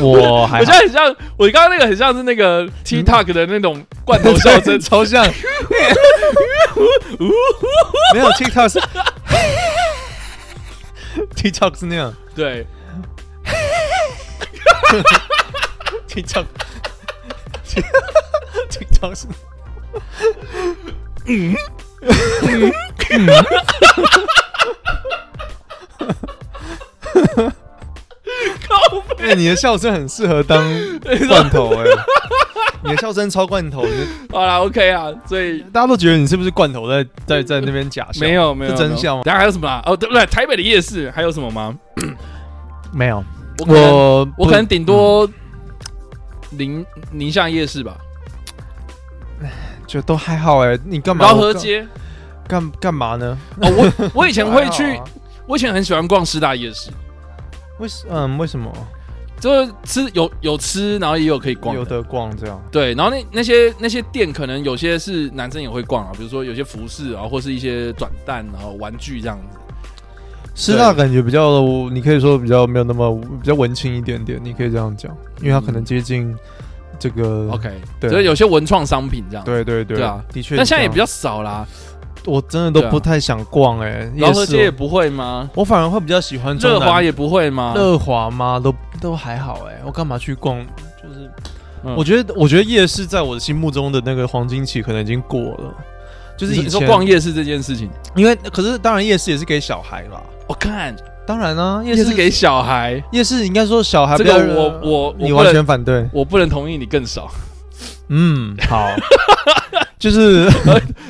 Speaker 5: 我
Speaker 4: 我
Speaker 5: 还，
Speaker 4: 现在很像，我刚刚那个很像是那个 TikTok 的那种罐头笑声
Speaker 5: (laughs) 超像，没有 TikTok 是 TikTok 是那样
Speaker 4: 对，
Speaker 5: ，TikTok TikTok 是。
Speaker 4: 靠
Speaker 5: 哎、你的笑声很适合当罐头哎、你的笑声超罐头，你
Speaker 4: 好啦 o k 啊，所以
Speaker 5: 大家都觉得你是不是罐头在在在那边假笑？
Speaker 4: 没有没有
Speaker 5: 是真笑吗
Speaker 4: 然后还有什么啊？哦，对不对？台北的夜市还有什么吗？
Speaker 5: 没有，
Speaker 4: 我可能
Speaker 5: 我
Speaker 4: 我可能顶多宁宁夏夜市吧，
Speaker 5: 就都还好哎、你干嘛？
Speaker 4: 饶河街。
Speaker 5: 我干干干嘛呢？
Speaker 4: 哦，我我以前会
Speaker 5: 还 (laughs)
Speaker 4: 去
Speaker 5: 好啊，
Speaker 4: 我以前很喜欢逛师大夜市，
Speaker 5: 为什嗯为什么
Speaker 4: 就是吃有有吃，然后也有可以逛
Speaker 5: 有
Speaker 4: 的。
Speaker 5: 的逛这样？
Speaker 4: 对，然后那那些那些店可能有些是男生也会逛啊，比如说有些服饰啊，或是一些转蛋然后玩具这样子。
Speaker 5: 师大感觉比较，你可以说比
Speaker 4: 哦
Speaker 5: 较没有那么比较文青一点点，你可以这样讲，因为它可能接近这个。
Speaker 4: OK，
Speaker 5: 对
Speaker 4: 所以有些文创商品这样。，
Speaker 5: 对对对
Speaker 4: 哦对啊
Speaker 5: 的确。
Speaker 4: 但现在也比
Speaker 5: 较，
Speaker 4: 较少啦。
Speaker 5: 我真的都
Speaker 4: 对啊
Speaker 5: 不太想逛哎、夜
Speaker 4: 啊饶河
Speaker 5: 市
Speaker 4: 街也不会吗？
Speaker 5: 我反而会比较喜欢中
Speaker 4: 乐
Speaker 5: 南
Speaker 4: 华也不会吗？
Speaker 5: 乐华吗？都都还好哎、我干嘛去逛？就是、
Speaker 4: 嗯
Speaker 5: 我觉得，我觉得夜市在我的心目中的那个黄金期可能已经过了，就是以
Speaker 4: 你说
Speaker 5: 前
Speaker 4: 逛，夜市这件事情，
Speaker 5: 因为可是当然夜市也是给小孩啦，
Speaker 4: 我看
Speaker 5: 当然啊，夜
Speaker 4: 夜
Speaker 5: 市
Speaker 4: 市给小孩，
Speaker 5: 夜市应该说小孩
Speaker 4: 这
Speaker 5: 比
Speaker 4: 个
Speaker 5: 较
Speaker 4: 我我我
Speaker 5: 你
Speaker 4: 不
Speaker 5: 完
Speaker 4: 能
Speaker 5: 全反对，
Speaker 4: 我不能同意你更少。
Speaker 5: 嗯，
Speaker 4: (laughs)
Speaker 5: 好，就是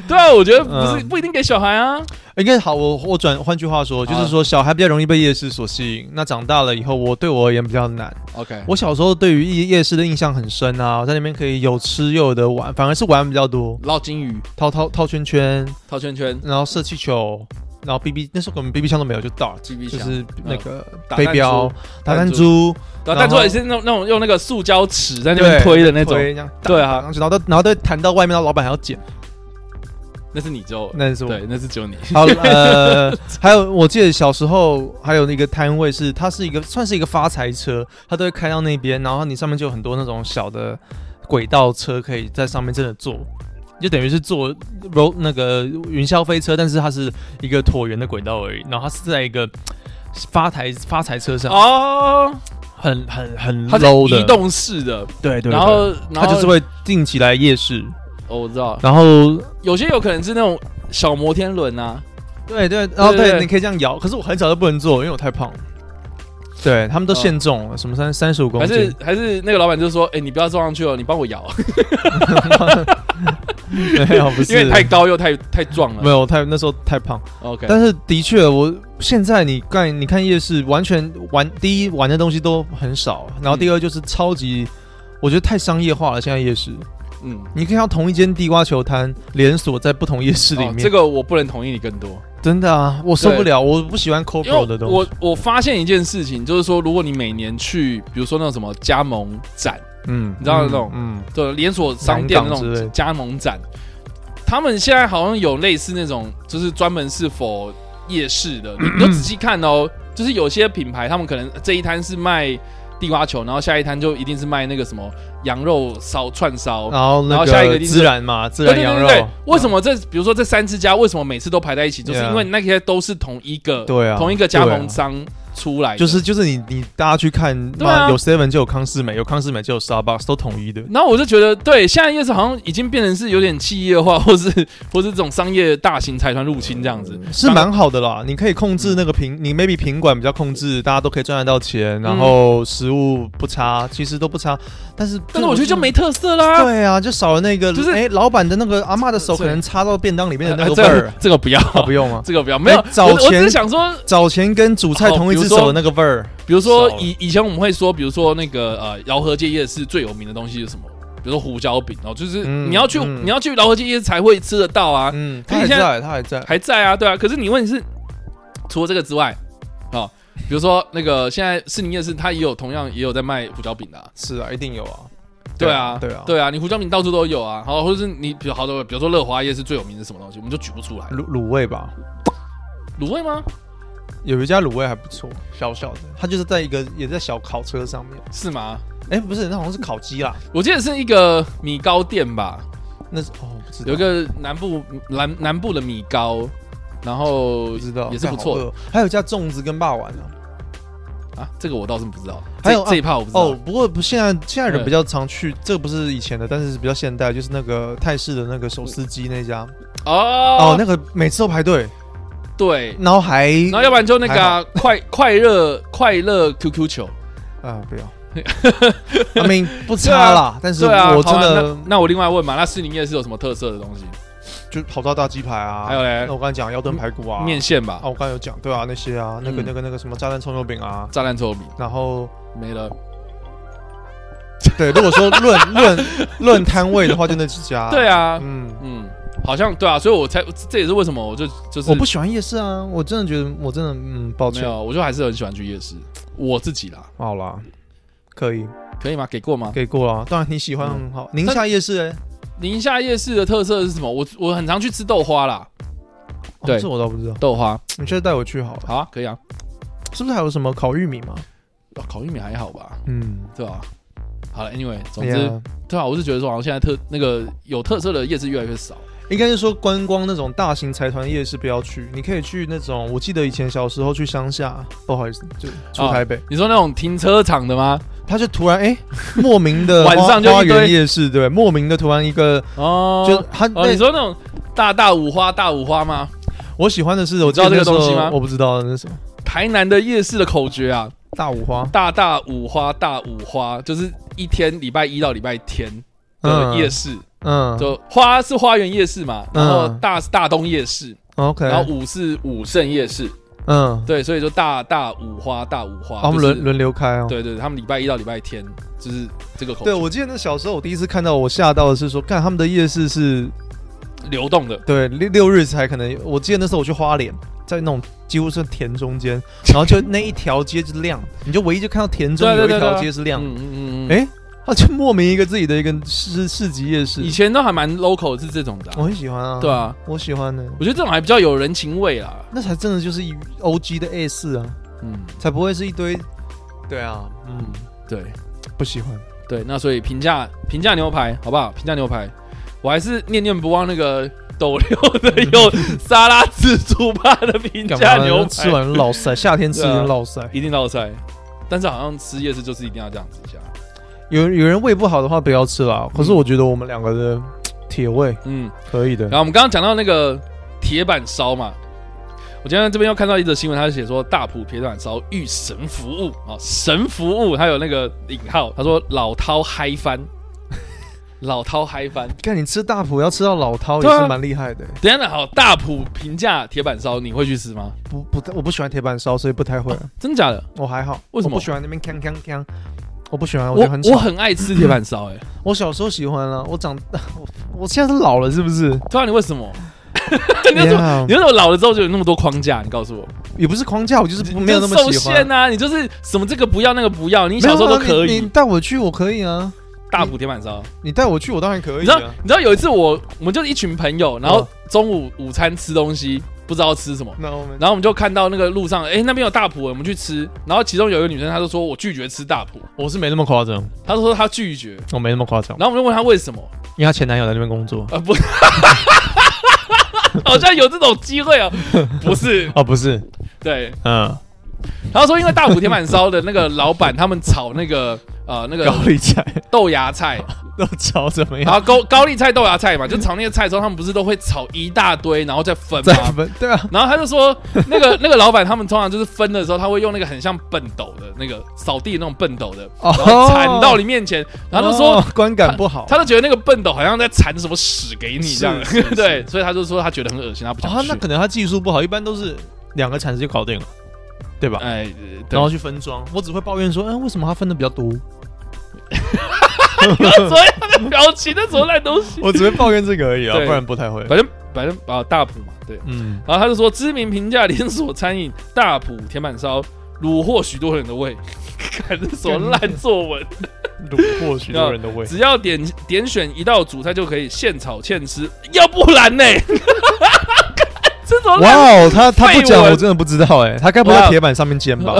Speaker 4: 对啊，我觉得不是
Speaker 5: 嗯
Speaker 4: 不一定给小孩啊。
Speaker 5: 应该好，我我转换句话说，就是说小孩比较容易被夜市所吸引，那长大了以后，我对我而言比较难。
Speaker 4: OK，
Speaker 5: 我小时候对于夜夜市的印象很深啊，我在那边可以有吃又有的玩，反而是玩比较多，
Speaker 4: 捞金鱼、
Speaker 5: 套套套圈圈，
Speaker 4: 套圈圈、
Speaker 5: 然后射气球，然后 BB 那时候我们 BB 枪都没有，就 dart，
Speaker 4: 击毙
Speaker 5: 就
Speaker 4: 枪，嗯
Speaker 5: 是那个
Speaker 4: 打
Speaker 5: 飞
Speaker 4: 弹
Speaker 5: 镖、打
Speaker 4: 弹
Speaker 5: 弹珠，
Speaker 4: 然
Speaker 5: 然
Speaker 4: 后
Speaker 5: 后
Speaker 4: 弹出来是那种那种用那个塑胶尺在那边推的那种，
Speaker 5: 推这样打
Speaker 4: 对啊
Speaker 5: 打上去然后都然后都弹到外面，然后老板还要捡，
Speaker 4: 那是你就
Speaker 5: 那是我。
Speaker 4: 对，那是只有你。 (laughs)
Speaker 5: 好，呃，还有我记得小时候还有那个摊位是，它是一个算是一个发财车，它都会开到那边，然后你上面就有很多那种小的轨道车可以在上面真的坐，就等于是坐 roll 那个云霄飞车，但是它是一个椭圆的轨道而已，然后它是在一个发财发财车上，
Speaker 4: 哦，
Speaker 5: 很很很
Speaker 4: 它是
Speaker 5: low 的
Speaker 4: 移，动式的，
Speaker 5: 对对
Speaker 4: 然后然
Speaker 5: 它
Speaker 4: 后
Speaker 5: 就是会定期来夜市，
Speaker 4: 哦，我知道，
Speaker 5: 然后
Speaker 4: 有些有可能是那种小摩天轮啊，
Speaker 5: 对对，然后
Speaker 4: 对对
Speaker 5: 对，你可以这样摇，可是我很小就不能做，因为我太胖了。对他们都
Speaker 4: 哦
Speaker 5: 限重了，什么三三十五公
Speaker 4: 还
Speaker 5: 斤
Speaker 4: 是，还是那个老板就说，哎，你不要坐上去哦，你帮我
Speaker 5: (laughs)
Speaker 4: 摇， (laughs)
Speaker 5: 没有不是，
Speaker 4: 因为你太高又太太壮
Speaker 5: 没
Speaker 4: 了。
Speaker 5: 有我太那时候太胖，
Speaker 4: OK，
Speaker 5: 但是的确，我现在你看你看夜市，完全玩第一玩的东西都很少，然后第二就是超级，我觉得太商业化了。现在夜市，
Speaker 4: 嗯，
Speaker 5: 你可以看到同一间地瓜球摊连锁在不同夜市里
Speaker 4: 哦
Speaker 5: 面，
Speaker 4: 这个我不能同意你更多，
Speaker 5: 真的啊，我受不
Speaker 4: 对
Speaker 5: 了，我不喜欢
Speaker 4: 因
Speaker 5: Coco 的
Speaker 4: 为
Speaker 5: 东西。
Speaker 4: 我我发现一件事情，就是说，如果你每年去，比如说那种什么加盟展，
Speaker 5: 嗯，
Speaker 4: 你知道那种
Speaker 5: 嗯，
Speaker 4: 对连锁商店
Speaker 5: 南
Speaker 4: 那
Speaker 5: 港之类
Speaker 4: 种加盟展，他们现在好像有类似那种，就是专门是否夜市
Speaker 5: (clears throat)
Speaker 4: 的。你你就仔细看哦，就是有些品牌他们可能这一摊是卖地瓜球，然后下一摊就一定是卖那个什么羊肉烧串烧，
Speaker 5: 然后
Speaker 4: 然
Speaker 5: 那
Speaker 4: 后下一个
Speaker 5: 个
Speaker 4: 一定是
Speaker 5: 孜然嘛，孜
Speaker 4: 对
Speaker 5: 啊然
Speaker 4: 对
Speaker 5: 羊
Speaker 4: 对
Speaker 5: 肉
Speaker 4: 对，，为什么这比如说这三只家为什么每次都排在一起，就是
Speaker 5: Yeah
Speaker 4: 因为那些都是同一个
Speaker 5: 对啊
Speaker 4: 同一个加
Speaker 5: 对啊
Speaker 4: 盟商出来的，
Speaker 5: 就是就是你你大家去看，
Speaker 4: 对啊
Speaker 5: 妈有 Seven 就有康士美，有康士美就有 Starbucks，都统一的。
Speaker 4: 然后我就觉得，对，现在夜市好像已经变成是有点企业化，或是或是这种商业大型财团入侵这样子，
Speaker 5: 呃是蛮好的啦，你可以控制那
Speaker 4: 嗯
Speaker 5: 个品，你 maybe 品管比较控制，大家都可以赚得到钱，然后食物不差，其实都不差。但是，
Speaker 4: 但是我觉得就没特色
Speaker 5: 是。
Speaker 4: 啦。
Speaker 5: 对啊，就少了那个，
Speaker 4: 就是
Speaker 5: 哎，老板的那个阿嬷的手
Speaker 4: 这
Speaker 5: 可能插到便当里面的那
Speaker 4: 呃
Speaker 5: 个
Speaker 4: 这
Speaker 5: 味儿
Speaker 4: 个，这个
Speaker 5: (laughs)
Speaker 4: 不要，
Speaker 5: 啊不用吗？
Speaker 4: 这个不要，没有
Speaker 5: 哎。早
Speaker 4: 我我只
Speaker 5: 前
Speaker 4: 是想说，
Speaker 5: 早前跟主菜
Speaker 4: 哦
Speaker 5: 同一
Speaker 4: 比
Speaker 5: 只
Speaker 4: 如说
Speaker 5: 手的那个味儿，
Speaker 4: 比如说
Speaker 5: 少了
Speaker 4: 以以前我们会说，比如说那个呃饶河街夜市最有名的东西是什么？比如说胡椒饼哦，就是
Speaker 5: 嗯
Speaker 4: 你要去
Speaker 5: 嗯
Speaker 4: 你要去饶河街夜市才会吃得到啊，
Speaker 5: 嗯，
Speaker 4: 可
Speaker 5: 他
Speaker 4: 是你
Speaker 5: 还
Speaker 4: 现在
Speaker 5: 在，他还在，
Speaker 4: 还在啊，对啊。可是你问题是，除了这个之外，哦，比如说那个现在市宁夜市，它也有同样也有在卖胡椒饼的啊。
Speaker 5: 是啊，一定有啊，
Speaker 4: 对啊，
Speaker 5: 对啊，
Speaker 4: 对啊，你胡椒饼到处都有啊，好，或者是你比如好多，比如说乐华夜市最有名的什么东西，我们就举不出来。
Speaker 5: 卤卤味吧，
Speaker 4: 卤味吗？
Speaker 5: 有一家卤味还不错，小小的，它就是在一个也在小烤车上面，
Speaker 4: 是吗？
Speaker 5: 哎，不是，那好像是烤鸡啦，
Speaker 4: 我记得是一个米糕店吧，
Speaker 5: 那是哦，我不知道，
Speaker 4: 有一个南部南南部的米糕，然后
Speaker 5: 不知道
Speaker 4: 也是不错
Speaker 5: 干好饿哦还有一家粽子跟霸王啊。
Speaker 4: 啊，这个我倒是不知道。
Speaker 5: 还有
Speaker 4: 这这一趴我不知道。
Speaker 5: 哦，不过不现在现在人
Speaker 4: 对
Speaker 5: 比较常去，这个不是以前的，但是比较现代，就是那个泰式的那个手撕鸡那家哦
Speaker 4: 哦，
Speaker 5: 那个每次都排队，
Speaker 4: 对，
Speaker 5: 然后还
Speaker 4: 然后要不然就那个啊、快快乐快乐 QQ 球，
Speaker 5: (laughs) 啊不要 (laughs) ，I mean 不差啦，但是
Speaker 4: 对啊，
Speaker 5: 我真
Speaker 4: 好啊
Speaker 5: 的
Speaker 4: 那那我另外问嘛，那士林夜市有什么特色的东西？
Speaker 5: 就跑到大鸡排啊，
Speaker 4: 还有嘞
Speaker 5: 那我刚才讲腰炖排骨啊，
Speaker 4: 面线吧
Speaker 5: 啊，，我刚才有讲对啊那些啊，那个
Speaker 4: 嗯
Speaker 5: 那个那个什么炸弹葱油饼啊，
Speaker 4: 炸弹臭米
Speaker 5: 然后
Speaker 4: 没了。
Speaker 5: 对，如果说论论论摊位的话，就那几家，
Speaker 4: (laughs) 对啊，
Speaker 5: 嗯。
Speaker 4: 嗯，好像对啊，所以我才这也是为什么我就就是
Speaker 5: 我不喜欢夜市啊！我真的觉得，我真的嗯，抱
Speaker 4: 没
Speaker 5: 歉。
Speaker 4: 有，我就还是很喜欢去夜市，我自己啦，
Speaker 5: 好啦，可以，
Speaker 4: 可以吗？给过吗？
Speaker 5: 给过了。当然你喜欢
Speaker 4: 嗯
Speaker 5: 很好。宁夏夜市哎，
Speaker 4: 宁夏夜市的特色是什么？我我很常去吃豆花啦，
Speaker 5: 哦
Speaker 4: 对
Speaker 5: 这我倒不知道。
Speaker 4: 豆花
Speaker 5: 你下次带我去好了。
Speaker 4: 好啊，可以啊，
Speaker 5: 是不是还有什么烤玉米吗？
Speaker 4: 啊烤玉米还好吧，
Speaker 5: 嗯，
Speaker 4: 对吧、好了，anyway，总
Speaker 5: 哎
Speaker 4: 之
Speaker 5: 呀
Speaker 4: 对啊，我是觉得说好像现在特那个有特色的夜市越来越少，
Speaker 5: 应该是说观光那种大型财团夜市不要去，你可以去那种。我记得以前小时候去乡下，不好意思，就出台北，
Speaker 4: 你说那种停车场的吗？
Speaker 5: 他就突然哎，莫名 (laughs) 的
Speaker 4: 晚上就一
Speaker 5: 花
Speaker 4: 堆
Speaker 5: 园夜市，对，莫名的突然一个，
Speaker 4: 哦，
Speaker 5: 就他
Speaker 4: 哦，
Speaker 5: 那
Speaker 4: 你说那种大大五花大五花吗？
Speaker 5: 我喜欢的是，我
Speaker 4: 你知道
Speaker 5: 记
Speaker 4: 这
Speaker 5: 得
Speaker 4: 个
Speaker 5: 那时
Speaker 4: 东西
Speaker 5: 候
Speaker 4: 吗
Speaker 5: 我不知道那是什么
Speaker 4: 台南的夜市的口诀啊，
Speaker 5: 大五花，
Speaker 4: 大大五花大五花，就是一天礼拜一到礼拜天的
Speaker 5: 嗯
Speaker 4: 夜市，
Speaker 5: 嗯
Speaker 4: 就花是花园夜市嘛，然后
Speaker 5: 嗯
Speaker 4: 大是大东夜市，
Speaker 5: ，OK，
Speaker 4: 然后五是武圣夜市，
Speaker 5: 嗯，
Speaker 4: 对，所以就大大五花大五花，
Speaker 5: 啊我们
Speaker 4: 就是
Speaker 5: 轮轮流开哦，
Speaker 4: 对对，他们礼拜一到礼拜天就是这个口
Speaker 5: 对，我记得那小时候我第一次看到，我吓到的是说，看他们的夜市是
Speaker 4: 流动的，
Speaker 5: 对六六日才可能。我记得那时候我去花莲，在那种几乎是田中间，然后就那一条街是亮，你就唯一就看到田中
Speaker 4: 对对
Speaker 5: 有一
Speaker 4: 对对
Speaker 5: 条街是亮的，
Speaker 4: 嗯嗯嗯嗯，
Speaker 5: 哎、他就莫名一个自己的一个市市集夜市
Speaker 4: 以，前都还蛮 local 是这种的啊、
Speaker 5: 我很喜欢啊，
Speaker 4: 对，啊，
Speaker 5: 我喜欢呢、
Speaker 4: 我觉得这种还比较有人情味啦，
Speaker 5: 那才真的就是 O G 的 A 四啊，
Speaker 4: 嗯，
Speaker 5: 才不会是一堆，对啊，嗯，
Speaker 4: 对。
Speaker 5: 不喜欢。
Speaker 4: 对，那所以评价评价牛排好不好？评价牛排，我还是念念不忘那个斗六的有沙拉自助吧的评
Speaker 5: 干
Speaker 4: 价
Speaker 5: 嘛
Speaker 4: 牛
Speaker 5: 呢
Speaker 4: 排，
Speaker 5: 吃完落 (laughs) 塞，夏天吃
Speaker 4: 对啊
Speaker 5: 人落塞。
Speaker 4: 一定落塞。但是好像吃夜市就是一定要这样子一下，
Speaker 5: 有有人胃不好的话不要吃啦，可是我觉得我们两个的铁胃
Speaker 4: 嗯。
Speaker 5: 可以的
Speaker 4: 然。后我们刚刚讲到那个铁板烧嘛，我今天这边又看到一则新闻，他写说大埔铁板烧遇神服务啊、哦神服务，他有那个引号，他说老饕嗨翻， (laughs) 老饕嗨翻。
Speaker 5: 看你吃大埔要吃到老饕
Speaker 4: 对啊
Speaker 5: 也是蛮厉害的、
Speaker 4: 等一下好，大埔评价铁板烧，你会去吃吗？
Speaker 5: 不不太，我不喜欢铁板烧，所以不太会。
Speaker 4: 真的假的？
Speaker 5: 我还好，
Speaker 4: 为什么
Speaker 5: 我不喜欢那边锵锵锵，我不喜欢，我觉
Speaker 4: 我
Speaker 5: 得很
Speaker 4: 我
Speaker 5: 吵。
Speaker 4: 很爱吃铁板
Speaker 5: (laughs)
Speaker 4: 烧，哎，
Speaker 5: 我小时候喜欢啊，我长 (laughs) 我我现在是老了是不是？
Speaker 4: 不知啊道你为什么？你为什么？
Speaker 5: Yeah，
Speaker 4: 你为什么老了之后就有那么多框架？你告诉我，
Speaker 5: 也不是框架，我就是不
Speaker 4: 你
Speaker 5: 没有那么
Speaker 4: 受
Speaker 5: 喜欢
Speaker 4: 限。啊！你就是什么这个不要那个不要，你
Speaker 5: 你
Speaker 4: 小时候都可以
Speaker 5: 啊你带我去我可以啊，
Speaker 4: 大补铁板烧。
Speaker 5: 你带我去我当然可
Speaker 4: 你
Speaker 5: 以
Speaker 4: 知道
Speaker 5: 啊。嗯
Speaker 4: 你知道有一次我我们就是一群朋友，然后中午午餐吃东西，不知道吃什么。
Speaker 5: 那我们
Speaker 4: 然后我们就看到那个路上，哎、那边有大埔，我们去吃。然后其中有一个女生，她就说我拒绝吃大埔，
Speaker 5: 我是没那么夸张，
Speaker 4: 她说她拒绝。
Speaker 5: 我没那么夸张，
Speaker 4: 然后我们就问她为什么，
Speaker 5: 因为她前男友在那边工作。
Speaker 4: 呃，不， (laughs) 好像有这种机会哦，不是，
Speaker 5: 哦，不是，
Speaker 4: 对。
Speaker 5: 嗯，
Speaker 4: 然后说因为大埔铁板烧的那个老板他们炒那个呃那个
Speaker 5: 高丽菜
Speaker 4: 豆芽
Speaker 5: (laughs)
Speaker 4: 菜，
Speaker 5: 都炒怎么
Speaker 4: 然
Speaker 5: 样？
Speaker 4: 后高高丽菜豆芽菜嘛，就炒那个菜的时候，他们不是都会炒一大堆，然后再分
Speaker 5: 再
Speaker 4: 吗？
Speaker 5: 分对 (laughs) 啊，
Speaker 4: 然后他就说，那个 (laughs) 那个老板他们通常就是分的时候，他会用那个很像笨斗的那个扫地那种笨斗的，
Speaker 5: 哦
Speaker 4: 然后铲到你面前，然后就说
Speaker 5: 哦观感不好。
Speaker 4: 他就觉得那个笨斗好像在铲什么屎给你这样
Speaker 5: 是
Speaker 4: (laughs)
Speaker 5: 是，是
Speaker 4: 对，所以他就说他觉得很恶心，他不
Speaker 5: 啊
Speaker 4: 想，去
Speaker 5: 那。可能他技术不好，一般都是两个铲子就搞定了，对吧？
Speaker 4: 哎，
Speaker 5: 然
Speaker 4: 然
Speaker 5: 后
Speaker 4: 后
Speaker 5: 去分装，我只会抱怨说，嗯，为什么他分的比较多？ (laughs)
Speaker 4: 所以他的表情那什么烂东西，
Speaker 5: 我只会抱怨这个而已啊，
Speaker 4: 对
Speaker 5: 不然不太会。
Speaker 4: 反正反正啊大埔嘛，对。
Speaker 5: 嗯， (laughs)
Speaker 4: 然后他就说，知名平价连锁餐饮大埔铁板烧虏获许多人的胃， (laughs) 看这什么烂作文。
Speaker 5: 虏获许多人的胃。
Speaker 4: 只要点点选一道主菜就可以现炒现吃，要不然呢？ (laughs) 这种
Speaker 5: (laughs) 哇
Speaker 4: 烂
Speaker 5: 哦，他他不
Speaker 4: 废
Speaker 5: 讲
Speaker 4: 文
Speaker 5: 我真的不知道哎，他该不会
Speaker 4: 哇
Speaker 5: 在铁板上面煎 (laughs) 吧？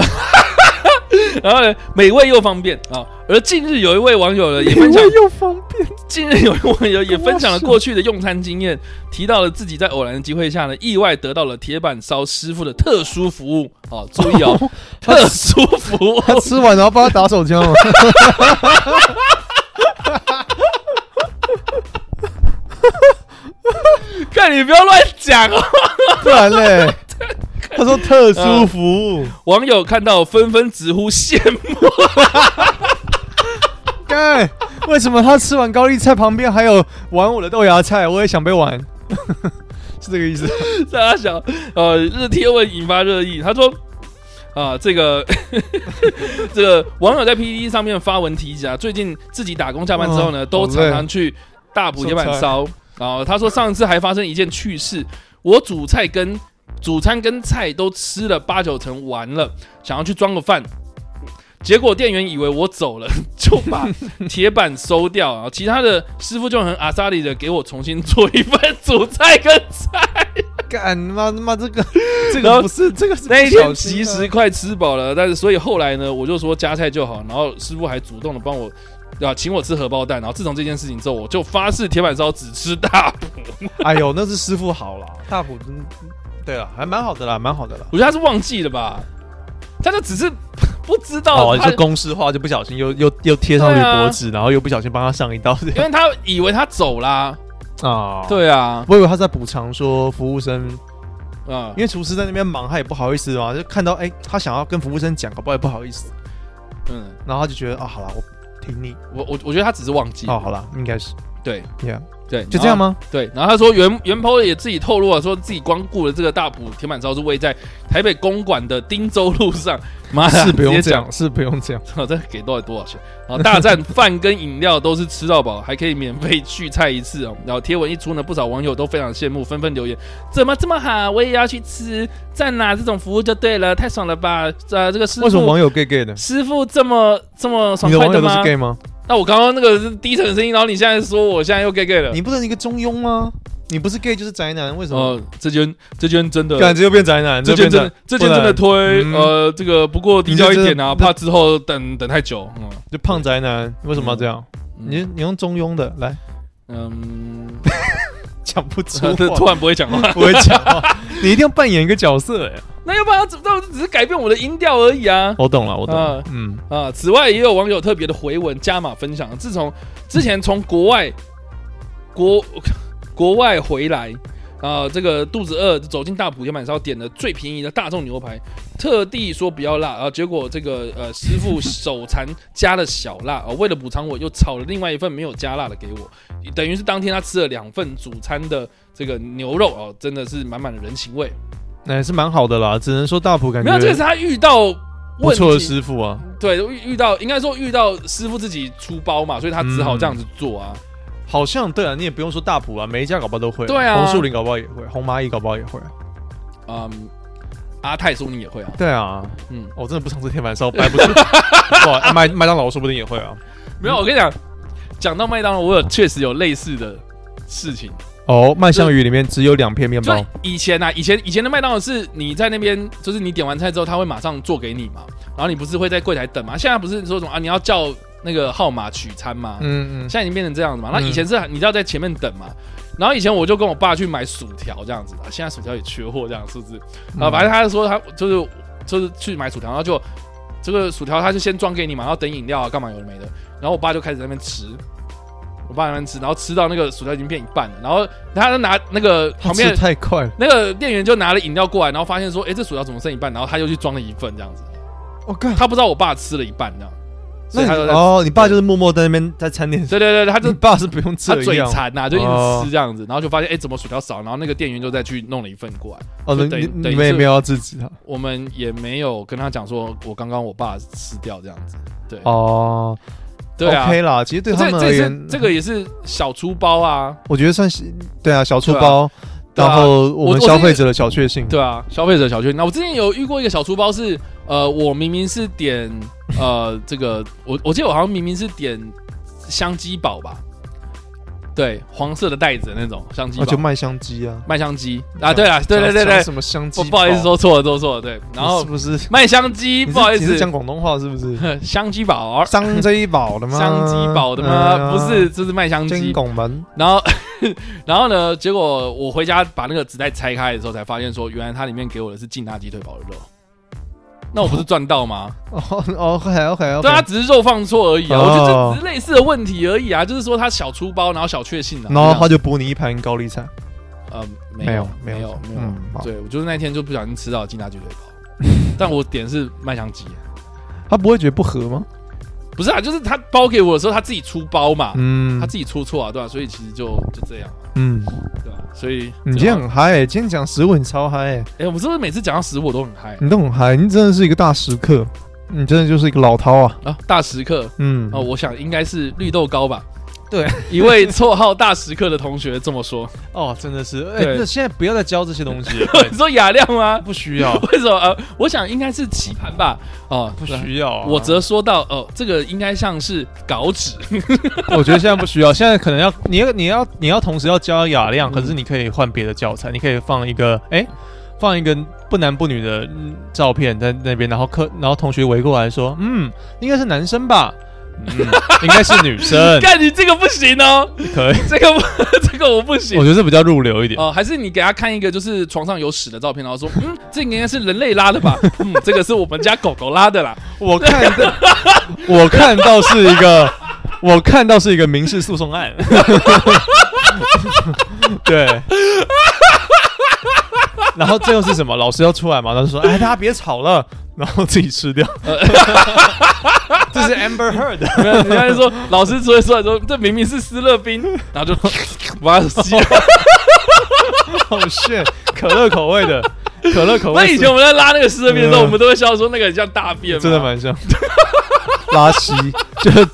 Speaker 4: 然后呢，美味又方便啊。而近日有一位网友呢也分享，
Speaker 5: 又方便，
Speaker 4: 近日有一位网友也分享了过去的用餐经验，提到了自己在偶然的机会下呢，意外得到了铁板烧师傅的特殊服务。哦，注意
Speaker 5: (laughs)
Speaker 4: 哦，特殊服务。
Speaker 5: 他吃完然后帮他打手枪吗？
Speaker 4: 看你不要乱讲哦。
Speaker 5: 不然嘞， (laughs) 他说特殊服务，
Speaker 4: 网友看到纷纷直呼羡慕，
Speaker 5: (laughs) 干为什么他吃完高丽菜旁边还有玩我的豆芽菜？我也想被玩， (laughs) 是这个意思？
Speaker 4: (laughs) 大家想，呃，日贴文引发热议。他说，啊、这个 (laughs) 这个网友在 PPT 上面发文提及啊，最近自己打工下班之后呢，
Speaker 5: 哦
Speaker 4: 都
Speaker 5: 好累
Speaker 4: 常常去大埔铁板烧。然后他说，上一次还发生一件趣事，我主菜跟主餐跟菜都吃了八九成完了，想要去装个饭。结果店员以为我走了，就
Speaker 5: (laughs)
Speaker 4: 把铁板收掉啊！其他的师傅就很阿萨里的给我重新做一份 (laughs) 主菜跟菜。
Speaker 5: (laughs) 干妈他妈这 (laughs) 个这
Speaker 4: 然后
Speaker 5: 个不是这个是
Speaker 4: (laughs) 那一
Speaker 5: 不小
Speaker 4: 天
Speaker 5: 心
Speaker 4: 其
Speaker 5: 啊
Speaker 4: 实快吃饱了，但是所以后来呢，我就说加菜就好，然后师傅还主动的帮我。啊，请我吃荷包蛋。然后自从这件事情之后，我就发誓铁板烧只吃大 (laughs) 补。
Speaker 5: (laughs) 哎呦，那是师傅好啦，大补真对了，还蛮好的啦，蛮好的啦。
Speaker 4: 我觉得他是忘记了吧，他就只是 (laughs) 不知道
Speaker 5: 哦，啊
Speaker 4: 他，
Speaker 5: 就公式化就不小心又又又贴上去脖子，然后又不小心帮他上一刀
Speaker 4: 因
Speaker 5: (laughs)
Speaker 4: 为他以为他走啦。
Speaker 5: 啊。，
Speaker 4: 对啊，
Speaker 5: 我以为他在补偿说服务生，
Speaker 4: 啊
Speaker 5: 因，为厨师在那边忙，他也不好意思嘛，就看到哎、他想要跟服务生讲，搞不好也不好意思，
Speaker 4: 嗯，
Speaker 5: 然后他就觉得啊，好啦，我挺你
Speaker 4: 我我我觉得他只是忘记。
Speaker 5: 哦，好啦，应该是
Speaker 4: 对
Speaker 5: yeah，
Speaker 4: 对，
Speaker 5: 就这样
Speaker 4: 吗？
Speaker 5: 吗？
Speaker 4: 对，然后他说袁袁坡也自己透露了，啊说自己光顾了这个大埔铁板烧是位在台北公馆的汀州路上。妈的，
Speaker 5: (laughs) 是不
Speaker 4: 啊直
Speaker 5: 用
Speaker 4: 接
Speaker 5: 这
Speaker 4: 讲
Speaker 5: 样，是不用这样。
Speaker 4: (laughs) 我哦这给多少多少钱？然后大
Speaker 5: (laughs)
Speaker 4: 战饭跟饮料都是吃到饱，还可以免费续菜一次哦。然后贴文一出呢，不少网友都非常羡慕，纷纷留言：怎么这么好？我也要去吃，赞啦！这种服务就对了，太爽了吧？呃，这个师
Speaker 5: 为什么
Speaker 4: 傅
Speaker 5: 网友 gay gay 的？
Speaker 4: 师傅这么这么爽
Speaker 5: 你的
Speaker 4: 快
Speaker 5: 网友都
Speaker 4: 吗
Speaker 5: 是？gay 吗？
Speaker 4: 那我刚刚那个是低沉的声音，然后你现在说我现在又 gay gay 了。
Speaker 5: 你不能一个中庸吗？你不是 gay 就是宅男，为什么？
Speaker 4: 呃哦，这间这间真的。
Speaker 5: 感觉又变宅男，
Speaker 4: 这
Speaker 5: 又变
Speaker 4: 间
Speaker 5: 宅
Speaker 4: 真的，这间真的推，
Speaker 5: 嗯
Speaker 4: 呃，这个不过低调一点啊，
Speaker 5: 你这真的
Speaker 4: 怕之后等等太久。嗯，
Speaker 5: 就胖宅男为什么要这样？
Speaker 4: 嗯
Speaker 5: 你你用中庸的来
Speaker 4: 嗯，
Speaker 5: 讲不出
Speaker 4: (laughs) 这突
Speaker 5: 话，
Speaker 4: 然不会讲话，
Speaker 5: 不会讲话，你一定要扮演一个角色哎、
Speaker 4: (laughs) 那要不然他只那我只是改变我的音调而已啊
Speaker 5: 我懂了，我懂了
Speaker 4: 啊
Speaker 5: 嗯，
Speaker 4: 啊！此外，也有网友特别的回文加码分享，自从之前从国外国 (laughs) 国外回来啊，这个肚子饿，走进大埔铁板烧，点了最便宜的大众牛排，特地说不要辣，啊，结果这个呃师傅手残加了小辣啊，为了补偿我，又炒了另外一份没有加辣的给我，等于是当天他吃了两份主餐的这个牛肉啊，真的是满满的人情味。
Speaker 5: 那、也是蛮好的啦，只能说大埔感
Speaker 4: 没有，这个是
Speaker 5: 觉
Speaker 4: 他遇到。
Speaker 5: 不
Speaker 4: 问
Speaker 5: 错的
Speaker 4: 题
Speaker 5: 师傅啊，
Speaker 4: 对，遇遇到应该说遇到师傅自己出包嘛，所以他只好这样子做啊。
Speaker 5: 好像对啊，你也不用说大埔啊，每一家搞不好都会，
Speaker 4: 对啊
Speaker 5: 红树林搞不好也会，红蚂蚁搞不好也会，
Speaker 4: 嗯，阿泰说你也会啊，
Speaker 5: 对啊，
Speaker 4: 嗯
Speaker 5: 嗯，我真的不想吃铁板烧，掰不出，
Speaker 4: (laughs)
Speaker 5: 哇，麦麦当劳说不定也会啊，
Speaker 4: 嗯没有，我跟你讲，讲到麦当劳，我有确实有类似的事情，
Speaker 5: 哦，麦香鱼里面只有两片面
Speaker 4: 就
Speaker 5: 包，
Speaker 4: 以前啊，以前以前的麦当劳是你在那边，就是你点完菜之后，他会马上做给你嘛，然后你不是会在柜台等嘛？现在不是说什么啊，你要叫那个号码取餐嘛？
Speaker 5: 嗯嗯
Speaker 4: 现，在已经变成这样子嘛？那
Speaker 5: 嗯
Speaker 4: 以前是你知道在前面等嘛？然后以前我就跟我爸去买薯条这样子啊，现在薯条也缺货这样，是不是？
Speaker 5: 嗯
Speaker 4: 啊，反正他就说他就是就是去买薯条，然后就这个薯条他就先装给你嘛，然后等饮料啊，干嘛有的没的。然后我爸就开始在那边吃，我爸在那边吃，然后吃到那个薯条已经变一半了，然后他就拿那个旁边
Speaker 5: 吃太快了，
Speaker 4: 那个店员就拿了饮料过来，然后发现说，哎、这薯条怎么剩一半？然后他就去装了一份这样子，
Speaker 5: 我靠，
Speaker 4: 他不知道我爸吃了一半这样，所
Speaker 5: 那
Speaker 4: 以
Speaker 5: 你
Speaker 4: 他就在，
Speaker 5: 哦，你爸就是默默在那边在餐 (laughs) 点，
Speaker 4: 对对对，对他就
Speaker 5: 你爸是不用
Speaker 4: 他
Speaker 5: 这
Speaker 4: 嘴
Speaker 5: 样
Speaker 4: 馋呐、就一
Speaker 5: 哦
Speaker 4: 直吃这样子，然后就发现哎、诶怎么薯条少？然后那个店员就再去弄了一份过来。
Speaker 5: 哦，
Speaker 4: 就
Speaker 5: 你
Speaker 4: 等于
Speaker 5: 你
Speaker 4: 等于
Speaker 5: 你们也
Speaker 4: 是
Speaker 5: 没有要啊制止他
Speaker 4: 我们也没有跟他讲说，我刚刚我爸吃掉这样子。对，
Speaker 5: 哦，
Speaker 4: 对啊
Speaker 5: o k 啦，其实对他
Speaker 4: 这
Speaker 5: 们
Speaker 4: 这
Speaker 5: 而
Speaker 4: 也
Speaker 5: 言
Speaker 4: 是，这个也是小粗包啊，
Speaker 5: 我觉得算是对啊，小醋
Speaker 4: 对啊
Speaker 5: 包，
Speaker 4: 对啊
Speaker 5: 然后我
Speaker 4: 我
Speaker 5: 们
Speaker 4: 我
Speaker 5: 消
Speaker 4: 这
Speaker 5: 费
Speaker 4: 个
Speaker 5: 者的小确幸，
Speaker 4: 对啊，消费者小确幸。那我之前有遇过一个小粗包是，呃，我明明是点呃这个，我我记得我好像明明是点香鸡堡吧，对，黄色的袋子的那种香鸡
Speaker 5: 哦，
Speaker 4: 堡，
Speaker 5: 就麦香鸡啊，
Speaker 4: 麦香鸡啊，对啊，对对对
Speaker 5: 讲
Speaker 4: 对，
Speaker 5: 什么香鸡
Speaker 4: 我
Speaker 5: 堡？
Speaker 4: 不好意思说错了，说错了，对，
Speaker 5: 你
Speaker 4: 然后 (laughs)
Speaker 5: 是。不是？
Speaker 4: 麦香鸡，
Speaker 5: 你是
Speaker 4: 不好意
Speaker 5: 你是
Speaker 4: 思，
Speaker 5: 讲广东话是不是？
Speaker 4: (laughs) 香鸡堡，
Speaker 5: 香鸡堡的吗？嗯
Speaker 4: 香鸡堡的吗？不是，这是麦香
Speaker 5: 哎金
Speaker 4: 鸡。
Speaker 5: 拱门
Speaker 4: 然后， (laughs) 然后呢？结果我回家把那个纸袋拆开的时候，才发现说，原来它里面给我的是劲辣鸡腿堡的肉。那我不是赚到吗？
Speaker 5: 哦哦，OK OK
Speaker 4: 对
Speaker 5: OK，
Speaker 4: 啊，只是肉放错而已啊。我觉
Speaker 5: 哦
Speaker 4: 得这只是类似的问题而已啊，就是说它小粗包，然后小确幸啊。
Speaker 5: 然后
Speaker 4: 这样
Speaker 5: 他就补你一盘高丽菜，
Speaker 4: 呃，
Speaker 5: 没
Speaker 4: 没
Speaker 5: 有
Speaker 4: 有，
Speaker 5: 没有
Speaker 4: 没有，没
Speaker 5: 嗯好
Speaker 4: 有。对，我就是那天就不小心吃到劲辣鸡腿堡，但我点的是麦香鸡，
Speaker 5: 他不会觉得不合吗？
Speaker 4: 不是啊，就是他包给我的时候，他自己出包嘛。
Speaker 5: 嗯
Speaker 4: 啊他自己出错啊，对吧、所以其实就就这样、啊，
Speaker 5: 嗯，
Speaker 4: 对吧、所以
Speaker 5: 你今
Speaker 4: 这
Speaker 5: 天
Speaker 4: 样，
Speaker 5: 很嗨欸，今天讲食物你超嗨欸，
Speaker 4: 哎、我是不是每次讲到食物我都很嗨
Speaker 5: 你都很嗨，你真的是一个大食客，你真的就是一个老饕啊，
Speaker 4: 啊？大食客
Speaker 5: 嗯
Speaker 4: 哦，我想应该是绿豆糕吧。 (laughs)
Speaker 5: (laughs) 对，
Speaker 4: 一位绰号大食客的同学这么
Speaker 5: (laughs)
Speaker 4: 说。
Speaker 5: 哦，真的是，
Speaker 4: 对
Speaker 5: 现在不要再教这些东西 (laughs) 了，
Speaker 4: 你说雅亮吗？
Speaker 5: 不需要，
Speaker 4: (laughs) 为什么？呃，我想应该是棋盘吧。哦，
Speaker 5: 不需要啊，
Speaker 4: 我则说到，哦，这个应该像是稿
Speaker 5: (laughs)
Speaker 4: 纸。
Speaker 5: 我觉得现在不需要，现在可能要你要你要你要同时要教雅量，可是你可以换别的教材，你可以放一个哎、放一个不男不女的嗯照片在那边，然后课然后同学围过来说，嗯，应该是男生吧， (laughs) 嗯，应该是女生， (laughs)
Speaker 4: 干你这个不行哦，
Speaker 5: 可以，
Speaker 4: 这个不， (laughs) 这个我不行
Speaker 5: 我。觉得这比较入流一点。
Speaker 4: 哦、还是你给他看一个就是床上有屎的照片，然后说，嗯，这个应该是人类拉的
Speaker 5: (laughs)
Speaker 4: 吧？嗯，这个是我们家狗狗拉的啦。
Speaker 5: 我看到我看到是一个我看到是一个民事诉讼案， (laughs) 对。然后最后是什么？老师要出来嘛？他就说：“哎，大家别吵了。”然后自己
Speaker 4: (laughs)
Speaker 5: 吃掉。这是 Amber Heard，
Speaker 4: 没有， (laughs) 人家就说老师出来说说，这明明是斯乐冰，然后
Speaker 5: (laughs)
Speaker 4: 就把它吸了。
Speaker 5: 好炫，Oh, 可乐口味的，可乐口味
Speaker 4: 那
Speaker 5: 是。
Speaker 4: 以前我们在啊拉那个斯乐冰的时候，
Speaker 5: 嗯
Speaker 4: 我们都会笑说那个很像大便嘛，
Speaker 5: 真的？
Speaker 4: (laughs)
Speaker 5: 蛮像拉稀，就是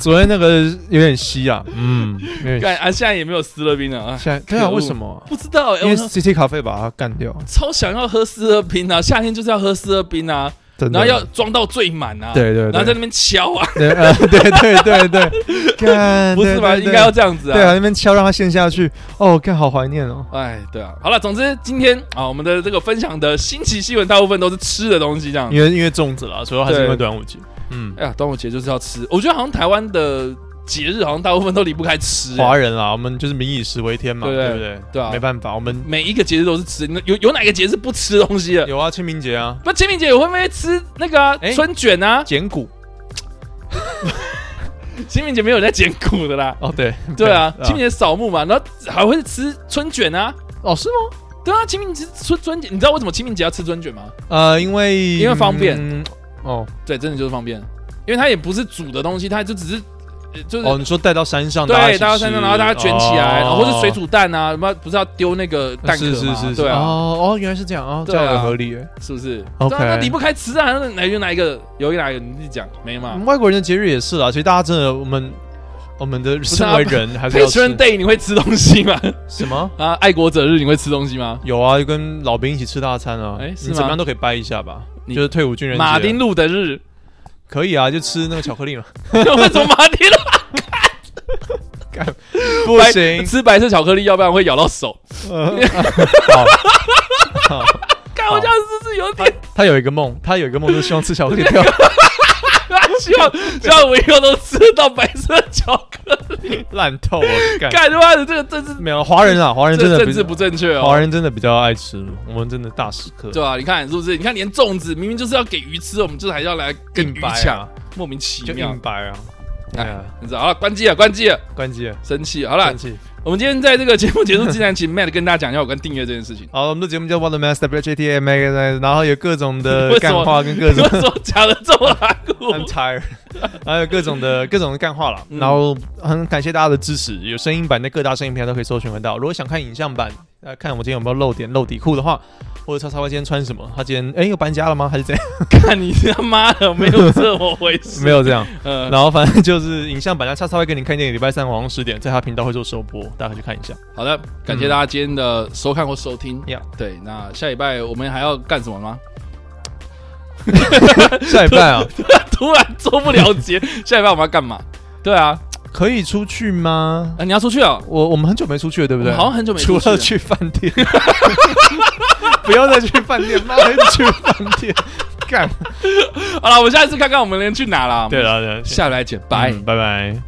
Speaker 5: 昨天那个有点稀啊。嗯，有点稀
Speaker 4: 干啊，现在也没有斯乐冰了啊，
Speaker 5: 现在对啊，
Speaker 4: 可恶
Speaker 5: 为什么？
Speaker 4: 不知道哎、
Speaker 5: 因为
Speaker 4: 我想
Speaker 5: CT 咖啡把它干掉，
Speaker 4: 超想要喝斯乐冰啊，夏天就是要喝斯乐冰啊，
Speaker 5: 真的
Speaker 4: 然后要装到最满啊，
Speaker 5: 对对对
Speaker 4: 然后在那边敲啊，
Speaker 5: (laughs) 对呃，对对对
Speaker 4: (laughs)
Speaker 5: 对，干
Speaker 4: 不是吧？
Speaker 5: 对对对
Speaker 4: 应该要这样子
Speaker 5: 对啊，那边敲让它陷下去。哦，干好怀念哦。
Speaker 4: 哎，对啊，好了，总之今天啊，我们的这个分享的新奇新闻大部分都是吃的东西，这样。
Speaker 5: 因为因为粽子啦，主要还是
Speaker 4: 对
Speaker 5: 因为端午节。嗯，
Speaker 4: 哎呀，端午节就是要吃，我觉得好像台湾的节日好像大部分都离不开吃、啊
Speaker 5: 华人啦，我们就是民以食为天嘛，
Speaker 4: 对
Speaker 5: 对
Speaker 4: 对
Speaker 5: 不对？
Speaker 4: 对啊
Speaker 5: 没办法，我们
Speaker 4: 每一个节日都是吃，那有有哪个节是不吃东西的？
Speaker 5: 有啊，清明节啊，
Speaker 4: 那清明节我会不会吃那个、啊
Speaker 5: 哎
Speaker 4: 春卷啊？
Speaker 5: 剪骨。
Speaker 4: 清明节没有人在捡骨的
Speaker 5: (laughs)
Speaker 4: 啦。
Speaker 5: 哦，对
Speaker 4: (laughs) 对啊，清
Speaker 5: 清
Speaker 4: 明节
Speaker 5: 明
Speaker 4: 扫墓嘛，然后还会吃春卷啊。
Speaker 5: 哦是吗？
Speaker 4: 对啊，清明节春春卷，你知道为什么清明节要吃春卷吗？
Speaker 5: 呃，因为
Speaker 4: 因为方便
Speaker 5: 嗯哦
Speaker 4: 对，真的就是方便，因为它也不是煮的东西，它就只是。呃就是
Speaker 5: 哦，你说带到山上，
Speaker 4: 对，
Speaker 5: 大
Speaker 4: 大
Speaker 5: 家
Speaker 4: 家
Speaker 5: 一起吃
Speaker 4: 山上，然后大家卷起来，
Speaker 5: 哦
Speaker 4: 或是水煮蛋啊，什么不是要丢那个蛋壳
Speaker 5: 是
Speaker 4: 吗？
Speaker 5: 是是，是
Speaker 4: 对啊，
Speaker 5: 哦哦，原来是这样哦，这
Speaker 4: 对啊
Speaker 5: 样很合理耶。
Speaker 4: 是不是
Speaker 5: OK
Speaker 4: 对啊，那离不开吃啊，那哪有哪一个，有哪一个你自己讲没嘛
Speaker 5: 嗯外国人的节日也是啦，其实大家真的，我们我们的
Speaker 4: 是
Speaker 5: 身
Speaker 4: 啊
Speaker 5: 为人还是要吃
Speaker 4: ？Patron Day 你会吃东西吗？
Speaker 5: 什么？
Speaker 4: 啊，爱国者日你会吃东西吗？
Speaker 5: 有啊，就跟老兵一起吃大餐啊，
Speaker 4: 哎是
Speaker 5: 你
Speaker 4: 吗
Speaker 5: 怎么样都可以掰一下吧，
Speaker 4: 你
Speaker 5: 就是退伍军人节
Speaker 4: 马丁路德
Speaker 5: (laughs)
Speaker 4: 日，
Speaker 5: 啊可以啊，就吃那个巧克力嘛，
Speaker 4: 为什么马丁路？
Speaker 5: (laughs) 不
Speaker 4: 白
Speaker 5: 行，
Speaker 4: 吃白色巧克力，要不然会咬到手。
Speaker 5: 呃好，好
Speaker 4: 看我这样是不是有点？
Speaker 5: 他有一个梦，他有一个梦就是希望吃 (laughs) 巧克力掉。
Speaker 4: 希
Speaker 5: (laughs)
Speaker 4: 望希望我以后都吃到白色巧克力。
Speaker 5: 烂透了，干
Speaker 4: 干他妈的，这个这是
Speaker 5: 没有华人啊，华人真
Speaker 4: 这
Speaker 5: 的
Speaker 4: 政
Speaker 5: 比
Speaker 4: 治不正确哦。
Speaker 5: 华人真的比较爱吃，我们真的大食客，
Speaker 4: 对啊，你看是不是？你看连粽子明明就是要给鱼吃，我们就是还要来跟
Speaker 5: 硬
Speaker 4: 鱼
Speaker 5: 掰啊
Speaker 4: 抢，莫名其
Speaker 5: 就
Speaker 4: 妙
Speaker 5: 硬。白啊。哎
Speaker 4: 哎
Speaker 5: 呀，，
Speaker 4: 你知道好了，关机了，关机了，啊
Speaker 5: 关机了，
Speaker 4: 生气啊了。好了
Speaker 5: 生，气。
Speaker 4: 我们今天在这个节目结束之前，请 Matt 跟大家讲一下有关订阅这件事情。
Speaker 5: 好，我们的节目叫 What the Master W J T M A，然后有各种的 (laughs)
Speaker 4: 为什
Speaker 5: 干
Speaker 4: 么
Speaker 5: 话
Speaker 4: (laughs)
Speaker 5: 跟各
Speaker 4: 为
Speaker 5: 种
Speaker 4: 什么讲的这么含
Speaker 5: I'm
Speaker 4: 糊？
Speaker 5: tired，还有各种 (laughs) 的各种的干话了。
Speaker 4: 嗯
Speaker 5: 然后很感谢大家的支持，有声音版在各大声音平台都可以搜寻得到。如果想看影像版，呃，看我今天有没有露点露底裤的话，或者叉叉 Y 今天穿什么，他今天哎又搬家了吗？还是怎样？
Speaker 4: (laughs) 看你他妈的，没有这么回 (laughs) 事。
Speaker 5: 没有 (laughs) 这样。
Speaker 4: 呃，
Speaker 5: 然后反正就是影像版，那叉叉 Y 跟你看电影，礼拜三晚上十点在他频道会做首播，大家可以去看一下。
Speaker 4: 好的，感谢大家今天的收看或收听。
Speaker 5: Yeah
Speaker 4: 对，那下礼拜我们还要干什么吗？
Speaker 5: (laughs) 下礼拜啊，
Speaker 4: (laughs) 突然做不了 (laughs) 结，下礼拜我们要干嘛？对啊，
Speaker 5: 可以出去吗？
Speaker 4: 啊，你要出去 (laughs) 哦。
Speaker 5: 我我们很久没出去了，对不
Speaker 4: 我
Speaker 5: 对？
Speaker 4: 们好像很久没出去了
Speaker 5: 除了去饭店， (laughs) 不要再去饭店，妈的去饭店干。
Speaker 4: 好了，我们下一次看看我们能去哪啦。
Speaker 5: 对，了，对了
Speaker 4: 下礼拜见，拜。
Speaker 5: 嗯拜拜。